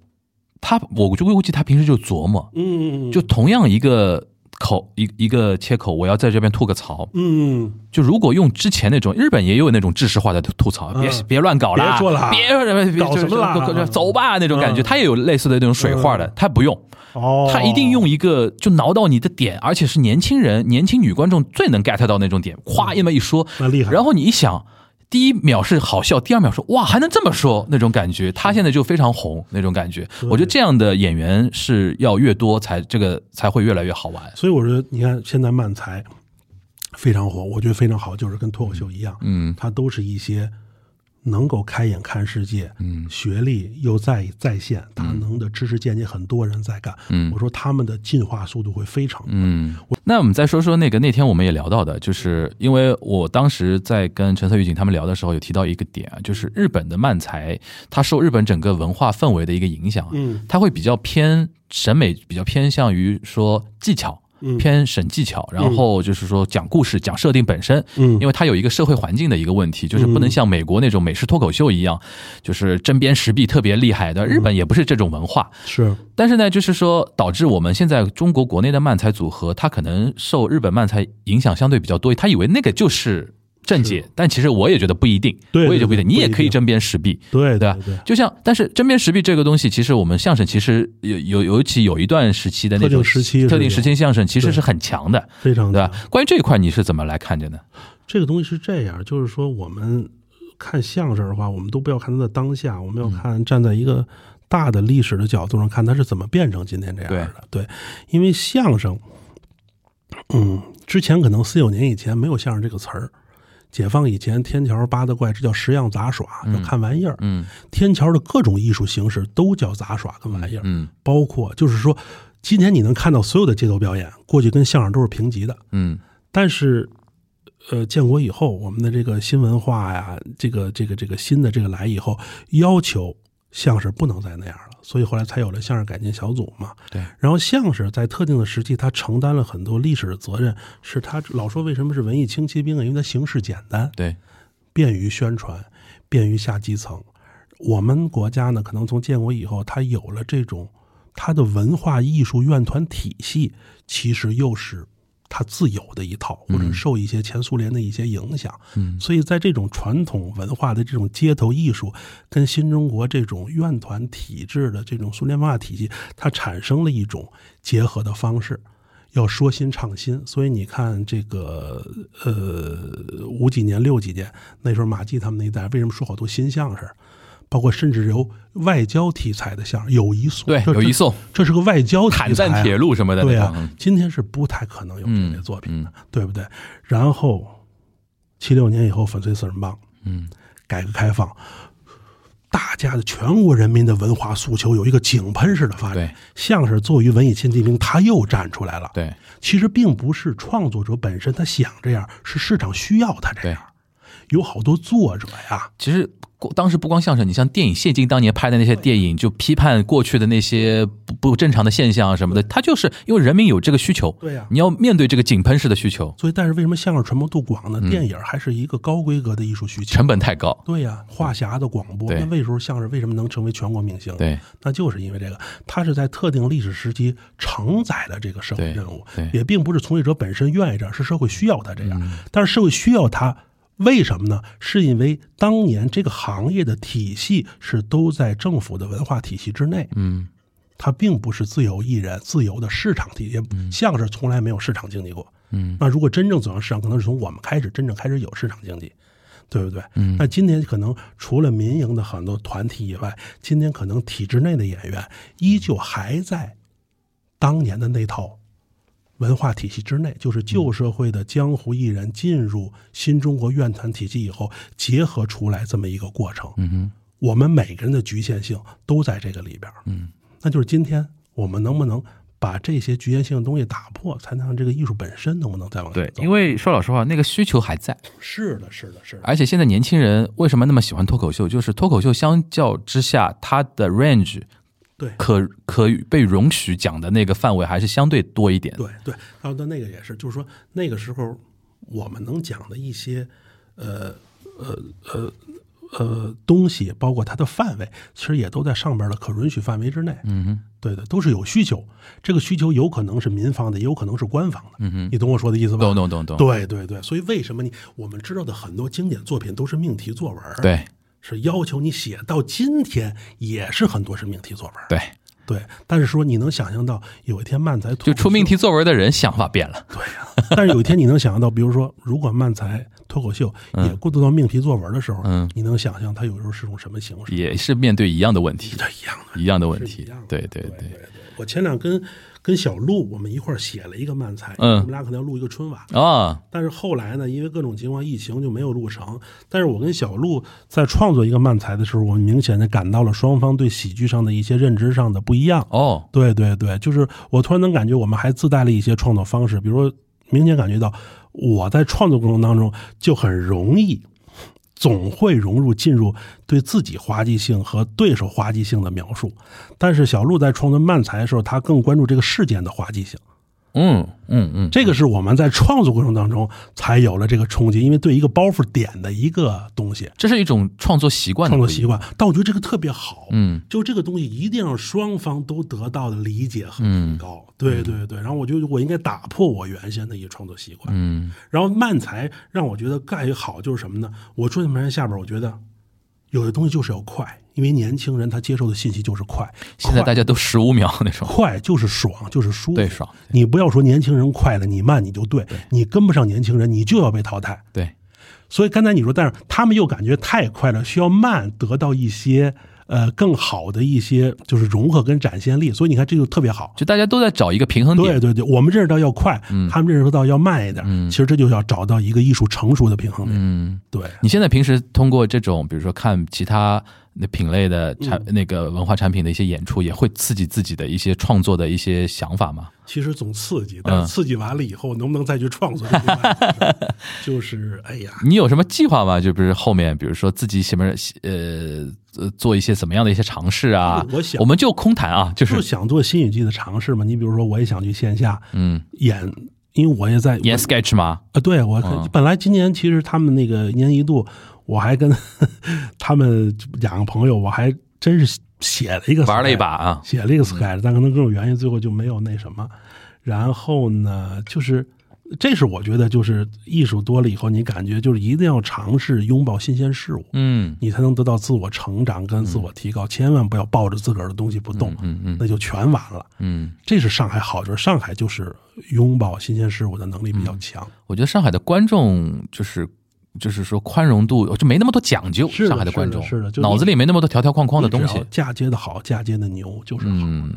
Speaker 3: 他，我就估计他平时就琢磨，
Speaker 2: 嗯
Speaker 3: 就同样一个口一一个切口，我要在这边吐个槽，
Speaker 2: 嗯。
Speaker 3: 就如果用之前那种日本也有那种制式化的吐槽，
Speaker 2: 嗯
Speaker 3: 别别乱搞啦，
Speaker 2: 别说啦
Speaker 3: 别别
Speaker 2: 搞什么啦
Speaker 3: 就就就
Speaker 2: 嗯
Speaker 3: 走吧那种感觉，
Speaker 2: 嗯
Speaker 3: 他也有类似的那种水话的，他不用，
Speaker 2: 哦，
Speaker 3: 他一定用一个就挠到你的点，而且是年轻人、年轻女观众最能 get 到那种点，咵一么一说，
Speaker 2: 那厉害
Speaker 3: 然后你一想。第一秒是好笑，第二秒说哇还能这么说那种感觉，他现在就非常红那种感觉。我觉得这样的演员是要越多才这个才会越来越好玩。
Speaker 2: 所以我说，你看现在漫才非常火，我觉得非常好，就是跟脱口秀一样，嗯，它都是一些能够开眼看世界，嗯，学历又在在线，他能的知识见解很多人在干，嗯，我说他们的进化速度会非常快，
Speaker 3: 嗯，那我们再说说那个那天我们也聊到的，就是因为我当时在跟陈色预警他们聊的时候，有提到一个点啊，就是日本的漫才，它受日本整个文化氛围的一个影响啊，
Speaker 2: 嗯
Speaker 3: 它会比较偏审美，比较偏向于说技巧。
Speaker 2: 嗯
Speaker 3: 偏审技巧，然后就是说讲故事、讲设定本身，
Speaker 2: 嗯
Speaker 3: 因为它有一个社会环境的一个问题，就是不能像美国那种美式脱口秀一样，就是针砭时弊特别厉害的。日本也不是这种文化，
Speaker 2: 是，
Speaker 3: 但是呢，就是说导致我们现在中国国内的漫才组合，它可能受日本漫才影响相对比较多，他以为那个就是正解，但其实我也觉得不一定，
Speaker 2: 对
Speaker 3: 我也觉得不一定，
Speaker 2: 对对
Speaker 3: 你也可
Speaker 2: 不
Speaker 3: 以
Speaker 2: 一定
Speaker 3: 针砭时弊。
Speaker 2: 对
Speaker 3: 对吧
Speaker 2: 对，
Speaker 3: 就像，但是针砭时弊这个东西，其实我们相声其实有有尤其有一段时期的那
Speaker 2: 特定
Speaker 3: 种
Speaker 2: 时期是
Speaker 3: 特定
Speaker 2: 有
Speaker 3: 时期相声其实是很强的，
Speaker 2: 非常
Speaker 3: 对
Speaker 2: 的
Speaker 3: 吧？关于这一块你是怎么来看着呢？
Speaker 2: 这个东西是这样，就是说我们看相声的话，我们都不要看它的当下，我们
Speaker 3: 嗯
Speaker 2: 要看站在一个大的历史的角度上看它是怎么变成今天这样的。对，因为相声，嗯，之前可能四九年以前没有相声这个词儿。解放以前，天桥八大怪这叫十样杂耍，叫看玩意儿。
Speaker 3: 嗯
Speaker 2: 天桥的各种艺术形式都叫杂耍跟玩意儿，
Speaker 3: 嗯
Speaker 2: 包括就是说，今天你能看到所有的街头表演，过去跟相声都是平级的。
Speaker 3: 嗯
Speaker 2: 但是，呃，建国以后，我们的这个新文化呀，这个这个这个新的这个来以后，要求相声不能再那样了，所以后来才有了相声改进小组嘛。
Speaker 3: 对，
Speaker 2: 然后相声在特定的时期，它承担了很多历史的责任，是它老说为什么是文艺轻骑兵啊？因为它形式简单，
Speaker 3: 对，
Speaker 2: 便于宣传，便于下基层。我们国家呢，可能从建国以后，它有了这种它的文化艺术院团体系，其实又是它自有的一套，或者受一些前苏联的一些影响。
Speaker 3: 嗯
Speaker 2: 所以在这种传统文化的这种街头艺术，跟新中国这种院团体制的这种苏联文化体系，它产生了一种结合的方式。要说新唱新，所以你看这个呃五几年六几年那时候马季他们那一代，为什么说好多新相声，包括甚至有外交题材的相声，有一送
Speaker 3: 对，
Speaker 2: 这
Speaker 3: 有一
Speaker 2: 这
Speaker 3: 送
Speaker 2: 这是个外交题材啊、
Speaker 3: 砍占铁路什么的那
Speaker 2: 对
Speaker 3: 种，
Speaker 2: 啊
Speaker 3: 嗯，
Speaker 2: 今天是不太可能有这类
Speaker 3: 嗯
Speaker 2: 作品的，对不对？然后七六年以后，粉碎四人帮，
Speaker 3: 嗯，
Speaker 2: 改革开放，大家的全国人民的文化诉求有一个井喷式的发展
Speaker 3: 对。
Speaker 2: 相声作为文艺新精兵，他又站出来了。
Speaker 3: 对，
Speaker 2: 其实并不是创作者本身他想这样，是市场需要他这样。有好多作者呀，
Speaker 3: 其实过当时不光相声，你像电影，谢晋当年拍的那些电影，就批判过去的那些不不正常的现象什么的，他就是因为人民有这个需求，
Speaker 2: 对呀
Speaker 3: 你要面对这个井喷式的需求，
Speaker 2: 所以但是为什么相声传播度广
Speaker 3: 嗯
Speaker 2: 呢？电影还是一个高规格的艺术需求。
Speaker 3: 成本太高，
Speaker 2: 对呀、话匣子广播，
Speaker 3: 嗯对
Speaker 2: 那为什么相声为什么能成为全国明星？
Speaker 3: 对，
Speaker 2: 那就是因为这个，它是在特定历史时期承载了这个社会
Speaker 3: 对
Speaker 2: 任务
Speaker 3: 对，嗯
Speaker 2: 也并不是从业者本身愿意这样，是社会需要他这样。但是社会需要他，为什么呢？是因为当年这个行业的体系是都在政府的文化体系之内，
Speaker 3: 嗯，
Speaker 2: 它并不是自由艺人、自由的市场体系，
Speaker 3: 嗯
Speaker 2: 相声从来没有市场经济过。嗯，那如果真正走上市场，可能是从我们开始真正开始有市场经济，对不对？嗯，那今天可能除了民营的很多团体以外，今天可能体制内的演员依旧还在当年的那套文化体系之内，就是旧社会的江湖艺人进入新中国院团体系以后结合出来这么一个过程。嗯哼，我们每个人的局限性都在这个里边。嗯，那就是今天我们能不能把这些局限性的东西打破，才能让这个艺术本身能不能再往前
Speaker 3: 对，
Speaker 2: 走？
Speaker 3: 因为说老实话，那个需求还在，
Speaker 2: 是的，是的，是的，
Speaker 3: 而且现在年轻人为什么那么喜欢脱口秀？就是脱口秀相较之下，它的 range
Speaker 2: 对。
Speaker 3: 可可被容许讲的那个范围还是相对多一点。
Speaker 2: 对对，然后到那个也是，就是说那个时候我们能讲的一些呃呃呃呃东西，包括它的范围，其实也都在上边的可允许范围之内。嗯哼，对对，都是有需求，这个需求有可能是民方的，也有可能是官方的。嗯哼，你懂我说的意思吧？
Speaker 3: 懂懂懂懂。
Speaker 2: 对对对，所以为什么你我们知道的很多经典作品都是命题作文？，
Speaker 3: 对
Speaker 2: 是要求你写到今天也是很多是命题作文。
Speaker 3: 对，
Speaker 2: 对，但是说你能想象到有一天漫才
Speaker 3: 就
Speaker 2: 脱口
Speaker 3: 出
Speaker 2: 秀
Speaker 3: 命题作文的人想法变了。
Speaker 2: 对呀、 <laughs> 但是有一天你能想象到，比如说，如果漫才、脱口秀也过渡到命题作文的时候，
Speaker 3: 嗯
Speaker 2: 你能想象它有时候是种什么形式？
Speaker 3: 也是面对一样的问题，
Speaker 2: 这一样的，
Speaker 3: 一样的问
Speaker 2: 是一
Speaker 3: 题
Speaker 2: 样的。
Speaker 3: 对对
Speaker 2: 对
Speaker 3: 对。
Speaker 2: 对。我前两跟跟小鹿我们一块儿写了一个漫才，
Speaker 3: 嗯
Speaker 2: 我们俩可能要录一个春晚。
Speaker 3: 啊，
Speaker 2: 但是后来呢，因为各种情况，疫情就没有录成。但是我跟小鹿在创作一个漫才的时候，我们明显的感到了双方对喜剧上的一些认知上的不一样。
Speaker 3: 哦，
Speaker 2: 对对对，就是我突然能感觉我们还自带了一些创作方式，比如说明显感觉到我在创作过程当中就很容易，总会融入进入对自己滑稽性和对手滑稽性的描述，但是小鹿在创作漫才的时候，他更关注这个事件的滑稽性。
Speaker 3: 嗯嗯嗯，
Speaker 2: 这个是我们在创作过程当中才有了这个冲击，因为对一个包袱点的一个东西，
Speaker 3: 这是一种创作习惯的
Speaker 2: 创作
Speaker 3: 不一
Speaker 2: 习惯。但我觉得这个特别好，
Speaker 3: 嗯，
Speaker 2: 就这个东西一定让双方都得到的理解和
Speaker 3: 嗯
Speaker 2: 提高。对对对，然后我觉得我应该打破我原先的一个创作习惯。
Speaker 3: 嗯，
Speaker 2: 然后慢才让我觉得干也好就是什么呢？我出现慢才下边，我觉得有的东西就是要快，因为年轻人他接受的信息就是快，
Speaker 3: 现在
Speaker 2: 快
Speaker 3: 大家都十五秒那种。
Speaker 2: 快就是爽，就是舒服。
Speaker 3: 对爽
Speaker 2: 你不要说年轻人快了，你慢你就对，你跟不上年轻人，你就要被淘汰。
Speaker 3: 对，
Speaker 2: 所以刚才你说，但是他们又感觉太快了，需要慢得到一些呃更好的一些就是融合跟展现力。所以你看，这就特别好。
Speaker 3: 就大家都在找一个平衡
Speaker 2: 对
Speaker 3: 点。嗯
Speaker 2: 对对，我们认识到要快，他们认识到要慢一点。其实这就要找到一个艺术成熟的平衡点。
Speaker 3: 嗯，
Speaker 2: 对，
Speaker 3: 你现在平时通过这种，比如说看其他那品类的产、
Speaker 2: 嗯
Speaker 3: 那个文化产品的一些演出，也会刺激自己的一些创作的一些想法嘛？
Speaker 2: 其实总刺激，但
Speaker 3: 嗯
Speaker 2: 是刺激完了以后，能不能再去创作另
Speaker 3: <laughs>
Speaker 2: 外一回事儿？就是哎呀，
Speaker 3: 你有什么计划吗？就比如说后面，比如说自己什么呃呃做一些怎么样的一些尝试啊？
Speaker 2: 我想
Speaker 3: 们就空谈啊，就
Speaker 2: 就是想做新语季的尝试嘛。你比如说，我也想去线下
Speaker 3: 嗯，
Speaker 2: 演，因为我也在
Speaker 3: 演 sketch 吗？
Speaker 2: 啊，对我看本来今年其实他们那个一年一度，我还跟 <laughs> 他们两个朋友，我还真是写了一个
Speaker 3: 玩了一
Speaker 2: sketch，
Speaker 3: 把啊，
Speaker 2: 写了一个 sketch，但可能各种原因，最后就没有那什么。然后呢，就是这是我觉得就是艺术多了以后，你感觉就是一定要尝试拥抱新鲜事物。
Speaker 3: 嗯
Speaker 2: 你才能得到自我成长跟自我提高，千万不要抱着自个儿的东西不动，
Speaker 3: 嗯嗯
Speaker 2: 那就全完了。
Speaker 3: 嗯，
Speaker 2: 这是上海好，就是上海就是拥抱新鲜事物的能力比
Speaker 3: 嗯
Speaker 2: 较强。
Speaker 3: 我觉得上海的观众就是就是说宽容度就没那么多讲究，
Speaker 2: 是的
Speaker 3: 上海观众
Speaker 2: 是的是的就你
Speaker 3: 脑子里没那么多条条框框的
Speaker 2: 你
Speaker 3: 东
Speaker 2: 只要
Speaker 3: 西。
Speaker 2: 嫁接的好，嫁接的牛就是好。
Speaker 3: 嗯，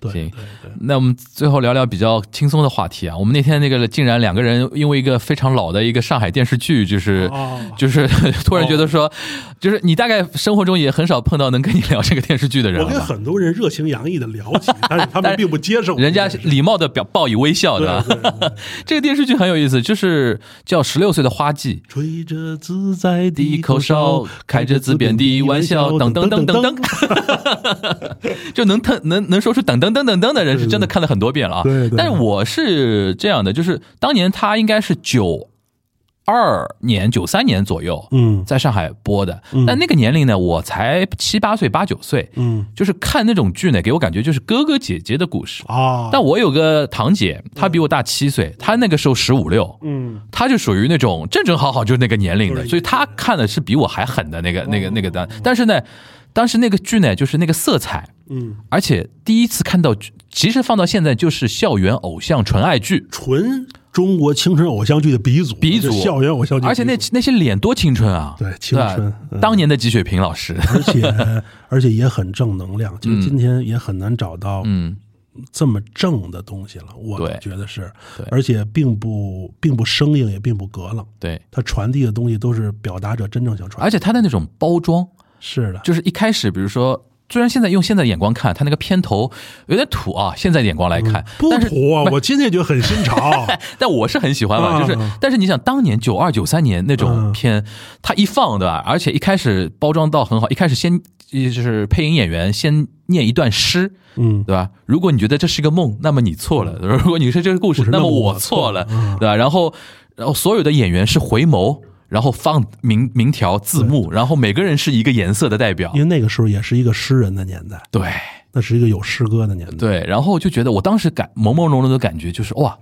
Speaker 2: 对
Speaker 3: 行
Speaker 2: 对对，
Speaker 3: 那我们最后聊聊比较轻松的话题啊。我们那天那个竟然两个人因为一个非常老的一个上海电视剧，就是、
Speaker 2: 哦
Speaker 3: 就是 <laughs> 突然觉得说，就是你大概生活中也很少碰到能跟你聊这个电视剧的人
Speaker 2: 我跟
Speaker 3: 了吧？
Speaker 2: 很多人热情洋溢的聊起，但是他们并不接受我
Speaker 3: 人
Speaker 2: 这
Speaker 3: 家
Speaker 2: 件事。
Speaker 3: 礼貌的表报以微笑，对吧？
Speaker 2: 对对对
Speaker 3: <laughs> 这个电视剧很有意思，就是叫《十六岁的花季》。
Speaker 2: 吹着自在
Speaker 3: 第一
Speaker 2: 的
Speaker 3: 口哨，开着自贬低玩笑，等等等等等，就能腾能能说出等等等等等的人，是真的看了很多遍了啊。
Speaker 2: 对对
Speaker 3: 但是我是这样的，就是当年他应该是九二年、九三年左右，
Speaker 2: 嗯
Speaker 3: 在上海播的。但那个年龄呢，我才七八岁、八九岁，
Speaker 2: 嗯
Speaker 3: 就是看那种剧呢，给我感觉就是哥哥姐姐的故事。
Speaker 2: 啊，
Speaker 3: 但我有个堂姐，她比我大七岁，她那个时候十五六，
Speaker 2: 嗯
Speaker 3: 他就属于那种正正好好就是那个年龄
Speaker 2: 就
Speaker 3: 的，
Speaker 2: 是哦一
Speaker 3: 所以他看的是比我还狠的那个那个那个单。但是呢，当时那个剧呢，就是那个色彩，
Speaker 2: 嗯，
Speaker 3: 而且第一次看到剧，其实放到现在就是校园偶像纯爱剧，
Speaker 2: 纯中国青春偶像剧的鼻祖，
Speaker 3: 鼻祖
Speaker 2: 就是校园偶像剧的
Speaker 3: 而
Speaker 2: 鼻祖，
Speaker 3: 且那那些脸多青春啊！
Speaker 2: 对青春
Speaker 3: 对吧
Speaker 2: 嗯
Speaker 3: 当年的吉雪萍老师，
Speaker 2: 而且而且也很正能量，其实今天也很难找到
Speaker 3: 嗯，
Speaker 2: 这么正的东西了，我
Speaker 3: 对
Speaker 2: 觉得是
Speaker 3: 对，
Speaker 2: 而且并不并不生硬，也并不隔冷，
Speaker 3: 对，
Speaker 2: 它传递的东西都是表达者真正想传，
Speaker 3: 而且他的那种包装，
Speaker 2: 是的，
Speaker 3: 就是一开始，比如说。虽然现在用现在的眼光看，他那个片头有点土啊，现在的眼光来看，
Speaker 2: 不
Speaker 3: 但是
Speaker 2: 土啊，我今天就很新潮，
Speaker 3: <laughs> 但我是很喜欢嘛，
Speaker 2: 啊
Speaker 3: 就是，但是你想，当年九二九三年那种
Speaker 2: 嗯
Speaker 3: 片，它一放对吧？而且一开始包装到很好，一开始先就是配音演员先念一段诗，
Speaker 2: 嗯，
Speaker 3: 对吧？如果你觉得这是一个梦，那么你错了；如果你是这个故事
Speaker 2: 故，事
Speaker 3: 那么
Speaker 2: 嗯那么
Speaker 3: 我
Speaker 2: 我
Speaker 3: 错
Speaker 2: 错
Speaker 3: 了
Speaker 2: 了，嗯
Speaker 3: 对吧？然后，然后所有的演员是回眸，然后放明明条字幕，然后每个人是一个颜色的代表
Speaker 2: 因，为那个时候也是一个诗人的年代，
Speaker 3: 对。
Speaker 2: 那是一个有诗歌的年代，
Speaker 3: 对，然后就觉得我当时感朦朦胧胧的感觉就是哇，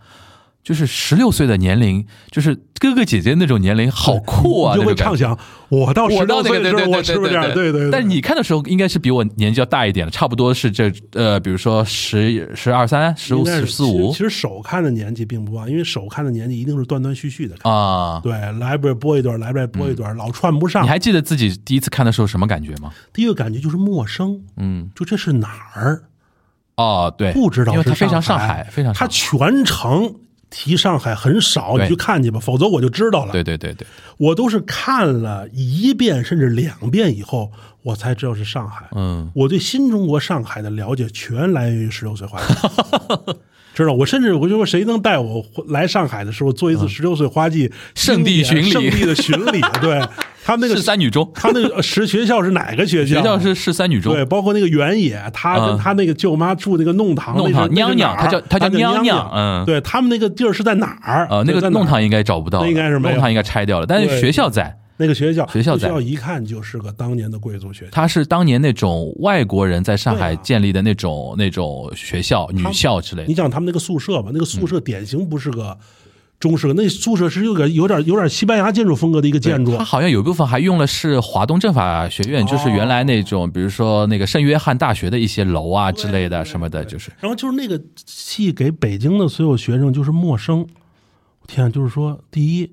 Speaker 3: 就是十六岁的年龄，就是哥哥姐姐那种年龄，好酷啊！
Speaker 2: 你就会
Speaker 3: 那种感
Speaker 2: 畅
Speaker 3: 觉。
Speaker 2: 想，我到十
Speaker 3: 我到
Speaker 2: 六岁的
Speaker 3: 那个
Speaker 2: 时
Speaker 3: 对对
Speaker 2: 候，我
Speaker 3: 对
Speaker 2: 是不是这样？
Speaker 3: 对
Speaker 2: 对对，
Speaker 3: 但你看的时候，应该是比我年纪要大一点的，差不多是这呃，比如说十十二三、十
Speaker 2: 应
Speaker 3: 五、
Speaker 2: 该
Speaker 3: 十
Speaker 2: 是
Speaker 3: 四
Speaker 2: 其实
Speaker 3: 五
Speaker 2: 其实首看的年纪并不旺，因为首看的年纪一定是断断续续的看。
Speaker 3: 啊。
Speaker 2: 对，来不播一段，来不播一段，老串不上
Speaker 3: 嗯你。还记得自己第一次看的时候什么感觉吗？
Speaker 2: 第一个感觉就是陌生，
Speaker 3: 嗯，
Speaker 2: 就这是哪儿？
Speaker 3: 哦，对，
Speaker 2: 不知道
Speaker 3: 因为
Speaker 2: 是
Speaker 3: 它非常
Speaker 2: 上
Speaker 3: 上海，非常
Speaker 2: 他
Speaker 3: 上海
Speaker 2: 全程提上海很少，
Speaker 3: 对
Speaker 2: 你去看去吧，否则我就知道了。
Speaker 3: 对对对对，
Speaker 2: 我都是看了一遍甚至两遍以后，我才知道是上海。
Speaker 3: 嗯，
Speaker 2: 我对新中国上海的了解全来源于十六岁
Speaker 3: <laughs>
Speaker 2: 花季，知道？我甚至我就说，谁能带我来上海的时候做一次十六岁花季
Speaker 3: 嗯圣地巡礼
Speaker 2: 经典圣地的巡
Speaker 3: <laughs>
Speaker 2: 礼？对他们那
Speaker 3: 是
Speaker 2: 个
Speaker 3: 三女中，
Speaker 2: <laughs> 他那个呃十学校是哪个学校？
Speaker 3: 学校是是三女中，
Speaker 2: 对，包括那个原野，他
Speaker 3: 嗯
Speaker 2: 跟他那个舅妈住那个弄堂，
Speaker 3: 弄堂
Speaker 2: 那是那
Speaker 3: 娘
Speaker 2: 是哪
Speaker 3: 娘
Speaker 2: 儿
Speaker 3: 她叫她叫
Speaker 2: 她
Speaker 3: 娘
Speaker 2: 娘
Speaker 3: 娘嗯
Speaker 2: 对他们那个地儿是在哪儿？
Speaker 3: 呃，那
Speaker 2: 对
Speaker 3: 个
Speaker 2: 在哪儿
Speaker 3: 弄堂应该找不到了，
Speaker 2: 那应该是没有
Speaker 3: 弄堂应该拆掉了，但是
Speaker 2: 对
Speaker 3: 学校在，
Speaker 2: 那个学校，
Speaker 3: 学校在
Speaker 2: 那一看就是个当年的贵族学校。
Speaker 3: 它是当年那种外国人在上海
Speaker 2: 对啊
Speaker 3: 建立的那种、那种学校、女校之类
Speaker 2: 你
Speaker 3: 的。
Speaker 2: 想他们那个宿舍吧，那个宿舍典型不是个中
Speaker 3: 嗯
Speaker 2: 式，那宿舍是有点有点有点西班牙建筑风格的一个建筑
Speaker 3: 它。好像有一部分还用了是华东政法学
Speaker 2: 哦
Speaker 3: 院，就是原来那种，比如说那个圣约翰大学的一些楼啊之类的什么的，就是
Speaker 2: 然后就是那个戏给北京的所有学生就是陌生，天啊，就是说第一。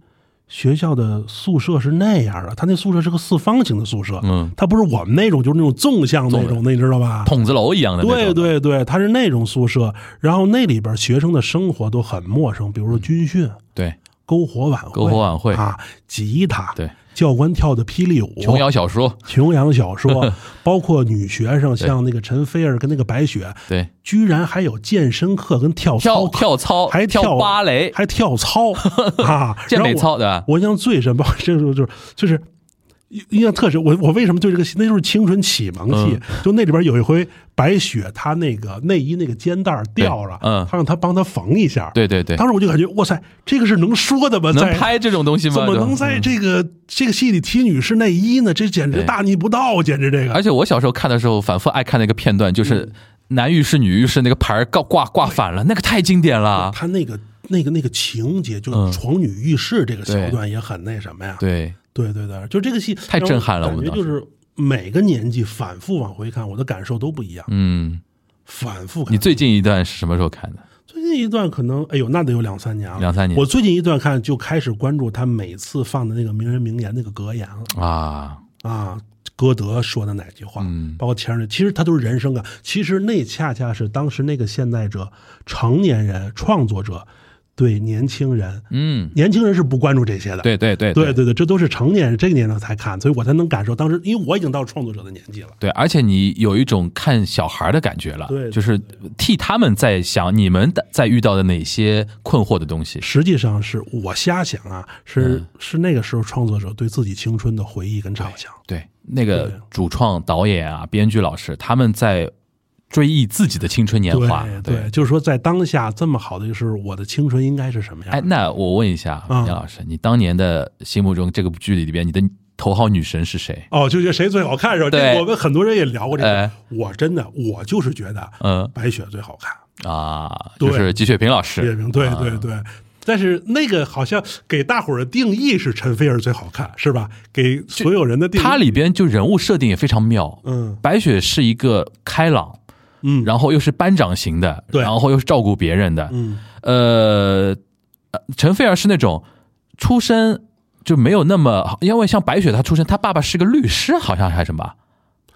Speaker 2: 学校的宿舍是那样的，他那宿舍是个四方形的宿舍，
Speaker 3: 嗯，
Speaker 2: 它不是我们那种，就是那种纵向那
Speaker 3: 纵
Speaker 2: 种，那你知道吧？
Speaker 3: 筒子楼一样的那种。
Speaker 2: 对对对，它是那种宿舍，然后那里边学生的生活
Speaker 3: 嗯
Speaker 2: 都很陌生，比如说军训、
Speaker 3: 对
Speaker 2: 篝火晚会、
Speaker 3: 篝火晚会
Speaker 2: 啊，吉他，
Speaker 3: 对，
Speaker 2: 教官跳的霹雳舞，
Speaker 3: 琼瑶小说，
Speaker 2: 琼瑶小
Speaker 3: <laughs>
Speaker 2: 说，包括女学生，像那个陈菲儿跟那个白雪，
Speaker 3: 对，
Speaker 2: 居然还有健身课跟哦跳
Speaker 3: 跳
Speaker 2: 操
Speaker 3: 跳操，
Speaker 2: 还
Speaker 3: 跳
Speaker 2: 跳
Speaker 3: 芭蕾，
Speaker 2: 还跳
Speaker 3: <laughs>
Speaker 2: 操啊，
Speaker 3: 健美
Speaker 2: 然后
Speaker 3: 操，对吧？
Speaker 2: 我。我印象最深，包括这时候就是就是。印象特深，我我为什么对这个那就是青春启蒙期，
Speaker 3: 嗯
Speaker 2: 就那里边有一回白雪她那个内衣那个肩带儿掉了，
Speaker 3: 对嗯
Speaker 2: 她让她帮她缝一下，
Speaker 3: 对对对，
Speaker 2: 当时我就感觉哇塞，这个是能说的吗？
Speaker 3: 能
Speaker 2: 在
Speaker 3: 拍这种东西吗？
Speaker 2: 怎么
Speaker 3: 对吧
Speaker 2: 能在这个、这个戏里提女士内衣呢？这简直
Speaker 3: 对
Speaker 2: 大逆不道，简直这个
Speaker 3: 而且我小时候看的时候，反复爱看那个片段，就是
Speaker 2: 嗯
Speaker 3: 男浴室、女浴室那个牌儿挂挂挂反了，那个太经典了。
Speaker 2: 他那个那个那个情节，就
Speaker 3: 啊嗯
Speaker 2: 床女浴室这个
Speaker 3: 对
Speaker 2: 桥段也很那什么呀？
Speaker 3: 对，
Speaker 2: 对对对就这个戏
Speaker 3: 太震撼了
Speaker 2: 让我
Speaker 3: 我们
Speaker 2: 感觉
Speaker 3: 当
Speaker 2: 就
Speaker 3: 时
Speaker 2: 是每个年纪反复往回看，我的感受都不一样，
Speaker 3: 嗯，
Speaker 2: 反复看。
Speaker 3: 你最近一段是什么时候看的？
Speaker 2: 最近一段可能，哎呦，那得有两三年了。
Speaker 3: 两三年
Speaker 2: 我最近一段看就开始关注他每次放的那个名人名言那个格言了。
Speaker 3: 啊，
Speaker 2: 啊，歌德说的哪句话，
Speaker 3: 嗯
Speaker 2: 包括前人，其实他都是人生感。其实那恰恰是当时那个现代者、成年人、创作者对年轻人，
Speaker 3: 嗯，
Speaker 2: 年轻人是不关注这些的。
Speaker 3: 对对对
Speaker 2: 对对对，这都是成年人这个年龄才看，所以我才能感受当时，因为我已经到创作者的年纪了。
Speaker 3: 对，而且你有一种看小孩的感觉了，
Speaker 2: 对对
Speaker 3: 就是替他们在想你们的在遇到的哪些困惑的东西。
Speaker 2: 实际上是我瞎想啊，是、
Speaker 3: 嗯
Speaker 2: 是那个时候创作者对自己青春的回忆跟畅想。
Speaker 3: 对，那个
Speaker 2: 对
Speaker 3: 主创导演啊、编剧老师，他们在追忆自己的青春年华。
Speaker 2: 对对，就是说在当下这么好的就是我的青春应该是什么样？
Speaker 3: 哎，那我问一下
Speaker 2: 嗯
Speaker 3: 杨老师，你当年的心目中这个剧里边，你的头号女神是谁？
Speaker 2: 哦，就觉得谁最好看是吧？这
Speaker 3: 对
Speaker 2: 个我们很多人也聊过这个。
Speaker 3: 哎
Speaker 2: 我真的，我就是觉得
Speaker 3: 嗯
Speaker 2: 白雪最好看，
Speaker 3: 啊，
Speaker 2: 对
Speaker 3: 就是啊季雪萍老
Speaker 2: 月
Speaker 3: 师。
Speaker 2: 明，对对对。但是那个好像给大伙儿的定义是陈菲儿最好看，是吧？给所有人的定义，
Speaker 3: 她里边就人物设定也非常妙。
Speaker 2: 嗯
Speaker 3: 白雪是一个开朗，
Speaker 2: 嗯
Speaker 3: 然后又是班长型的，
Speaker 2: 对
Speaker 3: 然后又是照顾别人的。
Speaker 2: 嗯
Speaker 3: 呃，呃陈菲儿是那种出身就没有那么，因为像白雪她出身，她爸爸是个律师，好像还是什么。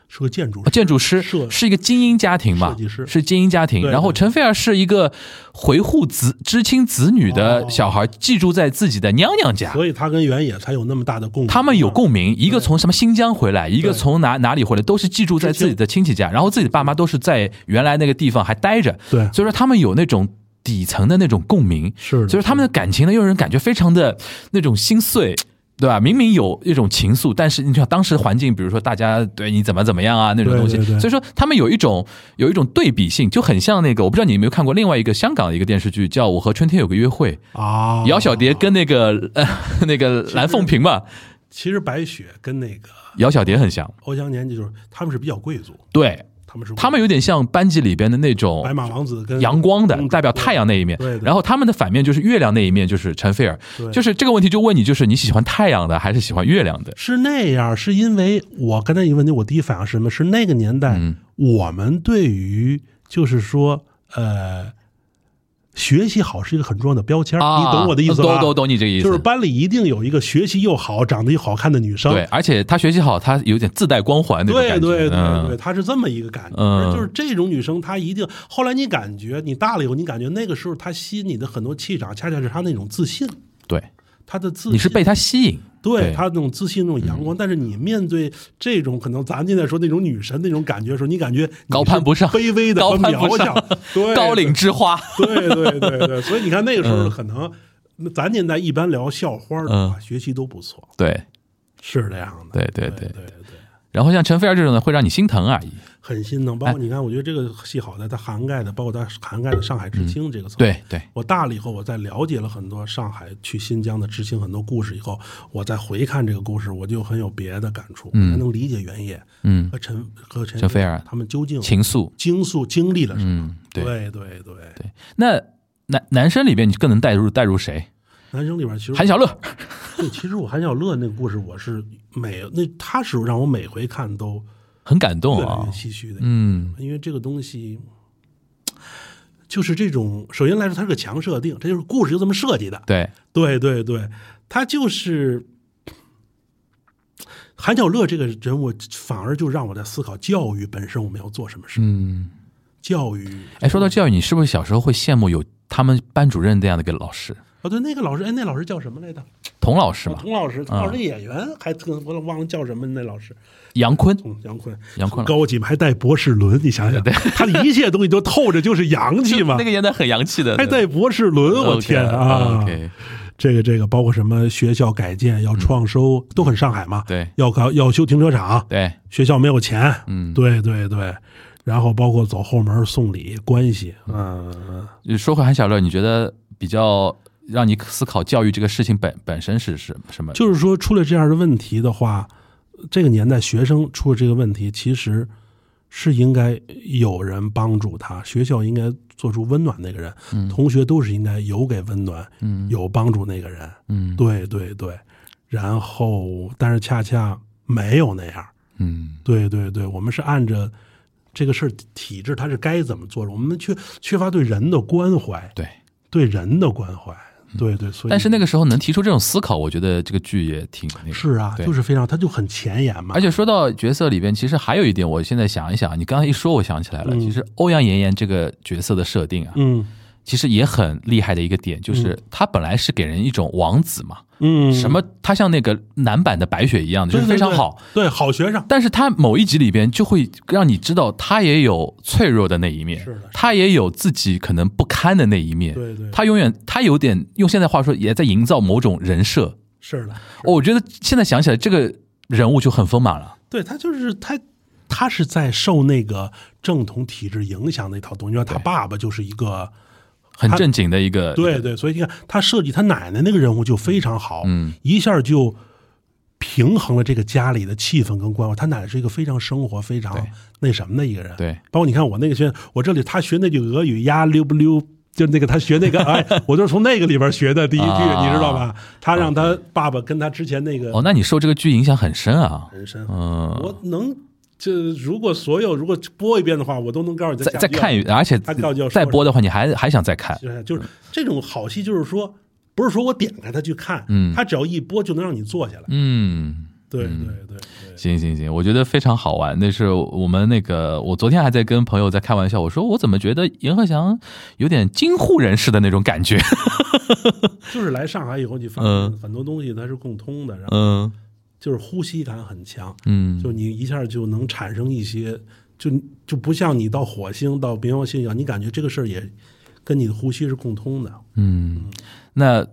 Speaker 2: 是个建筑
Speaker 3: 啊，
Speaker 2: 师，
Speaker 3: 建筑师
Speaker 2: 设
Speaker 3: 是一个精英家庭嘛，
Speaker 2: 设计师
Speaker 3: 是精英家庭。
Speaker 2: 对
Speaker 3: 然后陈菲儿是一个回护子知青子女的
Speaker 2: 哦
Speaker 3: 小孩，寄住在自己的娘娘家。
Speaker 2: 所以他跟原野才有那么大的共嗯鸣。
Speaker 3: 他们有共鸣，一个从什么新疆回来，一个从哪哪里回来，都是寄住在自己的亲戚家，然后自己的爸妈都是在原来那个地方还待着，
Speaker 2: 对
Speaker 3: 所以说他们有那种底层的那种共鸣，
Speaker 2: 是的
Speaker 3: 所以说他们的感情呢，又让人感觉非常的那种心碎。对吧？明明有一种情愫，但是你看当时环境，比如说大家对你怎么怎么样啊那种
Speaker 2: 对
Speaker 3: 东西，
Speaker 2: 对对
Speaker 3: 所以说他们有一种有一种对比性，就很像那个，我不知道你有没有看过另外一个香港的一个电视剧，叫《我和春天有个约会》，
Speaker 2: 啊，
Speaker 3: 姚小蝶跟那个、呃、那个蓝凤萍嘛，
Speaker 2: 其实白雪跟那个
Speaker 3: 姚小蝶很像，
Speaker 2: 欧阳年纪就是他们是比较贵族，
Speaker 3: 对
Speaker 2: 他们是
Speaker 3: 他们有点像班级里边的那种
Speaker 2: 白马王子跟
Speaker 3: 阳光的
Speaker 2: 公，主
Speaker 3: 代表太阳那一面
Speaker 2: 嗯对对，对
Speaker 3: 然后他们的反面就是月亮那一面，就是陈菲尔。
Speaker 2: 对
Speaker 3: 就是这个问题就问你，就是你喜欢太阳的还是喜欢月亮的？
Speaker 2: 是那样，是因为我刚才一个问题，我第一反应是什么？是那个年代，
Speaker 3: 嗯
Speaker 2: 我们对于就是说，呃，学习好是一个很重要的标签儿，
Speaker 3: 啊，
Speaker 2: 你懂我的意思吧？
Speaker 3: 懂懂懂你这个意思。
Speaker 2: 就是班里一定有一个学习又好、长得又好看的女生。
Speaker 3: 对，而且他学习好，他有点自带光环那种
Speaker 2: 对
Speaker 3: 感觉。
Speaker 2: 对对对，
Speaker 3: 嗯
Speaker 2: 她是这么一个感觉，
Speaker 3: 嗯
Speaker 2: 就是这种女生，她一定。后来你感觉，你大了以后，你感觉那个时候她吸引你的很多气场，恰恰是她那种自信，
Speaker 3: 对，
Speaker 2: 她的自信。
Speaker 3: 你是被他吸引。
Speaker 2: 对
Speaker 3: 对嗯
Speaker 2: 他那种自信、那种阳光，但是你面对这种可能咱现在说那种女神那种感觉的时候，你感觉你是
Speaker 3: 高攀不上
Speaker 2: 卑微的
Speaker 3: <laughs> 高
Speaker 2: 和
Speaker 3: 攀不
Speaker 2: 渺
Speaker 3: 上
Speaker 2: 小，对，
Speaker 3: 高岭之花，
Speaker 2: 对，对对对对，所以你看那个时候可能，那咱年代一般聊校花的话，学习都不错，
Speaker 3: 对
Speaker 2: 是这样的，
Speaker 3: 对嗯
Speaker 2: 对
Speaker 3: 对对。
Speaker 2: 对对，
Speaker 3: 然后像陈菲儿这种呢，会让你心疼啊而已。
Speaker 2: 很心疼。包括你看，我觉得这个戏好在它涵盖的，包括它涵盖的上海知青这个层面。
Speaker 3: 嗯对对，
Speaker 2: 我大了以后，我在了解了很多上海去新疆的知青很多故事以后，我再回看这个故事，我就很有别的感触，
Speaker 3: 嗯
Speaker 2: 才能理解原野
Speaker 3: 嗯，
Speaker 2: 和陈和陈
Speaker 3: 陈菲尔
Speaker 2: 他们究竟
Speaker 3: 情愫，
Speaker 2: 经素经历了什么。
Speaker 3: 嗯，对
Speaker 2: 对对对，
Speaker 3: 对。那男男生里边，你更能带入带入谁？
Speaker 2: 男生里边其实
Speaker 3: 韩小乐，
Speaker 2: 对，其实我韩小乐那个故事，我是每那他是让我每回看都
Speaker 3: 很感动
Speaker 2: 越来
Speaker 3: 啊
Speaker 2: 越。唏嘘的，
Speaker 3: 嗯，
Speaker 2: 因为这个东西就是这种，首先来说它是个强设定，这就是故事就这么设计的，
Speaker 3: 对，
Speaker 2: 对对对，他就是韩小乐这个人物，反而就让我在思考教育本身我们要做什么事。
Speaker 3: 嗯。
Speaker 2: 教育
Speaker 3: 哎，说到教育，你是不是小时候会羡慕有他们班主任那样的一个老师？
Speaker 2: 啊，对，那个老师，哎，那老师叫什么来着？
Speaker 3: 童老师嘛，
Speaker 2: 童老师，
Speaker 3: 啊
Speaker 2: 童老师演员还特我忘了叫什么那老师，
Speaker 3: 杨坤，
Speaker 2: 嗯，杨坤，
Speaker 3: 杨坤老师
Speaker 2: 高级嘛，还带博士伦，你想想，他的一切东西都透着就是洋气嘛
Speaker 3: 那，个演的很洋气的，
Speaker 2: 还带博士伦，我天啊！
Speaker 3: ，OK，
Speaker 2: 这个这个包括什么学校改建要创收，都很上海嘛，
Speaker 3: 对
Speaker 2: 要搞要修停车场，
Speaker 3: 对，
Speaker 2: 学校没有钱，
Speaker 3: 嗯
Speaker 2: 对对对，然后包括走后门送礼关系，嗯，嗯
Speaker 3: 呃说回韩小乐，你觉得比较让你思考教育这个事情本本身是是什么？
Speaker 2: 就是说出了这样的问题的话，这个年代学生出了这个问题，其实是应该有人帮助他，学校应该做出温暖那个人，同学都是应该有给温暖，
Speaker 3: 嗯
Speaker 2: 有帮助那个人，
Speaker 3: 嗯
Speaker 2: 对对对，然后但是恰恰没有那样。
Speaker 3: 嗯
Speaker 2: 对对对，我们是按着这个事儿体制，它是该怎么做的，我们缺缺乏对人的关怀，
Speaker 3: 对。
Speaker 2: 对人的关怀，对对，所以
Speaker 3: 嗯但是那个时候能提出这种思考，我觉得这个剧也挺那个。
Speaker 2: 是啊，
Speaker 3: 对
Speaker 2: 就是非常，它就很前沿嘛，
Speaker 3: 而且说到角色里边，其实还有一点，我现在想一想，你刚刚一说，我想起来了。其实欧阳妍妍这个角色的设定啊，
Speaker 2: 嗯
Speaker 3: 其实也很厉害的一个点，就是她本来是给人一种王子嘛，
Speaker 2: 嗯，
Speaker 3: 什么她像那个男版的白雪一样，就
Speaker 2: 对
Speaker 3: 是
Speaker 2: 对
Speaker 3: 非常
Speaker 2: 对
Speaker 3: 好。
Speaker 2: 对好学生，
Speaker 3: 但是他某一集里边就会让你知道，他也有脆弱的那一面
Speaker 2: 是的是的，
Speaker 3: 他也有自己可能不堪的那一面。
Speaker 2: 对对
Speaker 3: 他永远他有点用现在话说，也在营造某种人设。
Speaker 2: 是的，
Speaker 3: 哦，我觉得现在想起来，这个人物就很丰满了。
Speaker 2: 对他就是他。他是在受那个正统体制影响那套东西，因为他
Speaker 3: 对
Speaker 2: 爸爸就是一个
Speaker 3: 很
Speaker 2: 他
Speaker 3: 正经的一个，
Speaker 2: 对对，所以你看他设计他奶奶那个人物就非常好，
Speaker 3: 嗯，
Speaker 2: 一下就平衡了这个家里的气氛跟关怀。他奶奶是一个非常生活、非常
Speaker 3: 对
Speaker 2: 那什么的一个人，
Speaker 3: 对
Speaker 2: 包括你看我那个学，我这里他学那句俄语呀溜不溜，就是那个他学那
Speaker 3: <laughs>
Speaker 2: 个，哎，我就是从那个里边学的第一句，
Speaker 3: 啊哦
Speaker 2: 你知道吧？他让他爸爸跟他之前那个
Speaker 3: 哦，那你受这个剧影响很深啊。
Speaker 2: 人生，
Speaker 3: 嗯，
Speaker 2: 我能这如果所有如果播一遍的话，我都能告诉你
Speaker 3: 再
Speaker 2: 下
Speaker 3: 再
Speaker 2: 一遍
Speaker 3: 看一，而且
Speaker 2: 他告诉我
Speaker 3: 再播的话，你还还想再看？
Speaker 2: 就是就是这种好戏，就是说不是说我点开它去看，
Speaker 3: 嗯
Speaker 2: 它只要一播就能让你坐下来。
Speaker 3: 嗯。
Speaker 2: 对对对对，
Speaker 3: 行行行，我觉得非常好玩。那是我们那个，我昨天还在跟朋友在开玩笑，我说我怎么觉得阎鹤祥有点京沪人士的那种感觉？ <laughs>
Speaker 2: 就是来上海以后，你发
Speaker 3: 嗯
Speaker 2: 现很多东西它是共通的，然后
Speaker 3: 嗯
Speaker 2: 就是呼吸感很强，
Speaker 3: 嗯
Speaker 2: 就你一下就能产生一些，就就不像你到火星到冥王星一样，你感觉这个事儿也跟你的呼吸是共通的。
Speaker 3: 嗯。那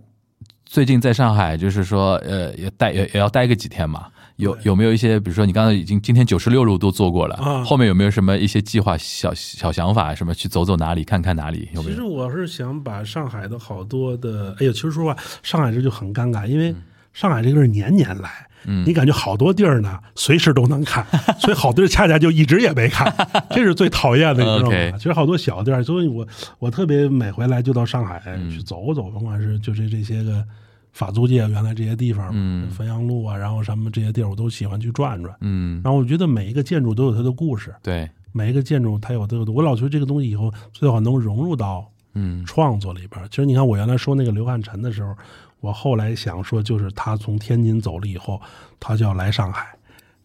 Speaker 3: 最近在上海，就是说，呃，也待也也要待个几天嘛。有
Speaker 2: 对
Speaker 3: 有没有一些，比如说你刚才已经今天九十六路都做过了，
Speaker 2: 啊
Speaker 3: 后面有没有什么一些计划、小小想法，什么去走走哪里、看看哪里？有没
Speaker 2: 其实
Speaker 3: 有？
Speaker 2: 我是想把上海的好多的，哎呀，其实说实话，上海这就很尴尬，因
Speaker 3: 嗯
Speaker 2: 为上海这个是年年来，你感觉好多地儿呢，随时都能
Speaker 3: <laughs>
Speaker 2: 看，所以好多地儿恰恰就一直也没看，这是最讨厌的，你知道
Speaker 3: OK
Speaker 2: 吗？其实好多小地儿，所以我我特别每回来就到上海
Speaker 3: 嗯
Speaker 2: 去走走，甭管是就是这些个法租界原来这些地方，
Speaker 3: 嗯
Speaker 2: 汾阳路啊，然后什么这些地儿，我都喜欢去转转。
Speaker 3: 嗯，
Speaker 2: 然后我觉得每一个建筑都有它的故事，
Speaker 3: 对，
Speaker 2: 每一个建筑它有它的，我老觉得这个东西以后最好能融入到
Speaker 3: 嗯
Speaker 2: 创作里边儿。其实你看，我原来说那个刘汉臣的时候，我后来想说，就是他从天津走了以后，他就要来上海，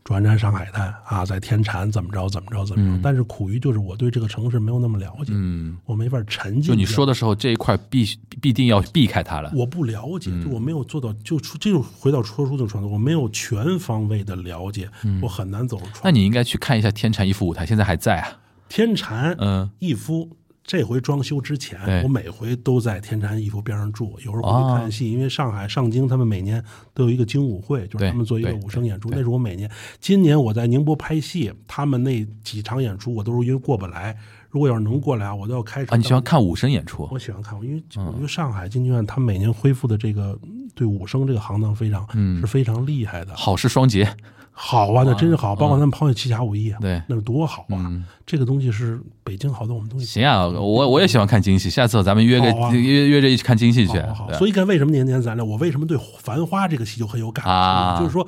Speaker 2: 转战上海滩啊，在天蟾怎么着怎么着怎么着。但是苦于就是我对这个城市没有那么了解，
Speaker 3: 嗯，
Speaker 2: 我没法沉浸。
Speaker 3: 就你说。的时候，这一块必须必定要避开它了。
Speaker 2: 我不了解，
Speaker 3: 嗯
Speaker 2: 就我没有做到，就出这就回到说书的创作，我没有全方位的了解，我很难走入创
Speaker 3: 嗯那你应该去看一下《天蟾一幅舞台》，现在还在啊。
Speaker 2: 天蟾，
Speaker 3: 嗯，
Speaker 2: 逸夫这回装修之
Speaker 3: 对
Speaker 2: 前，我每回都在天蟾逸夫边上住，有时候
Speaker 3: 哦
Speaker 2: 会去看戏，因为上海上京他们每年都有一个京舞会，就是
Speaker 3: 对
Speaker 2: 他们做一个
Speaker 3: 对
Speaker 2: 武生演出，
Speaker 3: 对
Speaker 2: 那是我每年。今年我在宁波拍戏，他们那几场演出我都是因为过不来，如果要是能过来啊，我都要开车
Speaker 3: 啊，你喜欢嗯
Speaker 2: 到。
Speaker 3: 看武生演出？
Speaker 2: 我喜欢看，因为我觉得上海京剧院它每年恢复的这个对武生这个行当非常、
Speaker 3: 嗯
Speaker 2: 是非常厉害的，
Speaker 3: 好事双结，
Speaker 2: 好啊，那真是好，包括咱们抛下七侠五义，
Speaker 3: 嗯对嗯
Speaker 2: 那是多好啊！这个东西是北京好多我们东西
Speaker 3: 行啊，我我也喜欢看京戏，下次咱们约个、
Speaker 2: 好啊
Speaker 3: 约约着一起看京戏去。
Speaker 2: 好好好
Speaker 3: 对
Speaker 2: 所以看为什么年年咱俩，我为什么对《繁花》这个戏就很有感触，
Speaker 3: 啊
Speaker 2: 就是说。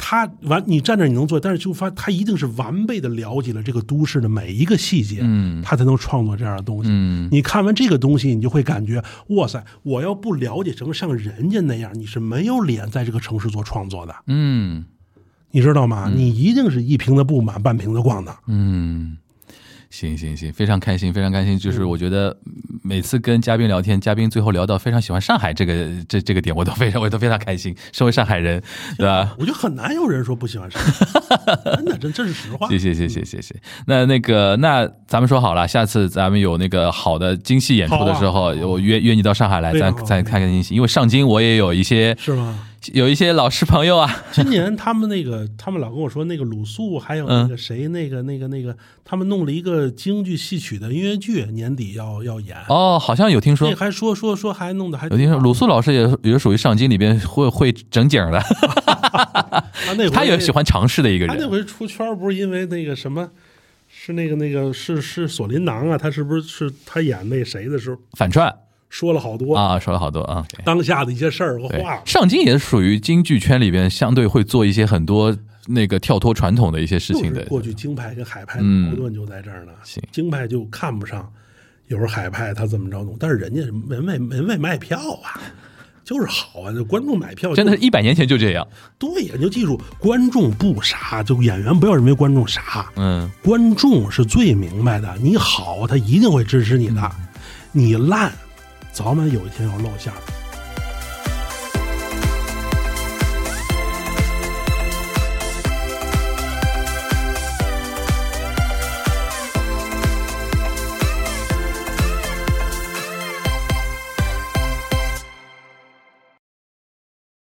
Speaker 2: 他完，你站那儿你能做，但是就发他一定是完备的了解了这个都市的每一个细节，
Speaker 3: 嗯
Speaker 2: 他才能创作这样的东西。
Speaker 3: 嗯
Speaker 2: 你看完这个东西，你就会感觉，哇塞，我要不了解成像人家那样，你是没有脸在这个城市做创作的，
Speaker 3: 嗯
Speaker 2: 你知道吗？你一定是一瓶子不满，半瓶子逛的。
Speaker 3: 嗯，行行行，非常开心，非常开心。
Speaker 2: 嗯
Speaker 3: 就是我觉得每次跟嘉宾聊天，嘉宾最后聊到非常喜欢上海这个这这个点，我都非常 <laughs> 我都非常开心。身为上海人，对吧？
Speaker 2: 我觉得很难有人说不喜欢上
Speaker 3: <laughs>
Speaker 2: 海，真的，真这是实话。
Speaker 3: 谢谢谢谢谢谢。那那个，那咱们说好了，下次咱们有那个好的京戏演出的时候，
Speaker 2: 好啊
Speaker 3: 我约约你到上海来，
Speaker 2: 对
Speaker 3: 咱
Speaker 2: 好啊
Speaker 3: 咱看看京戏，因为上京我也有一些
Speaker 2: 是吗？
Speaker 3: 有一些老师朋友啊，
Speaker 2: 今年他们那个， <laughs> 他们老跟我说那个鲁肃，还有
Speaker 3: 嗯
Speaker 2: 那个谁，那个那个那个，他们弄了一个京剧戏曲的音乐剧，年底要要演。
Speaker 3: 哦，好像有听说
Speaker 2: 那。还说说说还弄得还
Speaker 3: 有听说鲁肃老师也也属于上京里边会会整景的，
Speaker 2: 他啊那回
Speaker 3: 他也喜欢尝试的一个
Speaker 2: 他那
Speaker 3: 人。
Speaker 2: 回出圈儿不是因为那个什么，是那个那个是是锁麟囊啊，他是不是是他演那谁的时候
Speaker 3: 反串
Speaker 2: 说了好多、
Speaker 3: 啊，说了好多啊。对
Speaker 2: 当下的一些事儿和
Speaker 3: 对
Speaker 2: 话，，
Speaker 3: 上京也是属于京剧圈里边相对会做一些很多那个跳脱传统的一些事
Speaker 2: 就
Speaker 3: 情
Speaker 2: 是
Speaker 3: 的。
Speaker 2: 过去京派跟海派的
Speaker 3: 嗯
Speaker 2: 矛盾就在这儿呢。
Speaker 3: 行
Speaker 2: 京派就看不上，有时候海派他怎么着弄，但是人家门卫门卫卖票啊， <laughs> 就是好啊，这观众买票就
Speaker 3: 真的，一百年前就这样。
Speaker 2: 对呀，你就记住，观众不傻，就演员不要认为观众傻，
Speaker 3: 嗯，
Speaker 2: 观众是最明白的。
Speaker 3: 嗯
Speaker 2: 你好，他一定会支持你的；你烂，早晚有一天要露馅儿。